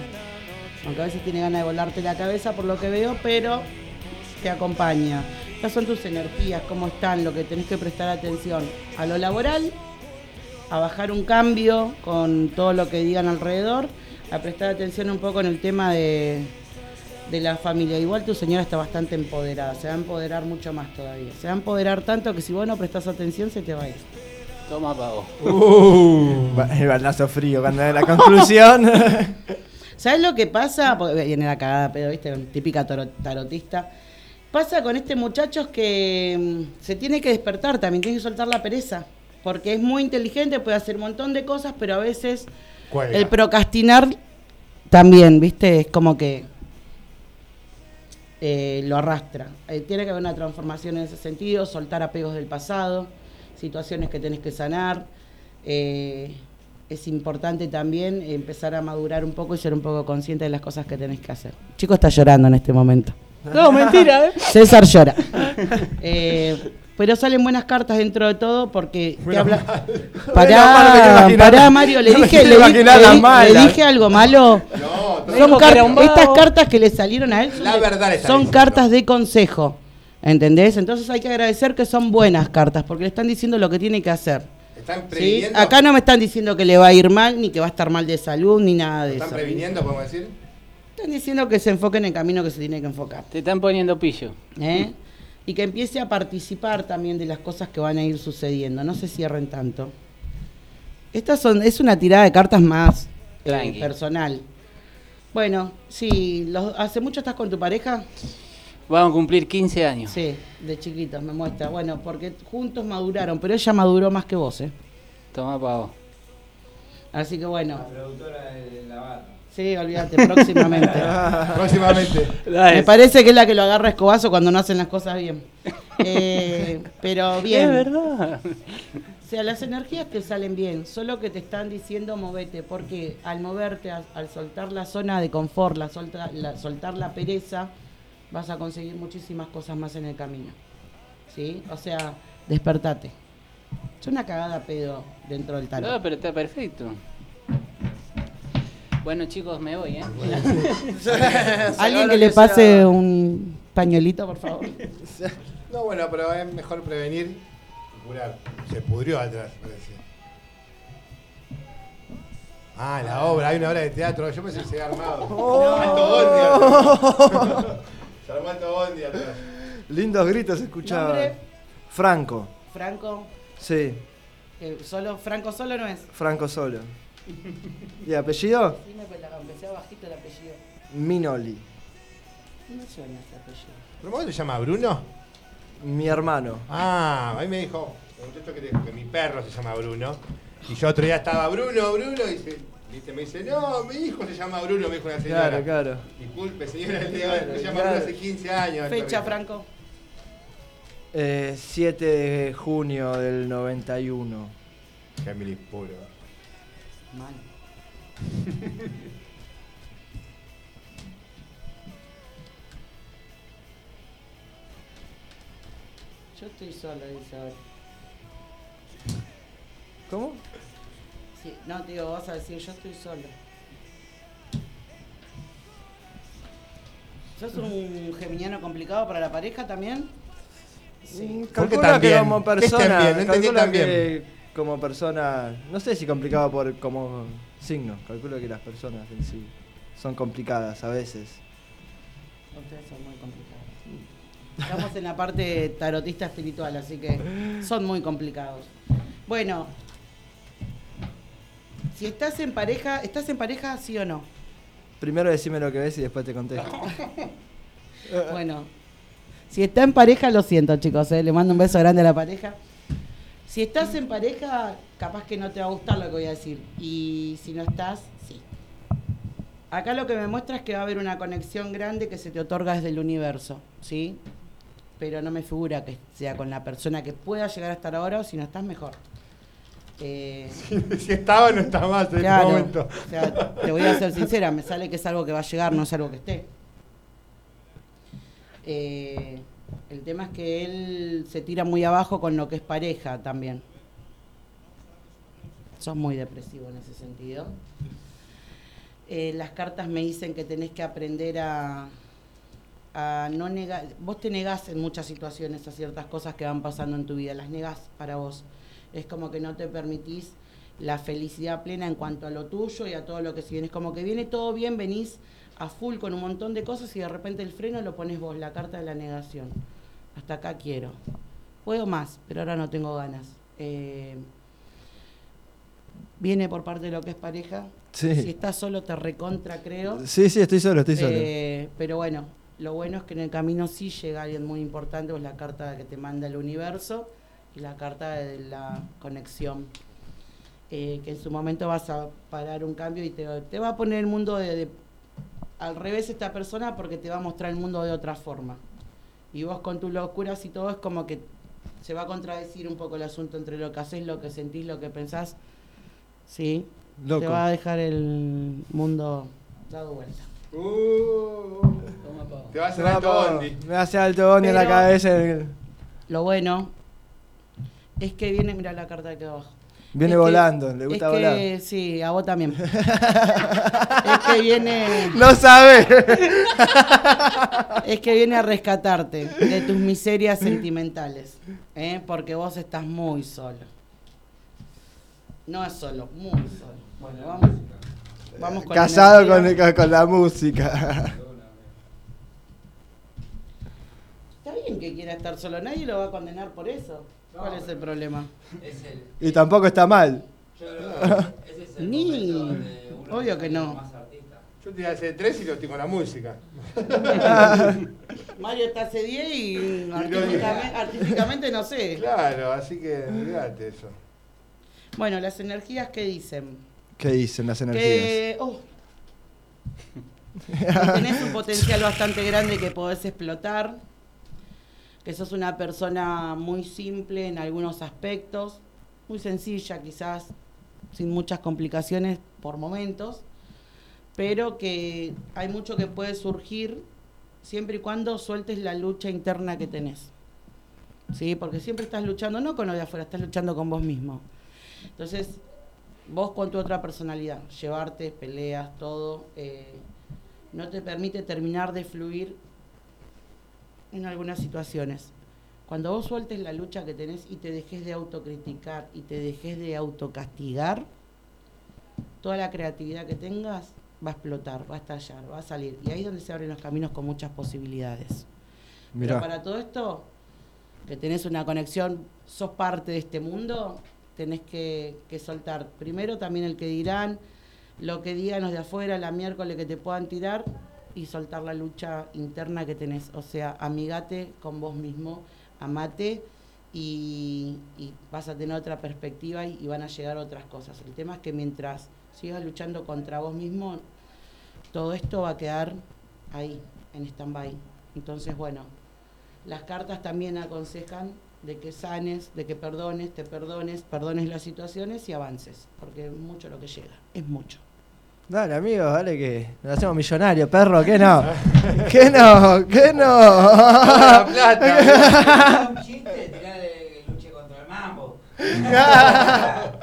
F: Aunque a veces tiene ganas de volarte la cabeza por lo que veo, pero te acompaña. Estas son tus energías, cómo están, lo que tenés que prestar atención a lo laboral, a bajar un cambio con todo lo que digan alrededor, a prestar atención un poco en el tema de, de la familia. Igual tu señora está bastante empoderada, se va a empoderar mucho más todavía. Se va a empoderar tanto que si vos no prestás atención se te va a ir.
I: Toma pavo.
J: Uh.
C: Uh.
J: Ba- El balazo frío, cuando era la conclusión.
F: ¿Sabes lo que pasa? Porque viene la cagada, pero viste, típica taro- tarotista. Pasa con este muchacho que mm, se tiene que despertar también, tiene que soltar la pereza. Porque es muy inteligente, puede hacer un montón de cosas, pero a veces el procrastinar también, viste, es como que eh, lo arrastra. Eh, tiene que haber una transformación en ese sentido, soltar apegos del pasado, situaciones que tenés que sanar. Eh, es importante también empezar a madurar un poco y ser un poco consciente de las cosas que tenés que hacer. El chico está llorando en este momento.
I: No, mentira, ¿eh?
F: César llora. Eh, pero salen buenas cartas dentro de todo porque te habla-
J: Menos mal, me quiero
F: Pará,
J: imaginar-
F: pará, Mario, le
J: no me
F: dije,
J: quiero
F: le, di-
J: imaginar
F: le
J: las
F: di- le
J: malas.
F: dije algo malo. Son
J: dijo que
F: car-
J: era un vago.
F: estas cartas que le salieron a él son,
J: La
F: de-
J: verdad está
F: son
J: diciendo.
F: cartas de consejo. ¿Entendés? Entonces hay que agradecer que son buenas cartas porque le están diciendo lo que tiene que hacer.
C: Están
F: ¿sí?
C: previniendo.
F: Acá no me están diciendo que le va a ir mal, ni que va a estar mal de salud, ni nada de
C: Están
F: eso.
C: previniendo, podemos decir.
F: Están diciendo que se enfoque en el camino que se tiene que enfocar.
I: Te están poniendo pillo.
F: ¿eh? Y que empiece a participar también de las cosas que van a ir sucediendo. No se cierren tanto. Estas son, es una tirada de cartas más eh,
I: Tranqui.
F: personal. Bueno, sí, los- ¿hace mucho estás con tu pareja?
I: Vamos a cumplir 15 años.
F: Sí, de chiquitos, me muestra. Bueno, porque juntos maduraron, pero ella maduró más que vos, ¿eh?
I: Toma pavo.
F: Así que bueno,
N: Productora de la barra.
F: sí, olvídate, próximamente.
C: Próximamente.
F: Me parece que es la que lo agarra a escobazo cuando no hacen las cosas bien. Eh, pero bien.
I: Es verdad.
F: O sea, las energías te salen bien, solo que te están diciendo movete, porque al moverte, al, al soltar la zona de confort, la solta- la- soltar la pereza, vas a conseguir muchísimas cosas más en el camino. ¿Sí? O sea, despertate. Es una cagada pedo dentro del tarot.
I: No, pero está perfecto. Bueno, chicos, me voy, ¿eh?
F: Alguien que le pase un pañuelito, por favor.
C: No, bueno, pero es mejor prevenir que curar. Se pudrió atrás, parece. Ah, la obra, hay una obra de teatro. Yo pensé que se había armado. Alto Bondi atrás. Se armó alto Bondi atrás.
J: Lindos gritos escuchaban.
F: Nombre.
J: Franco,
F: Franco,
J: sí.
F: Que Eh, solo, Franco solo no es.
J: Franco Solo. ¿Y apellido?
F: Sí, me empecé bajito el apellido.
J: Minoli.
F: No suena este apellido.
C: ¿Pero cómo se llama Bruno?
J: Mi hermano.
C: Ah, ahí me dijo, el muchacho que, te dijo que mi perro se llama Bruno. Y yo otro día estaba Bruno, Bruno, y se- viste, me dice, no, mi hijo se llama Bruno, me dijo una señora.
J: Claro, claro.
C: Disculpe, señora, el día
J: Claro,
C: se llama
J: claro.
C: Bruno hace 15 años.
F: Fecha, Franco.
J: Eh, 7 de junio del 91.
C: Gemini puro.
F: Mal. Yo estoy sola, dice ahora.
J: ¿Cómo?
F: Sí, no, te digo, vas a decir, yo estoy sola. ¿Sos un geminiano complicado para la pareja también? Sí.
C: ¿Por qué
J: Calculo que
C: también?
J: como
C: ¿Qué es
J: persona,
C: también? No entendí
J: calculo
C: también.
J: que como persona, no sé si complicado por como signo, calculo que las personas en sí son complicadas a veces.
F: Ustedes son muy complicados. Estamos en la parte tarotista espiritual, así que son muy complicados. Bueno, si estás en pareja, ¿estás en pareja sí o no?
J: Primero decime lo que ves y después te contesto.
F: Bueno, si está en pareja, lo siento, chicos, ¿eh? le mando un beso grande a la pareja. Si estás en pareja, capaz que no te va a gustar lo que voy a decir. Y si no estás, sí. Acá lo que me muestra es que va a haber una conexión grande que se te otorga desde el universo, ¿sí? Pero no me figura que sea con la persona que pueda llegar a estar ahora o si no estás mejor. Eh,
C: si estaba, no está más en
F: Claro,
C: este momento.
F: o sea, te voy a ser sincera, me sale que es algo que va a llegar, no es algo que esté. Eh, el tema es que él se tira muy abajo con lo que es pareja también. Sos muy depresivo en ese sentido. Eh, las cartas me dicen que tenés que aprender a, a no negar. Vos te negás en muchas situaciones a ciertas cosas que van pasando en tu vida, las negás para vos. Es como que no te permitís la felicidad plena en cuanto a lo tuyo y a todo lo que se viene. Es como que viene todo bien, venís a full con un montón de cosas y de repente el freno lo pones vos, la carta de la negación. Hasta acá quiero. Puedo más, pero ahora no tengo ganas. Eh, viene por parte de lo que es pareja.
J: Sí.
F: Si estás solo te recontra, creo.
J: Sí, sí, estoy solo, estoy solo.
F: Eh, pero bueno, lo bueno es que en el camino sí llega alguien muy importante, pues la carta que te manda el universo y la carta de la conexión. eh, que en su momento vas a parar un cambio y te, te va a poner el mundo de, de- al revés esta persona porque te va a mostrar el mundo de otra forma. Y vos con tus locuras y todo es como que se va a contradecir un poco el asunto entre lo que haces, lo que sentís, lo que pensás. Sí.
J: Loco.
F: Te va a dejar el mundo dado vuelta.
C: Uh, Te vas a hacer
J: Me va
C: alto
J: a-
C: bondi.
J: Me hace alto bondi en la
F: Pero-
J: cabeza. el-
F: Lo bueno es que viene, mira la carta que quedó abajo.
J: Viene
F: Es que-
J: volando, le gusta
F: es que-
J: volar.
F: sí, a vos también. es que viene.
J: No sabe.
F: Es que viene a rescatarte de tus miserias sentimentales. ¿eh? Porque vos estás muy solo. No es solo, muy solo. Bueno, vamos. Vamos con la
J: Casado con,
F: energía.
J: el- con la música.
F: Está bien que quiera estar solo, nadie lo va a condenar por eso. ¿Cuál es el problema?
N: Es el,
J: y tampoco está mal.
N: yo creo que ese es el
F: Ni.
N: momento donde uno
F: Obvio
N: se
F: que
N: vuelve
F: no.
N: más artista.
C: Yo te hace tres y lo estoy con la música.
F: Mario está hace 10 y
C: diez.
F: artísticamente, artísticamente no sé.
C: Claro, así que olvídate eso.
F: Bueno, las energías que dicen.
J: ¿Qué dicen las energías?
F: Que, oh. Que tenés un potencial bastante grande que podés explotar, que sos una persona muy simple en algunos aspectos, muy sencilla quizás, sin muchas complicaciones por momentos, pero que hay mucho que puede surgir siempre y cuando sueltes la lucha interna que tenés. Sí, porque siempre estás luchando no con lo de afuera, estás luchando con vos mismo. Entonces, vos con tu otra personalidad, llevarte, peleas, todo, eh, no te permite terminar de fluir en algunas situaciones. Cuando vos sueltes la lucha que tenés y te dejes de autocriticar y te dejes de autocastigar, toda la creatividad que tengas va a explotar, va a estallar, va a salir. Y ahí es donde se abren los caminos con muchas posibilidades. Pero
J: Mirá.
F: para todo esto, que tenés una conexión, sos parte de este mundo, tenés que, que soltar. Primero también el que dirán, lo que digan los de afuera, la miércoles que te puedan tirar y soltar la lucha interna que tenés. O sea, amigate con vos mismo, amate y, y vas a tener otra perspectiva y, y van a llegar otras cosas. El tema es que mientras sigas luchando contra vos mismo, todo esto va a quedar ahí, en stand-by. Entonces, bueno, las cartas también aconsejan de que sanes, de que perdones, te perdones, perdones las situaciones y avances, porque es mucho lo que llega, es mucho.
J: Dale, amigos, dale que nos hacemos millonarios, perro, que no. que no, que no.
N: Un chiste, tirar el luche contra el mambo.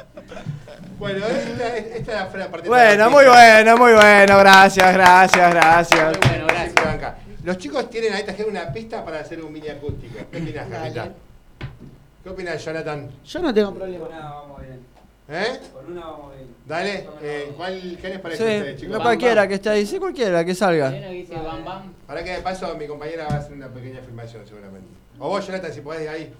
C: Bueno, esta, esta es la fra- parte
J: bueno, muy bueno, muy bueno, gracias, gracias, gracias.
C: bueno, gracias. Los chicos tienen ahí trajeron una pista para hacer un mini acústico. ¿Qué opinas, Carlita? ¿Qué opinas, Jonathan?
F: Yo no tengo problema.
C: ¿Eh?
N: Con una vamos bien.
C: Dale, eh, ¿cuál, ¿qué les parece a ustedes,
J: Sí,
C: chicos?
J: no cualquiera que esté ahí, sí, cualquiera que salga.
C: Ahora que de paso mi compañera va a hacer una pequeña filmación seguramente. O vos, Jonathan, si podés de ahí.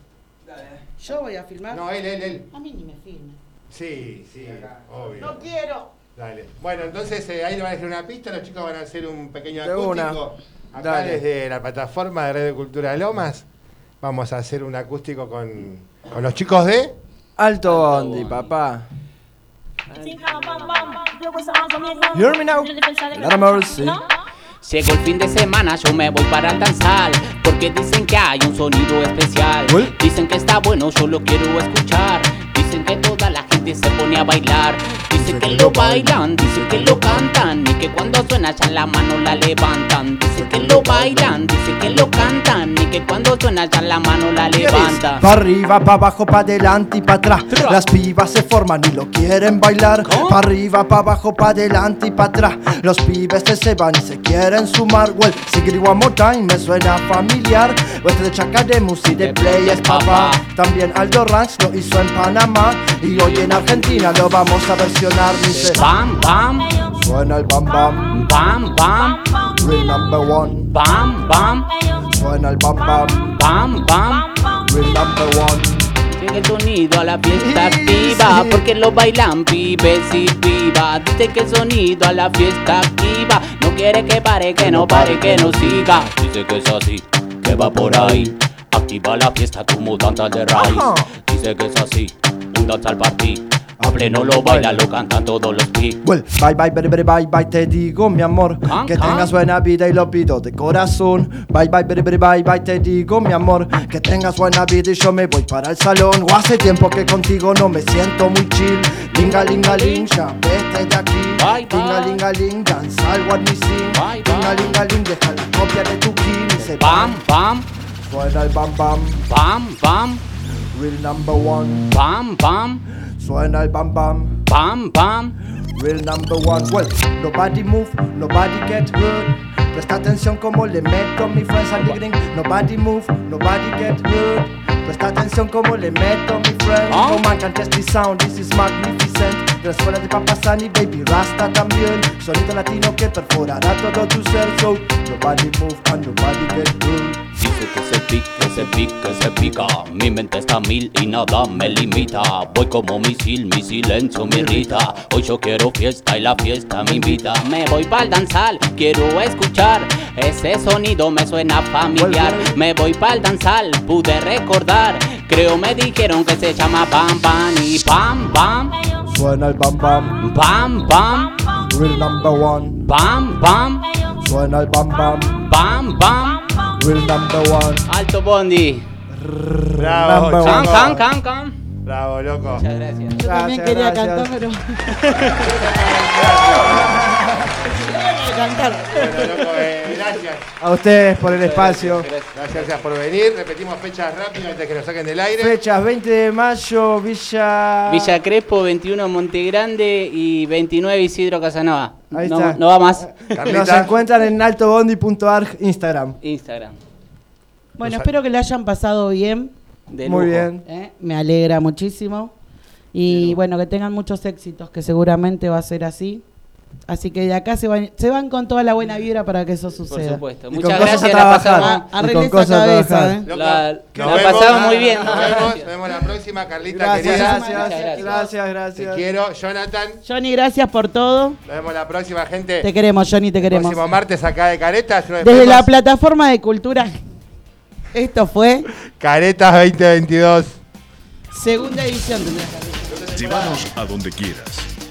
F: Yo voy a filmar.
C: No, él, él, él.
F: A mí ni me filma.
C: Sí, sí, obvio.
F: No quiero.
C: Dale. Bueno, entonces eh, ahí le van a hacer una pista, los chicos van a hacer un pequeño
J: De
C: acústico.
J: una.
C: Acá
J: Dale.
C: desde la plataforma de Radio Cultura Lomas vamos a hacer un acústico con, con los chicos de...
J: Alto Bondi, papá.
N: Hear me now.
J: Not a mercy.
M: Llegó el fin de semana, yo me voy para danzar Porque dicen que hay un sonido especial Dicen que está bueno, yo lo quiero escuchar Dicen que toda la gente se pone a bailar Dicen que lo bailan, dicen que lo cantan Y que cuando suena ya la mano la levantan Dicen que lo bailan, dicen que lo cantan Y que cuando suena ya la mano la levantan
L: Pa' arriba, pa' abajo, pa' adelante y pa' atrás. Las pibas se forman y lo quieren bailar. Pa' arriba, pa' abajo, pa' adelante y pa' atrás. Los pibes se se van y se quieren sumar. Well, seguir one more time me suena familiar. Vuestro de Chacaremus y de Players, papá. También Aldo Ranks lo hizo en Panamá. Y hoy en Argentina lo vamos a versionar. Dice:
M: Bam, bam.
L: Suena el bam, bam.
M: Bam, bam.
L: Rule number one.
M: Bam, bam.
L: Suena el bam, bam.
M: Bam, bam.
L: Rule number one.
M: Llega el sonido a la fiesta activa Porque lo bailan pibes y pibas Dice que el sonido a la fiesta activa No quiere que pare, que no pare, que no siga Dice que es así, que va por ahí Activa la fiesta como danza de raíz
N: Ajá.
M: Dice que es así, un danza al party A pleno lo baila, lo cantan todos los pibes
L: Well, bye bye, bye bye, bye bye, te digo mi amor Que
M: can.
L: tengas buena vida y lo pido de corazón Bye bye, bye bye, bye bye, te digo mi amor Que tengas buena vida y yo me voy para el salón O hace tiempo que contigo no me siento muy chill Linga, linga, ling, ya vete de aquí Linga, linga, ling, dance algo a mi sin Linga, linga, ling, deja la copia de tu king Y se
M: Bam, bam
L: Suena el bam, bam
M: Bam, bam
L: Real number one
M: Bam, bam
L: Suena el bam, bam
M: Bam, bam
L: Real number one, well, nobody move, nobody get hurt. Presta atención como le meto mi friends al gring. Nobody move, nobody get hurt. Presta atención como le meto mi friends. No man can test this sound, this is magnificent. De la escuela de Papasani, baby Rasta también. Sonido latino que perforará todo tu ser. So, nobody move and nobody get hurt.
M: Dice que se pica, que se pica, que se pica. Mi mente está a mil y nada me limita. Voy como misil, mi silencio me irrita. Hoy yo quiero fiesta y la fiesta me invita. Me voy pa'l danzal, quiero escuchar. Ese sonido me suena familiar. Me voy pa'l danzal, pude recordar. Creo me dijeron que se llama Bam Bam y Bam Bam.
L: Suena el bam, bam.
M: Bam Bam.
L: Real number one.
M: Bam Bam.
L: Suena el bam, bam.
M: Bam Bam.
L: Real number one.
M: Alto Bondi.
C: Bravo,
L: Number
M: Can,
L: one.
M: can, can, can.
C: Bravo, loco.
M: Muchas gracias.
F: Yo también
L: Gracias,
F: quería
L: gracias.
F: cantar, pero.
C: Bueno, loco, eh, gracias.
J: A ustedes por el espacio.
C: Gracias, gracias por venir. Repetimos fechas rápido antes que nos saquen del aire.
J: Fechas 20 de mayo, Villa.
M: Villa Crespo, 21 Monte Grande y 29 Isidro Casanova.
J: Ahí
M: no,
J: está.
M: no va más.
J: Nos encuentran en altobondi.arg Instagram.
M: Instagram.
F: Bueno, espero que le hayan pasado bien.
M: De
J: Muy lujo. bien.
F: Eh, Me alegra muchísimo. Y bueno, que tengan muchos éxitos, que seguramente va a ser así. Así que de acá se van, se van con toda la buena vibra para que eso
I: Por
F: suceda.
I: supuesto. Muchas gracias, la pasamos.
F: Ah, Arregle esa cabeza, ¿eh?
I: La,
C: Nos
I: la
C: vemos.
I: pasamos muy bien.
C: Nos vemos, nos vemos la próxima, Carlita.
F: Gracias,
C: querida.
F: gracias, Muchas gracias. gracias,
C: Te
F: gracias.
C: quiero, Jonathan.
F: Johnny, gracias por todo.
C: Nos vemos la próxima, gente.
F: Te queremos, Johnny, te queremos.
C: Próximo martes acá de Caretas. nos
F: Desde la
C: vemos.
F: plataforma de cultura, esto fue
C: Caretas 2022.
F: segunda edición. tendrás que hacer.
A: Llévanos a donde quieras.